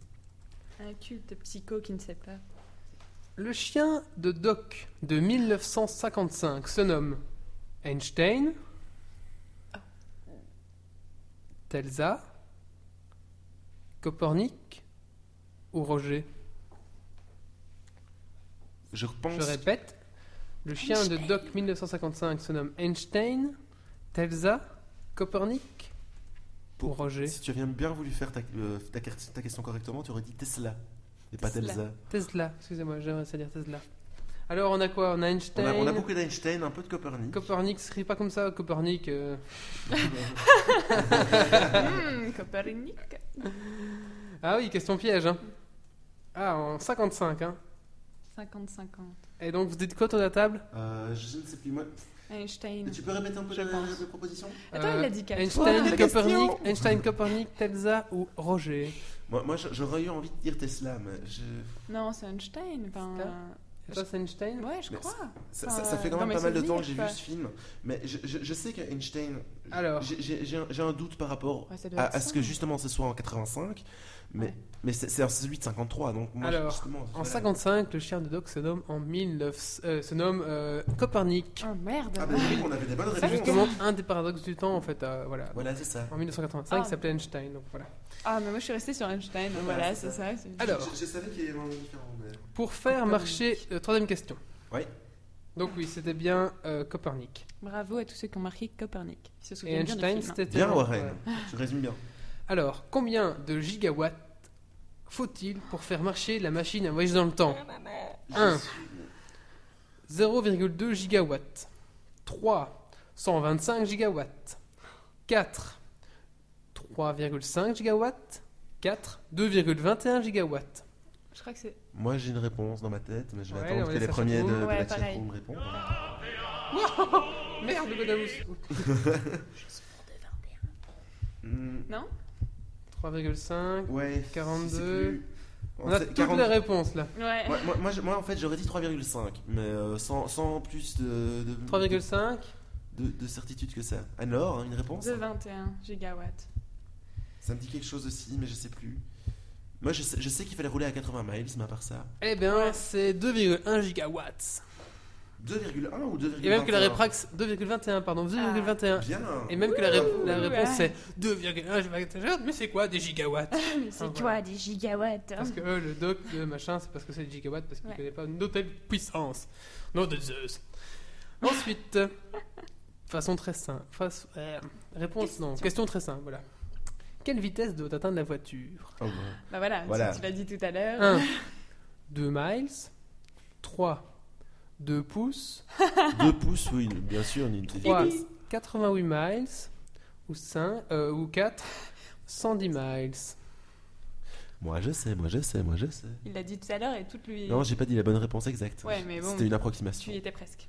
[SPEAKER 5] Un culte psycho qui ne sait pas.
[SPEAKER 1] Le chien de Doc de 1955 se nomme Einstein, Telsa, Copernic ou Roger
[SPEAKER 2] Je repense.
[SPEAKER 1] Je répète, le chien de Doc 1955 se nomme Einstein, Telsa, Copernic ou
[SPEAKER 2] Pour-
[SPEAKER 1] Roger
[SPEAKER 2] Si tu avais bien voulu faire ta, euh, ta, quer- ta question correctement, tu aurais dit Tesla. Et pas
[SPEAKER 5] Tesla.
[SPEAKER 2] Telsa.
[SPEAKER 1] Tesla, excusez-moi, j'aimerais ça dire Tesla. Alors on a quoi On a
[SPEAKER 2] On
[SPEAKER 1] Einstein,
[SPEAKER 2] a, on a beaucoup d'Einstein, un peu de Copernic.
[SPEAKER 1] Copernic, s'écrit pas comme ça, Copernic. euh.
[SPEAKER 5] Hum, Copernic.
[SPEAKER 1] Ah oui, question piège. Hein. Ah, en 55. Hein.
[SPEAKER 5] 50-50.
[SPEAKER 1] Et donc vous dites quoi autour de la table
[SPEAKER 2] Euh, je ne sais plus. Moi.
[SPEAKER 5] Einstein.
[SPEAKER 2] Tu peux répéter un peu
[SPEAKER 5] Je
[SPEAKER 2] la-
[SPEAKER 5] pense.
[SPEAKER 2] la proposition
[SPEAKER 5] Attends, il a dit quatre
[SPEAKER 1] Einstein,
[SPEAKER 2] fois.
[SPEAKER 1] Copernic,
[SPEAKER 2] Question.
[SPEAKER 1] Einstein, Copernic, Telsa ou Roger
[SPEAKER 2] Moi, moi je- j'aurais eu envie de dire Tesla, mais je-
[SPEAKER 5] Non, c'est Einstein. Enfin, euh,
[SPEAKER 1] Et toi, c'est Einstein
[SPEAKER 5] ouais, je
[SPEAKER 2] Mais
[SPEAKER 5] crois.
[SPEAKER 2] ça, ça-
[SPEAKER 5] Enfin,
[SPEAKER 2] ça fait quand
[SPEAKER 5] dans
[SPEAKER 2] même
[SPEAKER 5] mes
[SPEAKER 2] pas mal de temps
[SPEAKER 5] souvenirs,
[SPEAKER 2] que j'ai vu
[SPEAKER 5] quoi.
[SPEAKER 2] ce film. Mais je, je- je sais qu'Einstein.
[SPEAKER 1] Alors.
[SPEAKER 2] j'ai- J'ai j'ai un, j'ai un doute par rapport
[SPEAKER 5] Ouais, ça doit
[SPEAKER 2] à,
[SPEAKER 5] être
[SPEAKER 2] à ce
[SPEAKER 5] ça.
[SPEAKER 2] que justement ce soit en 85. Mais,
[SPEAKER 5] Ouais.
[SPEAKER 2] Mais c'est c'est un 853, donc moi,
[SPEAKER 1] Alors,
[SPEAKER 2] justement,
[SPEAKER 1] En
[SPEAKER 2] voilà.
[SPEAKER 1] 55, le chien de Doc se nomme en 19, euh, se nomme euh, Copernic.
[SPEAKER 3] Oh merde.
[SPEAKER 2] Ah, ben oui, on avait des bonnes
[SPEAKER 1] C'est
[SPEAKER 2] réponses.
[SPEAKER 1] justement un des paradoxes du temps en fait. euh, voilà.
[SPEAKER 2] Voilà, c'est ça.
[SPEAKER 1] En 1985,
[SPEAKER 3] Ah.
[SPEAKER 1] il s'appelait Einstein. Donc voilà.
[SPEAKER 3] Ah, mais moi je suis restée sur Einstein.
[SPEAKER 2] Voilà,
[SPEAKER 3] Voilà,
[SPEAKER 2] c'est
[SPEAKER 3] c'est ça. c'est-
[SPEAKER 1] Alors,
[SPEAKER 2] Je, je savais qu'il y avait un différent, mais.
[SPEAKER 1] pour faire
[SPEAKER 3] Ah, Copernic.
[SPEAKER 1] marcher. euh, troisième question.
[SPEAKER 2] Oui.
[SPEAKER 1] Donc oui, c'était bien euh, Copernic.
[SPEAKER 3] Bravo à tous ceux qui ont marqué Copernic. Ils se
[SPEAKER 1] Et
[SPEAKER 3] souviennent bien du
[SPEAKER 1] Einstein,
[SPEAKER 3] film, hein.
[SPEAKER 1] c'était.
[SPEAKER 2] Bien,
[SPEAKER 1] voilà.
[SPEAKER 2] Warren. Tu résumes bien.
[SPEAKER 1] Alors, combien de gigawatts faut-il pour faire marcher la machine à voyage dans le temps 1. 0,2 gigawatts. 3. 125 gigawatts. 4. 3,5 gigawatts. 4. 2,21 gigawatts.
[SPEAKER 3] Je crois que c'est.
[SPEAKER 2] Moi, j'ai une réponse dans ma tête, mais je vais
[SPEAKER 1] Ouais,
[SPEAKER 2] attendre
[SPEAKER 1] ouais,
[SPEAKER 2] que les
[SPEAKER 1] ça
[SPEAKER 2] premiers
[SPEAKER 1] fait
[SPEAKER 2] de,
[SPEAKER 1] tout.
[SPEAKER 2] de
[SPEAKER 3] Ouais,
[SPEAKER 2] la team
[SPEAKER 3] pareil.
[SPEAKER 2] me répondent.
[SPEAKER 1] Merde, Godamus
[SPEAKER 2] Hmm,
[SPEAKER 1] 3,5.
[SPEAKER 2] Ouais.
[SPEAKER 1] 42.
[SPEAKER 2] c'est plus-
[SPEAKER 1] On a
[SPEAKER 2] C'est-
[SPEAKER 1] toutes
[SPEAKER 2] 40.
[SPEAKER 1] les réponses là.
[SPEAKER 3] Ouais.
[SPEAKER 2] Ouais, moi, moi, je- moi, en fait, j'aurais dit 3,5, mais euh, sans, sans plus de, de,
[SPEAKER 1] 3,5.
[SPEAKER 2] de- de certitude que ça. Alors, une réponse
[SPEAKER 3] De 21 gigawatts.
[SPEAKER 2] Ça me dit quelque chose aussi, mais je sais plus. Moi, je sais, je sais qu'il fallait rouler à 80 miles, mais à part ça.
[SPEAKER 1] Eh bien,
[SPEAKER 3] Ouais.
[SPEAKER 1] c'est 2,1 gigawatts.
[SPEAKER 2] 2,1 ou 2,1
[SPEAKER 1] Et même que la réprax 2,21 pardon 2,21
[SPEAKER 2] Bien
[SPEAKER 1] et même que la, ré- la
[SPEAKER 3] Ouh,
[SPEAKER 1] réponse
[SPEAKER 3] Ah. ouais.
[SPEAKER 1] c'est 2,1 gigawatts mais c'est quoi des gigawatts
[SPEAKER 2] Ah,
[SPEAKER 3] C'est
[SPEAKER 1] voilà.
[SPEAKER 3] toi des gigawatts.
[SPEAKER 1] parce que euh, le doc de machin c'est parce que c'est des gigawatts parce qu'il
[SPEAKER 3] Ouais.
[SPEAKER 1] connaît pas une telle puissance non de Zeus ensuite façon très simple face- euh, réponse non
[SPEAKER 3] Question.
[SPEAKER 1] question très simple voilà quelle vitesse doit atteindre la voiture
[SPEAKER 2] Oh, ouais.
[SPEAKER 3] Bah voilà,
[SPEAKER 2] Voilà.
[SPEAKER 3] tu l'as dit tout à l'heure.
[SPEAKER 1] 1 2 miles 3 2 pouces
[SPEAKER 2] 2 pouces, oui, bien sûr, une petite
[SPEAKER 1] 3,
[SPEAKER 2] vitesse.
[SPEAKER 1] 88 miles ou 5 euh, ou 4 110 miles.
[SPEAKER 2] Moi, je sais, moi, je sais, moi, je sais.
[SPEAKER 3] Il l'a dit tout à l'heure et tout lui.
[SPEAKER 2] Non, j'ai pas dit la bonne réponse exacte.
[SPEAKER 3] Ouais, mais bon.
[SPEAKER 2] C'était une
[SPEAKER 3] tu
[SPEAKER 2] approximation.
[SPEAKER 3] y étais presque.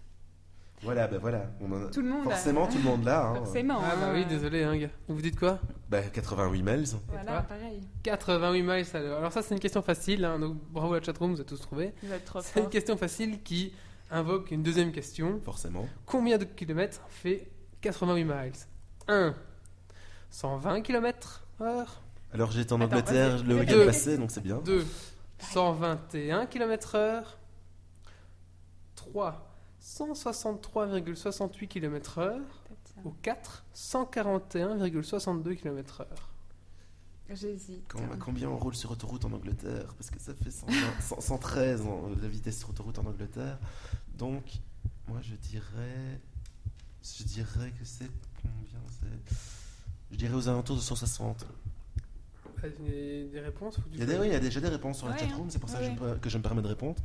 [SPEAKER 2] Voilà, bah voilà. On en a-
[SPEAKER 3] Tout le monde. a-
[SPEAKER 2] Forcément, tout le monde là. hein.
[SPEAKER 3] Forcément.
[SPEAKER 1] Ah bah
[SPEAKER 3] hein.
[SPEAKER 1] oui, désolé hein, gars. Vous dites quoi
[SPEAKER 2] Bah, 88 miles.
[SPEAKER 1] Et toi
[SPEAKER 3] Voilà, pareil.
[SPEAKER 1] 88 miles à l'heure. Alors ça c'est une question facile hein, donc bravo à la chatroom, vous avez tous trouvé.
[SPEAKER 3] Vous êtes trop
[SPEAKER 1] C'est une
[SPEAKER 3] fort.
[SPEAKER 1] question facile qui invoque une deuxième question.
[SPEAKER 2] Forcément.
[SPEAKER 1] Combien de kilomètres fait 88 miles 1 120 km heure
[SPEAKER 2] Alors, j'étais en
[SPEAKER 3] Attends,
[SPEAKER 2] Angleterre
[SPEAKER 3] vas-y.
[SPEAKER 2] le week-end
[SPEAKER 1] Deux.
[SPEAKER 2] passé, donc c'est bien.
[SPEAKER 1] 2 121 km heure 3 163,68 km heure ou 4, 141,62 km/h.
[SPEAKER 3] J'hésite.
[SPEAKER 2] Quand- combien on roule sur autoroute en Angleterre Parce que ça fait 120 100 113 en- hein, la vitesse sur autoroute en Angleterre. Donc, moi je dirais. Je dirais que c'est. Combien c'est Je dirais aux alentours de 160.
[SPEAKER 1] Bah, Des, des réponses faut que tu
[SPEAKER 2] Il y a, des,
[SPEAKER 1] fasses.
[SPEAKER 2] oui, il y a déjà des réponses sur la
[SPEAKER 3] Ouais, hein.
[SPEAKER 2] chatroom, c'est pour ça que,
[SPEAKER 3] ouais.
[SPEAKER 2] je me, que je me permets de répondre.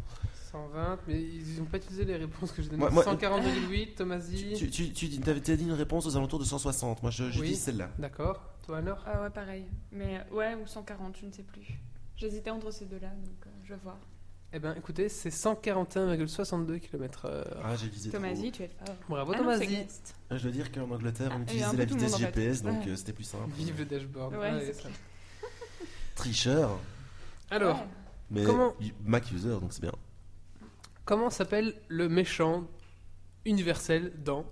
[SPEAKER 1] 120, mais ils n'ont pas utilisé les réponses que j'ai données.
[SPEAKER 2] Moi- moi-
[SPEAKER 1] 140,8,
[SPEAKER 2] Tu,
[SPEAKER 1] Tomasi.
[SPEAKER 2] tu, tu, tu dis- t'avais- t'as dit une réponse aux alentours de 160. Moi je, je
[SPEAKER 1] Oui.
[SPEAKER 2] dis celle-là.
[SPEAKER 1] D'accord. Toi alors
[SPEAKER 3] Ah ouais, pareil. Mais euh, ouais, ou 140, je ne sais plus. J'hésitais entre ces deux-là, donc euh, je vais voir.
[SPEAKER 1] Eh bien, écoutez, c'est 141,62 km/h.
[SPEAKER 2] Ah, j'ai visé trop haut.
[SPEAKER 3] Thomasy, tu es fort.
[SPEAKER 1] Bravo,
[SPEAKER 3] Ah non, c'est
[SPEAKER 1] Tomasi.
[SPEAKER 3] Gnest.
[SPEAKER 2] Ah, Je dois dire qu'en Angleterre on
[SPEAKER 3] Ah, il y a
[SPEAKER 2] utilisait
[SPEAKER 3] un peu
[SPEAKER 2] la
[SPEAKER 3] tout le
[SPEAKER 2] vitesse
[SPEAKER 3] monde, en fait.
[SPEAKER 2] GPS, donc
[SPEAKER 3] Ouais.
[SPEAKER 2] euh, c'était plus simple.
[SPEAKER 1] Vive le dashboard.
[SPEAKER 3] Ouais, c'est
[SPEAKER 1] ça.
[SPEAKER 3] clair.
[SPEAKER 2] Tricheur,
[SPEAKER 1] Alors,
[SPEAKER 3] Ouais.
[SPEAKER 2] mais
[SPEAKER 1] Comment-
[SPEAKER 2] Mac user, donc c'est bien.
[SPEAKER 1] comment s'appelle le méchant universel dans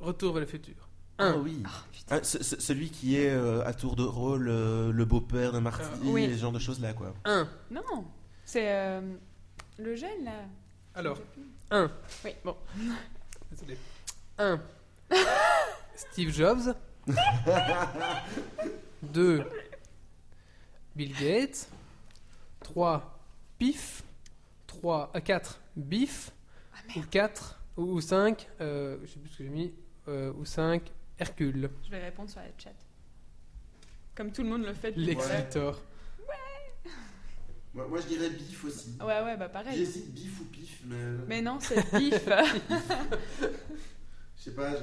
[SPEAKER 1] Retour vers le futur Un.
[SPEAKER 2] Ah oui.
[SPEAKER 3] Ah, putain.
[SPEAKER 2] Ah, ce- ce- celui qui est euh, à tour de rôle euh, le beau-père de Marty
[SPEAKER 1] Euh,
[SPEAKER 3] oui.
[SPEAKER 2] et ce genre de choses là quoi.
[SPEAKER 1] 1.
[SPEAKER 3] Non, c'est euh, le gène, là.
[SPEAKER 1] Alors,
[SPEAKER 3] Je ne sais plus.
[SPEAKER 1] 1.
[SPEAKER 3] Oui.
[SPEAKER 1] Bon. Désolé. 1. Steve Jobs. 2. Bill Gates. 3. Pif. 3. 4. Bif. ou 4. Ou 5. je sais plus ce que j'ai mis. euh, ou 5. Hercule.
[SPEAKER 3] Je vais répondre sur la chat. Comme tout le monde le fait. depuis
[SPEAKER 1] Lex
[SPEAKER 3] tout à l'heure.
[SPEAKER 1] Luthor.
[SPEAKER 2] Moi, je dirais bif aussi.
[SPEAKER 3] Ouais, ouais, bah pareil.
[SPEAKER 2] J'hésite bif ou pif, mais,
[SPEAKER 5] hein.
[SPEAKER 2] euh,
[SPEAKER 3] Mais non, c'est pif.
[SPEAKER 2] je sais pas.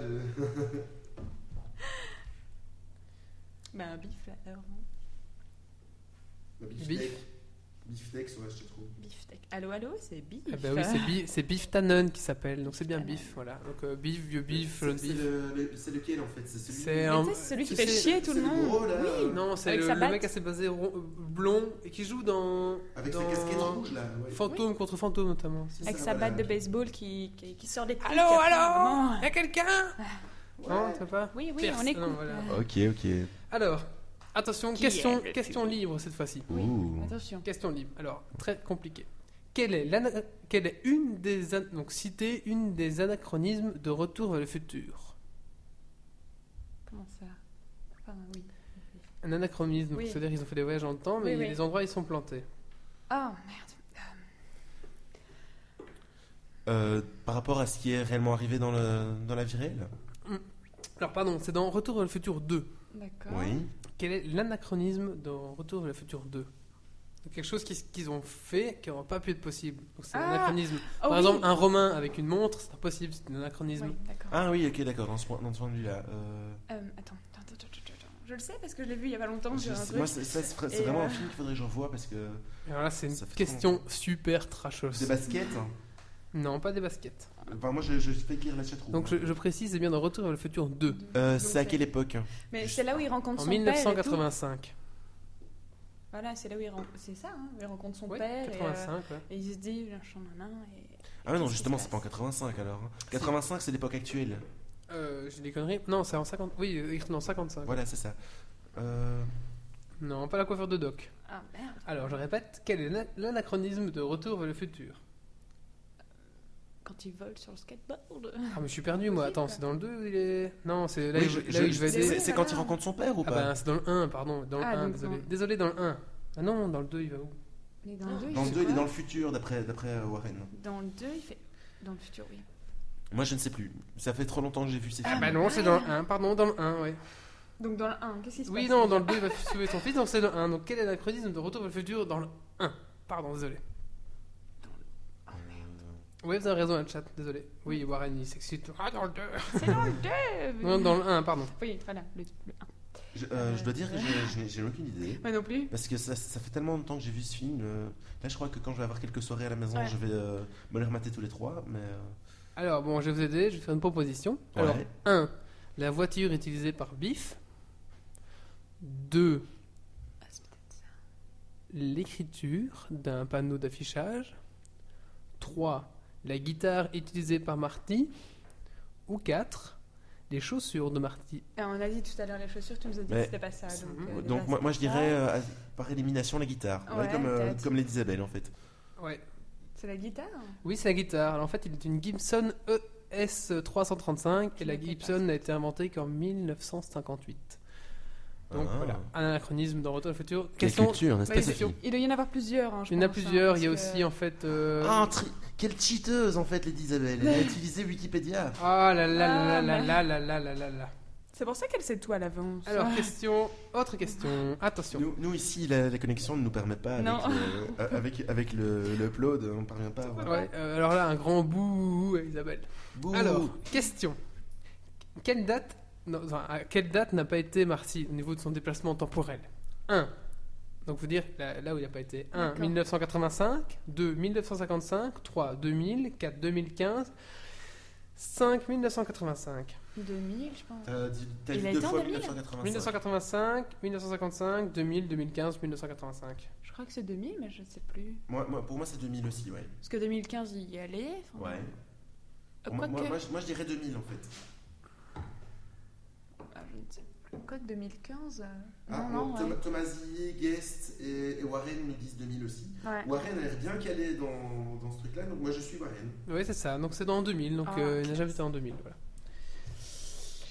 [SPEAKER 3] bah un bif,
[SPEAKER 5] euh,
[SPEAKER 3] là, alors.
[SPEAKER 1] Bif. Tech.
[SPEAKER 2] ouais, je trouve.
[SPEAKER 3] Bif tech. Allô, allô, c'est bif. hein. Ah
[SPEAKER 1] Ah bah oui,
[SPEAKER 5] Euh,
[SPEAKER 1] c'est Bi- c'est Biff Tannen qui s'appelle. Donc c'est bien Biff. Voilà. Donc euh, Biff, vieux Biff, jeune Biff.
[SPEAKER 2] lequel en fait C'est
[SPEAKER 1] C'est
[SPEAKER 3] Mais
[SPEAKER 1] un.
[SPEAKER 3] tu sais, c'est celui qui
[SPEAKER 1] c'est-
[SPEAKER 3] fait chier tout
[SPEAKER 2] c'est le
[SPEAKER 3] le monde.
[SPEAKER 2] gros, là.
[SPEAKER 3] Oui.
[SPEAKER 1] Non, c'est
[SPEAKER 3] Avec
[SPEAKER 1] le,
[SPEAKER 3] sa
[SPEAKER 1] le
[SPEAKER 3] batte.
[SPEAKER 1] mec assez basé rond- blond et qui joue dans. dans
[SPEAKER 2] là. ouais.
[SPEAKER 1] Fantôme contre fantôme notamment.
[SPEAKER 2] C'est
[SPEAKER 3] Avec
[SPEAKER 2] ça,
[SPEAKER 3] sa
[SPEAKER 2] voilà.
[SPEAKER 3] batte de baseball qui, qui, qui sort des pics.
[SPEAKER 1] Allô,
[SPEAKER 3] après,
[SPEAKER 1] allô
[SPEAKER 3] vraiment.
[SPEAKER 1] Y'a quelqu'un
[SPEAKER 2] Ouais.
[SPEAKER 1] Non, tu vois pas
[SPEAKER 3] Oui, oui,
[SPEAKER 1] Perce.
[SPEAKER 3] on écoute.
[SPEAKER 1] Non, voilà.
[SPEAKER 2] Ok, ok.
[SPEAKER 1] Alors, Attention,
[SPEAKER 3] Qui
[SPEAKER 1] question,
[SPEAKER 3] est le
[SPEAKER 1] question
[SPEAKER 3] public
[SPEAKER 1] libre cette fois-ci.
[SPEAKER 2] Ouh.
[SPEAKER 5] Attention.
[SPEAKER 1] Question libre. Alors, très compliqué. Quelle est, l'ana- quelle est une des an- donc citer une des anachronismes de Retour vers le futur
[SPEAKER 5] Comment ça Enfin, oui.
[SPEAKER 1] Un anachronisme,
[SPEAKER 5] Oui.
[SPEAKER 1] c'est-à-dire ils ont fait des voyages dans le temps, mais
[SPEAKER 5] Oui,
[SPEAKER 1] il y a
[SPEAKER 5] oui.
[SPEAKER 1] des endroits ils sont plantés.
[SPEAKER 5] Ah, merde.
[SPEAKER 2] Euh, par rapport à ce qui est réellement arrivé dans, le, dans la vie réelle
[SPEAKER 1] Alors pardon, c'est dans Retour vers le futur 2.
[SPEAKER 5] D'accord.
[SPEAKER 1] Quel est l'anachronisme dans Retour vers le futur 2 Donc, Quelque chose qui- qu'ils ont fait qui n'aurait pas pu être possible. Donc c'est un
[SPEAKER 5] Ah
[SPEAKER 1] anachronisme.
[SPEAKER 5] Oh
[SPEAKER 1] Par
[SPEAKER 5] oui.
[SPEAKER 1] exemple, un Romain avec une montre, c'est impossible, c'est un anachronisme.
[SPEAKER 5] Oui, d'accord.
[SPEAKER 2] Ah oui, ok, d'accord, dans ce point, dans ce point de vue-là. euh,
[SPEAKER 5] Euh, attends, attends, attends, attends, attends, attends. Je le sais parce que je l'ai vu il y a pas longtemps.
[SPEAKER 2] je-
[SPEAKER 5] j'ai un
[SPEAKER 2] c'est-
[SPEAKER 5] truc.
[SPEAKER 2] moi, c'est ça, c'est fra- c'est
[SPEAKER 5] Et,
[SPEAKER 2] vraiment
[SPEAKER 5] euh,
[SPEAKER 2] un film qu'il faudrait que je revoie parce que.
[SPEAKER 1] Et Alors là, c'est une
[SPEAKER 2] Ça fait
[SPEAKER 1] question super trashos.
[SPEAKER 2] Des baskets hein.
[SPEAKER 1] Non, pas des baskets.
[SPEAKER 2] Enfin, moi, je, je fais lire la chatroom.
[SPEAKER 1] Donc
[SPEAKER 2] hein.
[SPEAKER 1] je, je précise, c'est bien dans Retour vers le futur 2,
[SPEAKER 2] Euh,
[SPEAKER 5] Donc,
[SPEAKER 2] c'est à quelle époque Ah
[SPEAKER 5] Mais c'est là où il rencontre
[SPEAKER 1] en
[SPEAKER 5] son père. et tout.
[SPEAKER 1] 1985.
[SPEAKER 5] Voilà, c'est là où il rencontre. C'est ça, hein, où il rencontre son
[SPEAKER 1] Oui,
[SPEAKER 5] père. et, euh,
[SPEAKER 1] 85, ouais.
[SPEAKER 5] Et, il se dit, je suis en nain. Et...
[SPEAKER 2] Ah, mais non,
[SPEAKER 5] Qu'est-ce qui
[SPEAKER 2] justement,
[SPEAKER 5] se
[SPEAKER 2] c'est pas en
[SPEAKER 5] passe
[SPEAKER 2] 85 alors. hein. 85, c'est l'époque actuelle.
[SPEAKER 1] Euh, j'ai des conneries. Non, c'est en 50. Oui, euh, non, 55.
[SPEAKER 2] Voilà, c'est ça. Euh,
[SPEAKER 1] Non, pas la coiffure de Doc.
[SPEAKER 5] Ah merde.
[SPEAKER 1] Alors, je répète, quel est l'an- l'anachronisme de Retour vers le futur
[SPEAKER 5] Quand il vole sur le skateboard.
[SPEAKER 1] Ah, mais je suis perdu, moi. Attends, c'est dans le 2 il est... Non, c'est là,
[SPEAKER 2] oui,
[SPEAKER 1] où-
[SPEAKER 2] je-
[SPEAKER 1] là où
[SPEAKER 2] je-
[SPEAKER 1] il va
[SPEAKER 2] c'est-
[SPEAKER 1] aider.
[SPEAKER 2] c'est- C'est quand il
[SPEAKER 5] Voilà.
[SPEAKER 2] rencontre son père ou
[SPEAKER 1] Ah,
[SPEAKER 2] pas
[SPEAKER 1] bah, c'est dans le 1, pardon. Dans le
[SPEAKER 5] Ah,
[SPEAKER 1] 1,
[SPEAKER 5] donc
[SPEAKER 1] désolé.
[SPEAKER 5] dans-
[SPEAKER 1] Désolé, dans le 1. Ah non, dans le 2, il va où
[SPEAKER 5] Mais dans le 2,
[SPEAKER 2] Dans le
[SPEAKER 5] il
[SPEAKER 2] 2, il
[SPEAKER 5] fait
[SPEAKER 2] est
[SPEAKER 5] quoi
[SPEAKER 2] dans le futur, d'après d'après, euh, Warren.
[SPEAKER 5] Dans le 2, il fait. Dans le futur, oui.
[SPEAKER 2] Moi, je ne sais plus. Ça fait trop longtemps que j'ai vu ces
[SPEAKER 1] Ah,
[SPEAKER 2] films.
[SPEAKER 1] bah non, c'est dans le 1, pardon, dans le 1, ouais.
[SPEAKER 5] Donc dans le 1, qu'est-ce qui se
[SPEAKER 1] Oui,
[SPEAKER 5] passe
[SPEAKER 1] non, dans le 2, il va sauver son fils, donc c'est dans le 1. Donc, quel est l'anachronisme de Retour vers le futur dans le 1 Pardon, désolé. Oui, vous avez raison, le chat, désolé. Oui, Warren, il s'excite. Ah, dans le 2
[SPEAKER 5] C'est dans le 2
[SPEAKER 1] Non, dans le 1, pardon.
[SPEAKER 5] Euh, Oui, voilà, le, 1.
[SPEAKER 2] Je, euh, je dois dire que
[SPEAKER 5] Ah.
[SPEAKER 2] je- je- j'ai aucune idée.
[SPEAKER 5] Moi non plus.
[SPEAKER 2] Parce que ça, ça fait tellement longtemps que j'ai vu ce film. euh, là, je crois que quand je vais avoir quelques soirées à la maison,
[SPEAKER 5] Ouais.
[SPEAKER 2] je vais euh, me les remater tous les trois. Mais euh,
[SPEAKER 1] Alors, bon, je vais vous aider, je vais faire une proposition.
[SPEAKER 2] Ouais.
[SPEAKER 1] Alors, 1. La voiture utilisée par Biff. 2.
[SPEAKER 5] Ah, c'est peut-être ça.
[SPEAKER 1] L'écriture d'un panneau d'affichage. 3. La guitare utilisée par Marty. Ou 4. Les chaussures de Marty.
[SPEAKER 5] Ah, on a dit tout à l'heure les chaussures, tu nous as dit
[SPEAKER 2] Mais-
[SPEAKER 5] que c'était pas ça. Donc, euh,
[SPEAKER 2] donc,
[SPEAKER 5] déjà,
[SPEAKER 2] moi,
[SPEAKER 5] c'est
[SPEAKER 2] moi, je dirais
[SPEAKER 5] ça.
[SPEAKER 2] euh, à- par élimination la guitare. Ouais,
[SPEAKER 5] Ouais,
[SPEAKER 2] comme euh,
[SPEAKER 5] peut-être.
[SPEAKER 2] comme l'Elisabeth, en fait.
[SPEAKER 1] Ouais.
[SPEAKER 5] C'est la guitare
[SPEAKER 1] Oui, c'est la guitare. Alors, en fait, il est une Gibson E ES335 et
[SPEAKER 5] Je
[SPEAKER 1] la
[SPEAKER 5] ne sais pas.
[SPEAKER 1] Gibson n'a été inventée qu'en 1958. Donc
[SPEAKER 2] Ah.
[SPEAKER 1] voilà, un anachronisme dans Retour vers le futur.
[SPEAKER 2] Quelle
[SPEAKER 1] Question
[SPEAKER 2] culture, n'est-ce
[SPEAKER 1] Bah,
[SPEAKER 2] pas,
[SPEAKER 1] les
[SPEAKER 2] Sophie
[SPEAKER 5] Il doit y en avoir plusieurs. hein, je
[SPEAKER 1] Il y en a
[SPEAKER 5] pense, hein,
[SPEAKER 1] plusieurs.
[SPEAKER 5] parce
[SPEAKER 1] Il y a
[SPEAKER 5] que-
[SPEAKER 1] aussi en fait. euh,
[SPEAKER 2] Ah, un tri- quelle cheateuse, en fait, Lady Isabelle. Elle a utilisé Wikipédia.
[SPEAKER 1] Ah là là là là
[SPEAKER 5] Ah, mais-
[SPEAKER 1] là là là là là là.
[SPEAKER 5] C'est pour ça qu'elle sait tout à l'avance.
[SPEAKER 1] Alors question, autre question. Attention.
[SPEAKER 2] Nous, nous, ici, la, la connexion ne nous permet pas. Avec,
[SPEAKER 5] Non.
[SPEAKER 2] le, euh, avec, avec le, le upload, on ne parvient pas. à voir.
[SPEAKER 1] Ouais, euh, alors là un grand bouh à Isabelle.
[SPEAKER 2] Bouh.
[SPEAKER 1] Alors question. Quelle date non, non, à quelle date n'a pas été Marcy au niveau de son déplacement temporel 1. Donc vous dire là, là où il n'a pas été. 1
[SPEAKER 5] D'accord.
[SPEAKER 1] 1985, 2 1955, 3 2000, 4 2015, 5 1985.
[SPEAKER 5] 2000, je pense.
[SPEAKER 2] Euh, dis- T'as
[SPEAKER 5] Il
[SPEAKER 2] dit
[SPEAKER 5] a
[SPEAKER 2] deux
[SPEAKER 5] été en
[SPEAKER 2] fois
[SPEAKER 5] 2000.
[SPEAKER 2] 1985.
[SPEAKER 1] 1985, 1955, 2000, 2015, 1985.
[SPEAKER 5] Je crois que c'est 2000, mais je ne sais plus.
[SPEAKER 2] Moi, moi- pour moi, c'est 2000 aussi, ouais.
[SPEAKER 5] Parce que 2015, il y allait. enfin,
[SPEAKER 2] ouais.
[SPEAKER 5] euh,
[SPEAKER 2] Moi,
[SPEAKER 5] Quoique.
[SPEAKER 2] moi, moi, je, moi, je dirais 2000 en fait.
[SPEAKER 5] Ah, je ne sais plus. Quoique 2015. euh,
[SPEAKER 2] Ah,
[SPEAKER 5] non,
[SPEAKER 2] bon,
[SPEAKER 5] non,
[SPEAKER 2] Thom-
[SPEAKER 5] ouais.
[SPEAKER 2] Tomasi, Guest et, et Warren nous disent 2000 aussi.
[SPEAKER 5] Ouais.
[SPEAKER 2] Warren a l'air bien calé dans, dans ce truc-là, donc moi je suis Warren.
[SPEAKER 1] Oui, c'est ça. Donc c'est dans 2000. Donc
[SPEAKER 5] Ah,
[SPEAKER 1] euh, il n'a
[SPEAKER 5] classe.
[SPEAKER 1] jamais été en 2000. Voilà.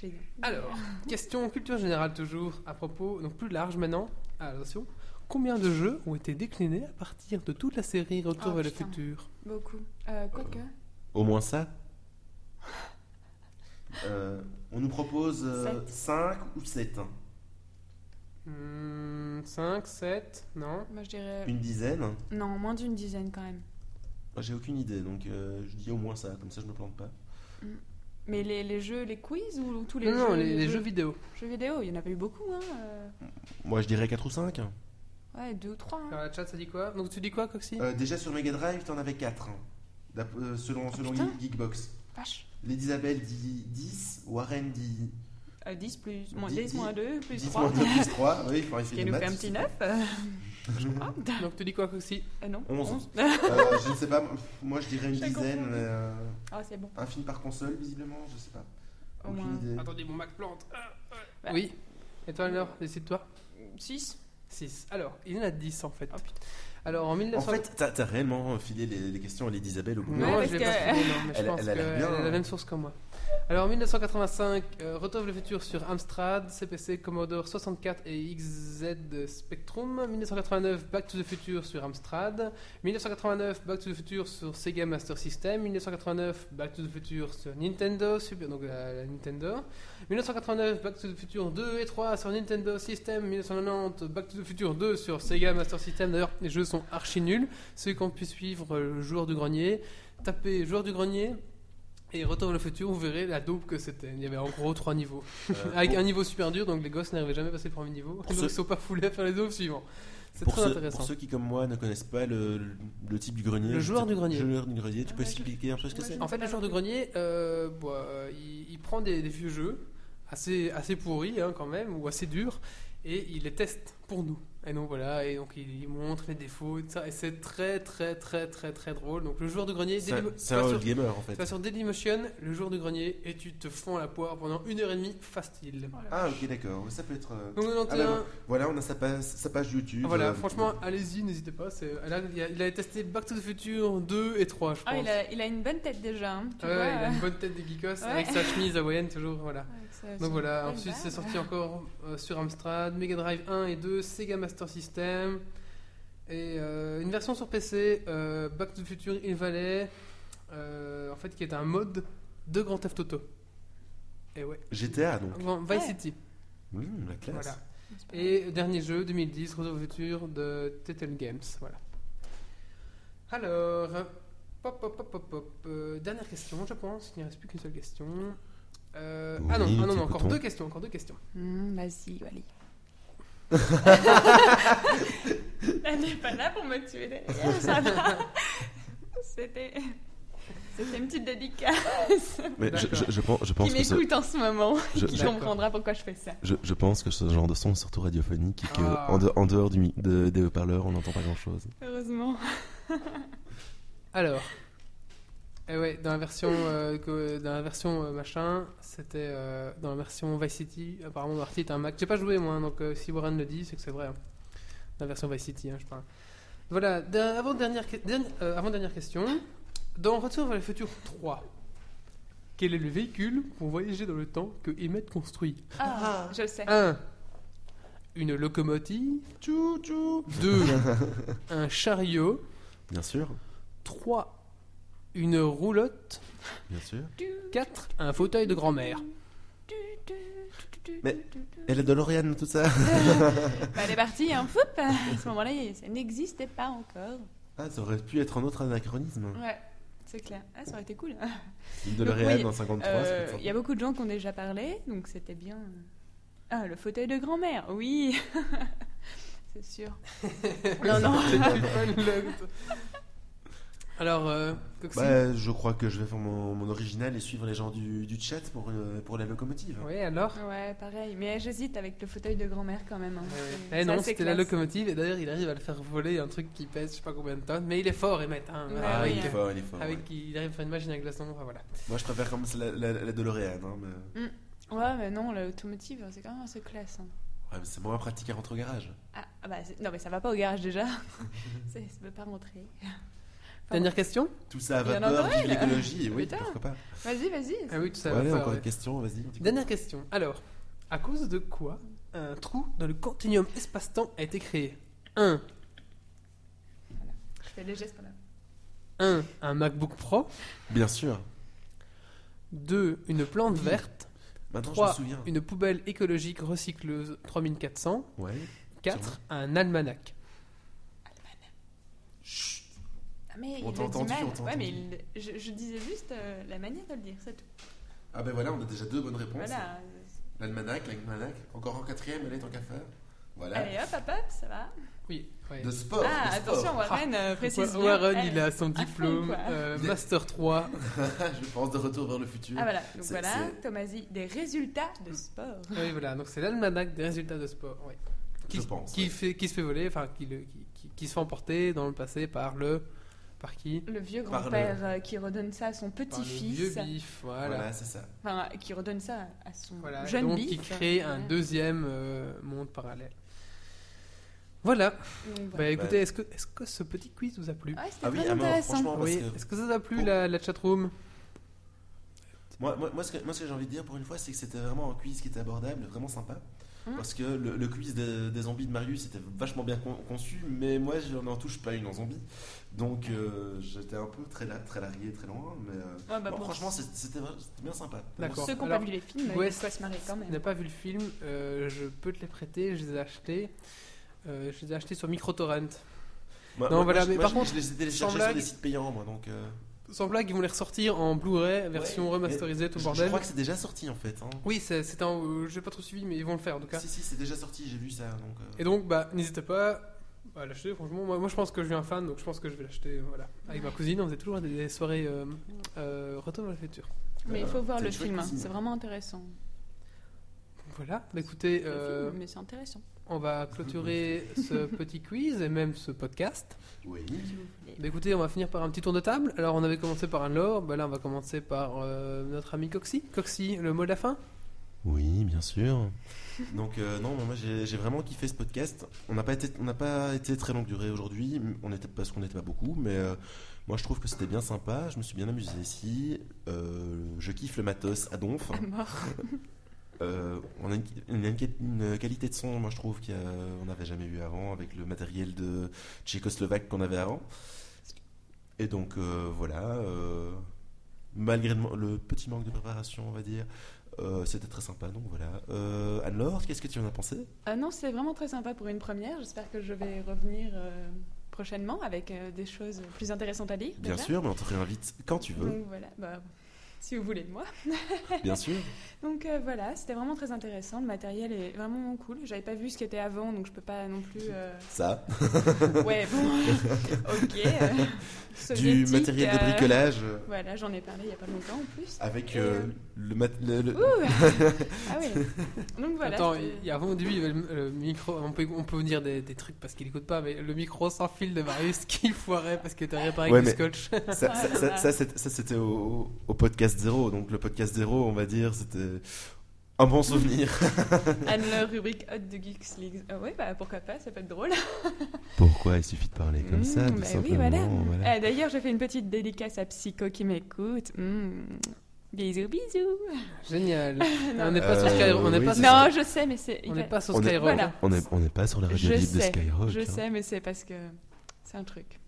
[SPEAKER 5] Génial.
[SPEAKER 1] Alors, question culture générale toujours à propos, donc plus large maintenant. Ah, attention. Combien de jeux ont été déclinés à partir de toute la série Retour
[SPEAKER 5] Ah,
[SPEAKER 1] vers le
[SPEAKER 5] putain.
[SPEAKER 1] futur
[SPEAKER 5] Beaucoup. Euh, Quoique.
[SPEAKER 2] Au moins ça Euh, On nous propose
[SPEAKER 5] Sept.
[SPEAKER 2] 5 ou hein. 7
[SPEAKER 1] 5, 7, Hmm, non
[SPEAKER 5] Moi, je dirais.
[SPEAKER 2] Une dizaine
[SPEAKER 5] Non, moins d'une dizaine quand même.
[SPEAKER 2] Moi, J'ai aucune idée, donc euh, je dis au moins ça, comme ça je me plante pas.
[SPEAKER 5] Mais les, les jeux, les quiz ou tous les
[SPEAKER 1] Non,
[SPEAKER 5] jeux
[SPEAKER 1] non, les, les jeux vidéo.
[SPEAKER 5] jeux vidéo, il y en avait eu beaucoup, hein. euh,
[SPEAKER 2] Moi je dirais 4 ou 5.
[SPEAKER 5] Ouais, deux ou trois. hein.
[SPEAKER 1] Alors, la chat, ça dit quoi Donc tu dis quoi, Coxy
[SPEAKER 2] Euh, déjà sur Mega Drive, t'en avais 4. euh, selon
[SPEAKER 5] selon
[SPEAKER 2] selon
[SPEAKER 5] putain.
[SPEAKER 2] Geekbox.
[SPEAKER 5] Vache.
[SPEAKER 2] L'Elisabeth dit 10, Warren dit
[SPEAKER 1] Euh,
[SPEAKER 5] 10 Euh, plus, moins,
[SPEAKER 2] Dix-
[SPEAKER 5] 10 moins
[SPEAKER 2] dix-
[SPEAKER 5] 2 plus
[SPEAKER 2] 10
[SPEAKER 5] 3.
[SPEAKER 2] moins 2 plus 3. Oui, il faudrait
[SPEAKER 5] Qui
[SPEAKER 2] essayer de
[SPEAKER 5] nous
[SPEAKER 2] maths.
[SPEAKER 5] fait un petit 9. Euh,
[SPEAKER 1] Donc tu dis quoi, Coxy
[SPEAKER 5] euh, non.
[SPEAKER 2] 11.
[SPEAKER 5] Onze.
[SPEAKER 2] Euh, je ne sais pas, moi je dirais une
[SPEAKER 5] J'ai
[SPEAKER 2] dizaine,
[SPEAKER 5] confondu.
[SPEAKER 2] mais euh,
[SPEAKER 5] Ah, c'est bon.
[SPEAKER 2] un film par console visiblement, je sais pas.
[SPEAKER 5] Au
[SPEAKER 2] Aucune
[SPEAKER 5] moins.
[SPEAKER 2] idée.
[SPEAKER 1] Attendez, mon Mac plante. Ah, ah.
[SPEAKER 5] Bah.
[SPEAKER 1] Oui. Et toi, alors Décide-toi.
[SPEAKER 5] 6
[SPEAKER 1] 6. Alors, il y en a 10 en fait.
[SPEAKER 5] Oh, putain.
[SPEAKER 1] Alors en
[SPEAKER 2] En
[SPEAKER 1] 1900.
[SPEAKER 2] fait, t'as t'as réellement filé les, les questions à Elisabeth au bout.
[SPEAKER 1] non,
[SPEAKER 5] Ouais,
[SPEAKER 1] je l'ai
[SPEAKER 5] parce
[SPEAKER 1] pas
[SPEAKER 5] que-
[SPEAKER 1] trouvé, non, mais je
[SPEAKER 2] Elle-
[SPEAKER 1] pense
[SPEAKER 2] elle a l'air
[SPEAKER 1] qu'elle
[SPEAKER 2] bien,
[SPEAKER 1] a la
[SPEAKER 2] hein.
[SPEAKER 1] même source que moi. Alors en 1985, euh, Retour vers le futur sur Amstrad, CPC, Commodore 64 et XZ Spectrum. 1989, Back to the Future sur Amstrad. 1989, Back to the Future sur Sega Master System. 1989, Back to the Future sur Nintendo, Super- donc euh, la, la Nintendo. 1989, Back to the Future 2 et 3 sur Nintendo System. 1990, Back to the Future 2 sur Sega Master System. D'ailleurs, les jeux sont archi nuls. Ceux qui ont pu suivre euh, le joueur du grenier, tapez joueur du grenier et retour vers le futur, vous verrez la double que c'était. Il y avait en gros trois niveaux.
[SPEAKER 2] Euh,
[SPEAKER 1] Avec
[SPEAKER 2] pour-
[SPEAKER 1] un niveau super dur, donc les gosses n'arrivaient jamais à passer le premier niveau. donc
[SPEAKER 2] ceux-
[SPEAKER 1] ils sont pas foulés à faire les doubles suivants. C'est
[SPEAKER 2] pour
[SPEAKER 1] très
[SPEAKER 2] ceux-
[SPEAKER 1] intéressant.
[SPEAKER 2] Pour ceux qui, comme moi, ne connaissent pas le, le- le type du grenier.
[SPEAKER 1] Le joueur du grenier.
[SPEAKER 2] Le joueur du grenier, tu peux
[SPEAKER 5] Ouais, je-
[SPEAKER 2] expliquer un peu ce que
[SPEAKER 5] ouais,
[SPEAKER 2] c'est
[SPEAKER 5] je-
[SPEAKER 1] En fait, le joueur de grenier, euh, bon, euh, il, il prend des, des vieux jeux assez, assez pourris hein, quand même, ou assez durs, et il les teste pour nous. Et donc voilà, et donc il, il montre les défauts et tout ça, et c'est très très très très très drôle. Donc le joueur de grenier,
[SPEAKER 2] C'est un-
[SPEAKER 1] Dailymo-
[SPEAKER 2] C'est
[SPEAKER 1] tu
[SPEAKER 2] un
[SPEAKER 1] vas sur-
[SPEAKER 2] old gamer en
[SPEAKER 1] tu vas
[SPEAKER 2] fait.
[SPEAKER 1] sur Dailymotion, le joueur de grenier, et tu te fends la poire pendant une heure et demie facile.
[SPEAKER 2] Ah, ok, d'accord. Ça peut être. euh,
[SPEAKER 1] Donc
[SPEAKER 2] Ah
[SPEAKER 1] 91,
[SPEAKER 2] bah non. Voilà, on a sa page, sa page YouTube.
[SPEAKER 1] voilà,
[SPEAKER 2] euh,
[SPEAKER 1] franchement, allez-y, n'hésitez pas. c'est- elle a- il, a, il a testé Back to the Future 2 et 3, je pense.
[SPEAKER 5] Ah, il a, il a une bonne tête déjà. hein, tu
[SPEAKER 1] Ouais,
[SPEAKER 5] vois,
[SPEAKER 1] il a
[SPEAKER 5] euh,
[SPEAKER 1] une bonne tête de geekos
[SPEAKER 5] Ouais.
[SPEAKER 1] avec sa chemise hawaïenne, toujours, voilà.
[SPEAKER 5] avec sa- son-
[SPEAKER 1] Donc voilà,
[SPEAKER 5] Ouais,
[SPEAKER 1] ensuite
[SPEAKER 5] bah,
[SPEAKER 1] c'est sorti encore euh, sur Amstrad, Mega Drive 1 et 2, Sega Master System, et euh, une version sur PC, euh, Back to the Future Il Valley, euh, en fait qui est un mode de Grand Theft Auto. Et ouais,
[SPEAKER 2] GTA donc.
[SPEAKER 1] Grand- Vice
[SPEAKER 5] Ouais.
[SPEAKER 1] City.
[SPEAKER 2] Mmh, la classe.
[SPEAKER 1] Voilà.
[SPEAKER 5] c'est pas
[SPEAKER 1] Et dernier jeu, 2010, Retour au futur de Telltale Games. Voilà. Alors, pop, pop, pop, pop, pop. euh, dernière question, je pense. Il ne reste plus qu'une seule question. Euh,
[SPEAKER 2] Oui,
[SPEAKER 1] ah non, ah non,
[SPEAKER 2] nous
[SPEAKER 1] non, encore
[SPEAKER 2] t'écoutons.
[SPEAKER 1] deux questions, encore deux questions.
[SPEAKER 5] Hmm, Vas-y, allez. Elle n'est pas là pour me tuer derrière, ça va. C'était. C'était une petite dédicace.
[SPEAKER 2] Mais je,
[SPEAKER 1] D'accord.
[SPEAKER 2] je- je pense, je pense
[SPEAKER 5] qui
[SPEAKER 2] que ce,
[SPEAKER 5] m'écoute en ce moment,
[SPEAKER 2] je-
[SPEAKER 5] qui
[SPEAKER 2] je-
[SPEAKER 1] D'accord.
[SPEAKER 5] comprendra pourquoi je fais ça.
[SPEAKER 2] je- je pense que ce genre de son est surtout radiophonique et que
[SPEAKER 1] Ah.
[SPEAKER 2] en, de- en dehors du, mi- de- des haut-parleurs, on n'entend pas grand-chose.
[SPEAKER 5] Heureusement.
[SPEAKER 1] Alors, eh ouais, dans la version, euh, que- dans la version euh, machin, c'était euh, dans la version Vice City. Apparemment, Marty est un Mac. J'ai pas joué moi, hein, donc euh, si Warren le dit, c'est que c'est vrai. hein. Dans la version Vice City, hein, je parle. Voilà, avant dernière, euh, avant dernière question. Dans Retour vers le futur 3, quel est le véhicule pour voyager dans le temps que Emmett construit
[SPEAKER 5] Ah, je le sais.
[SPEAKER 1] 1. Une locomotive. 2. Un chariot.
[SPEAKER 2] Bien sûr,
[SPEAKER 1] 3. Une roulotte.
[SPEAKER 2] bien sûr.
[SPEAKER 1] 4. Un fauteuil de grand-mère.
[SPEAKER 2] Mais- Et la DeLorean, tout ça
[SPEAKER 5] Bah, elle est partie, hein, foup À ce moment-là, il- ça n'existait pas encore.
[SPEAKER 2] Ah, ça aurait pu être un autre anachronisme.
[SPEAKER 5] Ouais, c'est clair. Ah, ça aurait été cool.
[SPEAKER 2] Une
[SPEAKER 5] Donc,
[SPEAKER 2] DeLorean
[SPEAKER 5] oui,
[SPEAKER 2] en 53, ça peut
[SPEAKER 5] Euh,
[SPEAKER 2] être
[SPEAKER 5] Il
[SPEAKER 2] sympa.
[SPEAKER 5] y a beaucoup de gens qui ont déjà parlé, donc c'était bien. Ah, le fauteuil de grand-mère, oui C'est sûr. Non,
[SPEAKER 1] C'est
[SPEAKER 5] non.
[SPEAKER 1] une bonne roulotte. Alors, euh, Coxy
[SPEAKER 2] Bah, je crois que je vais faire mon, mon original et suivre les gens du, du chat pour, euh, pour la locomotive.
[SPEAKER 1] Oui, alors
[SPEAKER 5] Ouais, pareil. Mais j'hésite avec le fauteuil de grand-mère quand même. hein. C'est-
[SPEAKER 1] Eh
[SPEAKER 5] c'est
[SPEAKER 1] non,
[SPEAKER 5] assez
[SPEAKER 1] c'était la
[SPEAKER 5] classe.
[SPEAKER 1] locomotive. Et d'ailleurs, il arrive à le faire voler un truc qui pèse je sais pas combien de tonnes. Mais il est fort, Emmett. hein.
[SPEAKER 5] Ouais,
[SPEAKER 1] Voilà,
[SPEAKER 2] Ah,
[SPEAKER 5] oui,
[SPEAKER 1] avec-
[SPEAKER 2] il est
[SPEAKER 5] hein.
[SPEAKER 2] fort, il est fort.
[SPEAKER 1] avec-
[SPEAKER 2] ouais.
[SPEAKER 1] il arrive à faire une machine à glaçons. Enfin, voilà.
[SPEAKER 2] Moi, je préfère comme c'est la, la, la DeLorean. hein, mais-
[SPEAKER 5] Ouais, mais non, la locomotive, c'est quand même assez classe. hein.
[SPEAKER 2] Ouais, mais c'est moins pratique à rentrer au garage.
[SPEAKER 5] Ah, ah bah, c'est- non, mais ça va pas au garage déjà. C'est- ça peut pas rentrer. Enfin,
[SPEAKER 1] Dernière question
[SPEAKER 2] Tout ça à
[SPEAKER 5] Il y en a
[SPEAKER 2] vapeur,
[SPEAKER 5] Noël
[SPEAKER 2] vive l'écologie, oui,
[SPEAKER 5] Putain.
[SPEAKER 2] pourquoi pas.
[SPEAKER 5] Vas-y, vas-y.
[SPEAKER 1] Ah oui, tout ça.
[SPEAKER 2] Ouais,
[SPEAKER 1] va
[SPEAKER 2] allez,
[SPEAKER 1] faire,
[SPEAKER 2] encore
[SPEAKER 1] ouais.
[SPEAKER 2] une question, vas-y. on t'écoute.
[SPEAKER 1] Dernière question. Alors, à cause de quoi un trou dans le continuum espace-temps a été créé 1.
[SPEAKER 5] Je fais les gestes là.
[SPEAKER 1] 1. Un MacBook Pro.
[SPEAKER 2] Bien sûr.
[SPEAKER 1] 2. Une plante verte.
[SPEAKER 2] Maintenant, je
[SPEAKER 1] Trois.
[SPEAKER 2] me souviens.
[SPEAKER 1] Une poubelle écologique recycleuse 3400.
[SPEAKER 2] Ouais.
[SPEAKER 1] 4. Un almanach.
[SPEAKER 2] Chut.
[SPEAKER 5] Ah, mais
[SPEAKER 2] On
[SPEAKER 5] il
[SPEAKER 2] t'a
[SPEAKER 5] le dit
[SPEAKER 2] entendu,
[SPEAKER 5] mal.
[SPEAKER 2] on t'a
[SPEAKER 5] Ouais, mais
[SPEAKER 2] entendu.
[SPEAKER 5] il- je, je disais juste euh, la manière de le dire, c'est tout.
[SPEAKER 2] Ah ben voilà, on a déjà deux bonnes réponses.
[SPEAKER 5] Voilà.
[SPEAKER 2] L'almanach, l'almanach. Encore en quatrième, elle est en cafard. Voilà.
[SPEAKER 5] Allez, hop, hop, hop, ça va.
[SPEAKER 1] Oui. ouais.
[SPEAKER 2] De sport.
[SPEAKER 5] ah,
[SPEAKER 2] de sport.
[SPEAKER 5] attention, Warren, euh, précise.
[SPEAKER 1] Wa-
[SPEAKER 5] bien.
[SPEAKER 1] Warren,
[SPEAKER 5] Allez.
[SPEAKER 1] il a son
[SPEAKER 5] fond,
[SPEAKER 1] diplôme
[SPEAKER 5] quoi.
[SPEAKER 1] euh,
[SPEAKER 2] Il est-
[SPEAKER 1] Master 3.
[SPEAKER 2] je pense de retour vers le futur.
[SPEAKER 5] Ah, voilà. Donc
[SPEAKER 2] C'est-
[SPEAKER 5] voilà,
[SPEAKER 2] c'est-
[SPEAKER 5] Tomasi, des résultats de sport.
[SPEAKER 1] oui, voilà. Donc, c'est l'almanach des résultats de sport. ouais. Qui,
[SPEAKER 2] Je pense,
[SPEAKER 1] qui
[SPEAKER 2] ouais.
[SPEAKER 1] fait, qui se fait voler, enfin, qui, le- qui- qui- qui se fait emporter dans le passé par le. Par qui
[SPEAKER 5] Le vieux
[SPEAKER 2] Par le-
[SPEAKER 5] grand-père euh, qui redonne ça à son
[SPEAKER 1] Par le
[SPEAKER 5] petit-fils.
[SPEAKER 1] vieux bif,
[SPEAKER 2] Voilà,
[SPEAKER 1] voilà.
[SPEAKER 2] c'est ça.
[SPEAKER 5] Enfin, qui redonne ça à son
[SPEAKER 1] Voilà,
[SPEAKER 5] jeune
[SPEAKER 1] donc
[SPEAKER 5] bif.
[SPEAKER 1] qui crée un
[SPEAKER 5] Ouais.
[SPEAKER 1] deuxième euh, monde parallèle. Voilà.
[SPEAKER 3] Donc, voilà.
[SPEAKER 1] Bah écoutez, est-ce que, est-ce que ce petit quiz vous a plu
[SPEAKER 5] Ouais, c'était
[SPEAKER 2] Ah oui,
[SPEAKER 5] très
[SPEAKER 2] ah non,
[SPEAKER 5] intéressant.
[SPEAKER 2] franchement, parce
[SPEAKER 1] Oui.
[SPEAKER 2] que
[SPEAKER 1] Est-ce que ça vous a plu
[SPEAKER 2] Bon.
[SPEAKER 1] la, la chatroom
[SPEAKER 2] Moi, moi, moi, ce que, moi, ce que j'ai envie de dire pour une fois, c'est que c'était vraiment un quiz qui était abordable, vraiment sympa.
[SPEAKER 5] Mhm.
[SPEAKER 2] Parce que le, le quiz des, des zombies de Marius était vachement bien con- conçu, mais moi, je n'en touche pas une en zombie. Donc, euh, j'étais un peu très, la- très largué, très loin. Mais euh,
[SPEAKER 5] Ouais, bah,
[SPEAKER 2] bon,
[SPEAKER 5] pour
[SPEAKER 2] franchement, c'est- c'était c'était bien sympa.
[SPEAKER 1] D'accord.
[SPEAKER 5] ceux qui n'ont pas
[SPEAKER 1] Alors,
[SPEAKER 5] vu les films, ils
[SPEAKER 1] West-
[SPEAKER 5] doivent se marrer quand
[SPEAKER 1] Si tu n'as
[SPEAKER 5] même.
[SPEAKER 1] pas vu le film, euh, je peux te les prêter, je les ai achetés. Euh, je les ai achetés sur MicroTorrent.
[SPEAKER 2] Moi-
[SPEAKER 1] Non,
[SPEAKER 2] moi-
[SPEAKER 1] voilà,
[SPEAKER 2] moi, je-
[SPEAKER 1] mais
[SPEAKER 2] moi,
[SPEAKER 1] par
[SPEAKER 2] je-
[SPEAKER 1] contre,
[SPEAKER 2] je les ai
[SPEAKER 1] sans
[SPEAKER 2] téléchargés sur
[SPEAKER 1] blague-
[SPEAKER 2] des sites payants, moi. Donc, euh,
[SPEAKER 1] Sans blague, ils vont les ressortir en Blu-ray, version
[SPEAKER 2] Ouais.
[SPEAKER 1] remasterisée, tout
[SPEAKER 2] je,
[SPEAKER 1] le
[SPEAKER 2] je
[SPEAKER 1] bordel.
[SPEAKER 2] crois que c'est déjà sorti en fait. hein.
[SPEAKER 1] Oui, c'est c'est un. euh, J'ai pas trop suivi, mais ils vont le faire en tout cas.
[SPEAKER 2] Si, si, c'est déjà sorti, j'ai vu ça. Donc, euh,
[SPEAKER 1] Et donc, bah, n'hésitez pas à l'acheter, franchement. Moi, moi, je pense que je suis un fan, donc je pense que je vais l'acheter. euh, Voilà. Avec ma cousine, on faisait toujours des, des soirées euh, euh, Retour vers le futur.
[SPEAKER 3] Mais il faut voir
[SPEAKER 2] c'est
[SPEAKER 3] le
[SPEAKER 2] une chouette
[SPEAKER 3] film, hein.
[SPEAKER 2] cuisine.
[SPEAKER 3] c'est vraiment intéressant.
[SPEAKER 1] Voilà. Bah, écoutez,
[SPEAKER 3] Le
[SPEAKER 1] euh,
[SPEAKER 3] film, mais c'est intéressant.
[SPEAKER 1] on va clôturer ce petit quiz et même ce podcast.
[SPEAKER 2] oui.
[SPEAKER 1] Bah, écoutez, on va finir par un petit tour de table. Alors, on avait commencé par un lore, bah, là, on va commencer par euh, notre ami Coxy. Coxy, le mot de la fin
[SPEAKER 2] Oui, bien sûr. Donc euh, non, moi j'ai j'ai vraiment kiffé ce podcast. On n'a pas été, on n'a pas été très longue durée aujourd'hui. On était parce qu'on n'était pas beaucoup, mais euh, moi je trouve que c'était bien sympa. Je me suis bien amusé ici. Euh, je kiffe le matos à donf. hein.
[SPEAKER 3] À mort.
[SPEAKER 2] Euh, on a une, une- une quali- une qualité de son, moi je trouve qu'on n'avait jamais eu avant avec le matériel de tchécoslovaque qu'on avait avant. Et donc euh, voilà, euh, malgré le, mo- le petit manque de préparation, on va dire, euh, c'était très sympa. Donc voilà. Euh, Anne-Laure, qu'est-ce que tu en as pensé
[SPEAKER 3] Ah non, c'est vraiment très sympa pour une première. J'espère que je vais revenir euh, prochainement avec euh, des choses plus intéressantes à dire.
[SPEAKER 2] Bien
[SPEAKER 3] déjà.
[SPEAKER 2] sûr, mais on te réinvite quand tu veux,
[SPEAKER 3] Donc voilà, bah, si vous voulez de moi.
[SPEAKER 2] bien sûr.
[SPEAKER 3] Donc euh, voilà, c'était vraiment très intéressant. Le matériel est vraiment cool. J'avais pas vu ce qui était avant, donc je peux pas non plus. euh,
[SPEAKER 2] Ça,
[SPEAKER 3] Ouais, bon. ok. euh,
[SPEAKER 2] du
[SPEAKER 3] soviétique,
[SPEAKER 2] matériel de
[SPEAKER 3] euh,
[SPEAKER 2] bricolage
[SPEAKER 3] Voilà, j'en ai parlé il y a pas longtemps en plus.
[SPEAKER 2] avec
[SPEAKER 3] Et,
[SPEAKER 2] euh,
[SPEAKER 3] euh,
[SPEAKER 2] le, mat- le- le-
[SPEAKER 3] Ouh ah oui. Donc voilà.
[SPEAKER 1] Attends,
[SPEAKER 3] c'était-
[SPEAKER 1] il y a avant au début, il y avait le, le micro. On peut, on peut dire des, des trucs parce qu'il écoute pas, mais le micro sans fil de Marius qui foirait parce qu'il était réparé
[SPEAKER 2] Ouais,
[SPEAKER 1] avec
[SPEAKER 2] mais-
[SPEAKER 1] du scotch.
[SPEAKER 2] Ça, ça- ça- ça, c'est- ça, c'était au, au podcast zéro. Donc le podcast zéro, on va dire, c'était un bon souvenir.
[SPEAKER 3] Anne-Laure, rubrique Hot de Geeks League. Ah ouais, bah pourquoi pas, ça peut être drôle.
[SPEAKER 2] Pourquoi il suffit de parler comme ça,
[SPEAKER 3] Mm,
[SPEAKER 2] tout
[SPEAKER 3] bah oui,
[SPEAKER 2] simplement.
[SPEAKER 3] voilà.
[SPEAKER 2] voilà.
[SPEAKER 3] Ah, D'ailleurs, je fais une petite dédicace à Psycho qui m'écoute. Mm. Bisous, bisous.
[SPEAKER 1] Génial.
[SPEAKER 3] Non.
[SPEAKER 1] on n'est pas sur
[SPEAKER 2] Euh,
[SPEAKER 1] Skyrock. On n'est
[SPEAKER 2] oui,
[SPEAKER 1] pas
[SPEAKER 2] c'est
[SPEAKER 1] sur-
[SPEAKER 3] Non, je sais, mais c'est.
[SPEAKER 1] on
[SPEAKER 3] il
[SPEAKER 1] n'est
[SPEAKER 3] va-
[SPEAKER 1] pas sur
[SPEAKER 2] On est-
[SPEAKER 1] Skyrock.
[SPEAKER 3] voilà.
[SPEAKER 2] On n'est on n'est pas sur la radio
[SPEAKER 3] hein. Je
[SPEAKER 2] libre de
[SPEAKER 3] sais,
[SPEAKER 2] Skyrock.
[SPEAKER 3] Je
[SPEAKER 2] hein.
[SPEAKER 3] sais, mais c'est parce que c'est un truc.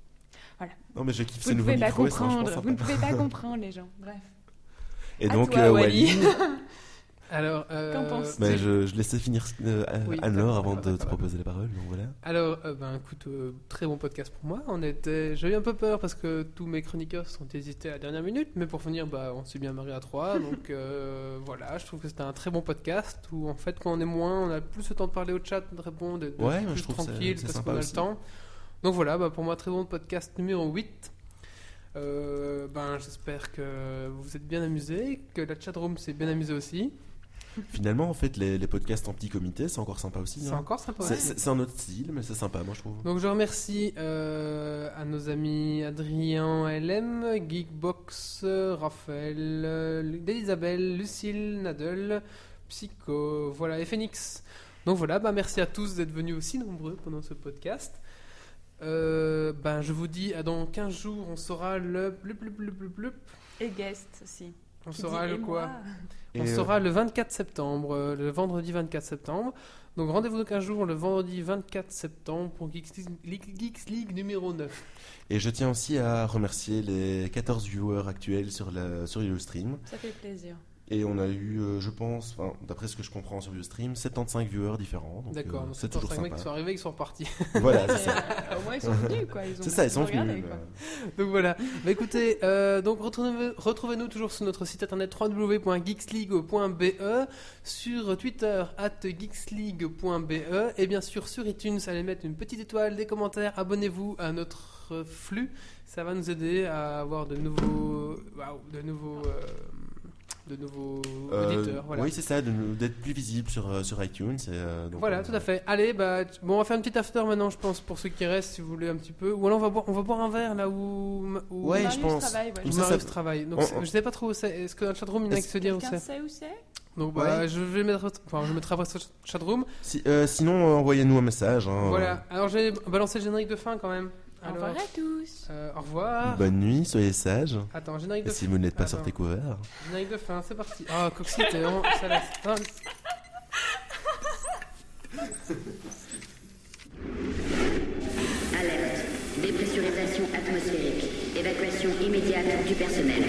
[SPEAKER 2] Non, mais je kiffe
[SPEAKER 3] Vous
[SPEAKER 2] ce
[SPEAKER 3] ne
[SPEAKER 2] nouveau
[SPEAKER 3] pouvez pas
[SPEAKER 2] micro. et c'est
[SPEAKER 3] comprendre.
[SPEAKER 2] vachement
[SPEAKER 3] Vous ne
[SPEAKER 2] sympa.
[SPEAKER 3] pouvez pas comprendre, les gens. Bref.
[SPEAKER 2] Et
[SPEAKER 3] À
[SPEAKER 2] donc,
[SPEAKER 3] toi,
[SPEAKER 2] euh,
[SPEAKER 3] Wally.
[SPEAKER 2] Wally,
[SPEAKER 1] Alors, euh,
[SPEAKER 3] Qu'en penses-tu
[SPEAKER 2] bah, je, je laissais finir euh,
[SPEAKER 1] Oui, d'accord,
[SPEAKER 2] Anne-Laure avant de
[SPEAKER 1] d'accord,
[SPEAKER 2] te
[SPEAKER 1] d'accord.
[SPEAKER 2] proposer la parole. Donc voilà.
[SPEAKER 1] alors, euh, ben, écoute, euh, très bon podcast pour moi. On était, j'ai eu un peu peur parce que tous mes chroniqueurs sont hésités à la dernière minute, mais pour finir, bah, on s'est bien marié à trois. donc euh, voilà, je trouve que c'était un très bon podcast où en fait, quand on est moins, on a plus le temps de parler au chat, de répondre, d'être
[SPEAKER 2] Ouais,
[SPEAKER 1] plus
[SPEAKER 2] moi, je trouve ça-
[SPEAKER 1] tranquille
[SPEAKER 2] c'est
[SPEAKER 1] parce
[SPEAKER 2] sympa
[SPEAKER 1] qu'on a le
[SPEAKER 2] aussi.
[SPEAKER 1] temps. Donc voilà, bah, pour moi, très bon podcast numéro 8. Euh, ben, j'espère que vous vous êtes bien amusés, que la chatroom s'est bien amusée aussi.
[SPEAKER 2] Finalement, en fait, les, les podcasts en petit comité, c'est encore sympa aussi.
[SPEAKER 1] C'est
[SPEAKER 2] hein.
[SPEAKER 1] encore sympa.
[SPEAKER 2] C'est-
[SPEAKER 1] ouais.
[SPEAKER 2] C'est c'est un autre style, mais c'est sympa, moi je trouve.
[SPEAKER 1] Donc je remercie euh, à nos amis Adrien LM, Geekbox, euh, Raphaël, euh, Isabelle, Lucille, Nadel, Psycho, voilà, et Phoenix. Donc voilà, bah, merci à tous d'être venus aussi nombreux pendant ce podcast. Euh, ben, je vous dis, à dans 15 jours, on saura le... blup, blup, blup, blup, blup.
[SPEAKER 3] Et guest aussi.
[SPEAKER 1] On
[SPEAKER 3] Qui
[SPEAKER 1] saura
[SPEAKER 3] dit
[SPEAKER 1] le
[SPEAKER 3] et
[SPEAKER 1] quoi
[SPEAKER 3] moi
[SPEAKER 2] Et,
[SPEAKER 1] on
[SPEAKER 2] euh,
[SPEAKER 1] sera le 24 septembre, euh, le vendredi 24 septembre. Donc rendez-vous donc un jour le vendredi 24 septembre pour Geeks League, League- Geeks League numéro 9.
[SPEAKER 2] Et je tiens aussi à remercier les 14 viewers actuels sur, la, sur Stream.
[SPEAKER 3] Ça fait plaisir.
[SPEAKER 2] Et on a eu, euh, je pense, enfin, d'après ce que je comprends sur Ustream, 75 viewers différents. donc,
[SPEAKER 1] D'accord,
[SPEAKER 2] euh,
[SPEAKER 1] donc
[SPEAKER 2] c'est toujours
[SPEAKER 1] 75 mecs
[SPEAKER 2] sympa.
[SPEAKER 1] qui sont arrivés et qui sont repartis.
[SPEAKER 2] Voilà, c'est ça.
[SPEAKER 3] euh, Au moins, ils sont venus, quoi. Ils ont
[SPEAKER 2] C'est ça, ils sont
[SPEAKER 3] regardé,
[SPEAKER 2] venus. bah. euh,
[SPEAKER 3] quoi.
[SPEAKER 1] donc voilà. Bah écoutez, euh, donc retrouvez- retrouvez-nous toujours sur notre site internet www.geeksleague.be, sur Twitter at geeksleague.be et bien sûr sur iTunes, allez mettre une petite étoile, des commentaires, abonnez-vous à notre euh, flux, ça va nous aider à avoir de nouveaux, waouh, de nouveaux, euh, de nouveaux
[SPEAKER 2] Euh,
[SPEAKER 1] auditeurs. Voilà.
[SPEAKER 2] Oui, c'est ça, de nous- d'être plus visible sur, euh, sur iTunes. et, euh, donc,
[SPEAKER 1] Voilà,
[SPEAKER 2] euh,
[SPEAKER 1] tout à fait. Allez, bah, tu- bon, on va faire une petite after maintenant, je pense, pour ceux qui restent, si vous voulez un petit peu. Ou alors on va boire, on va boire un verre là où, où
[SPEAKER 2] Ouais, je
[SPEAKER 3] Marius
[SPEAKER 2] pense.
[SPEAKER 3] travaille, ouais.
[SPEAKER 2] Comme
[SPEAKER 1] où
[SPEAKER 2] ça,
[SPEAKER 1] Marius
[SPEAKER 2] ça-
[SPEAKER 1] travaille. Donc,
[SPEAKER 2] on-
[SPEAKER 1] c'est-
[SPEAKER 2] on-
[SPEAKER 1] je sais pas trop où c'est. Est-ce que dans le chatroom il y en a qui
[SPEAKER 2] Est-ce-
[SPEAKER 1] se dire où
[SPEAKER 5] Quelqu'un
[SPEAKER 1] c'est
[SPEAKER 5] sait où c'est
[SPEAKER 1] Donc bah,
[SPEAKER 2] Ouais.
[SPEAKER 1] je vais mettre, enfin, je mettrai après ce ch- chatroom.
[SPEAKER 2] Si- euh, sinon, euh, envoyez-nous un message. hein.
[SPEAKER 1] Voilà. Alors j'ai balancé le générique de fin quand même.
[SPEAKER 3] Au
[SPEAKER 1] Alors,
[SPEAKER 3] revoir à tous.
[SPEAKER 1] euh, au revoir.
[SPEAKER 2] Bonne nuit, soyez sages.
[SPEAKER 1] Attends, générique
[SPEAKER 2] Bah, Et
[SPEAKER 1] de
[SPEAKER 2] si
[SPEAKER 1] fin.
[SPEAKER 2] vous n'êtes pas
[SPEAKER 1] Ah,
[SPEAKER 2] sorti
[SPEAKER 1] non.
[SPEAKER 2] couvert.
[SPEAKER 1] Générique de fin, c'est parti. Ah, Coxy, t'es vraiment salace. Hein
[SPEAKER 6] Alerte. Dépressurisation atmosphérique. Évacuation immédiate du personnel.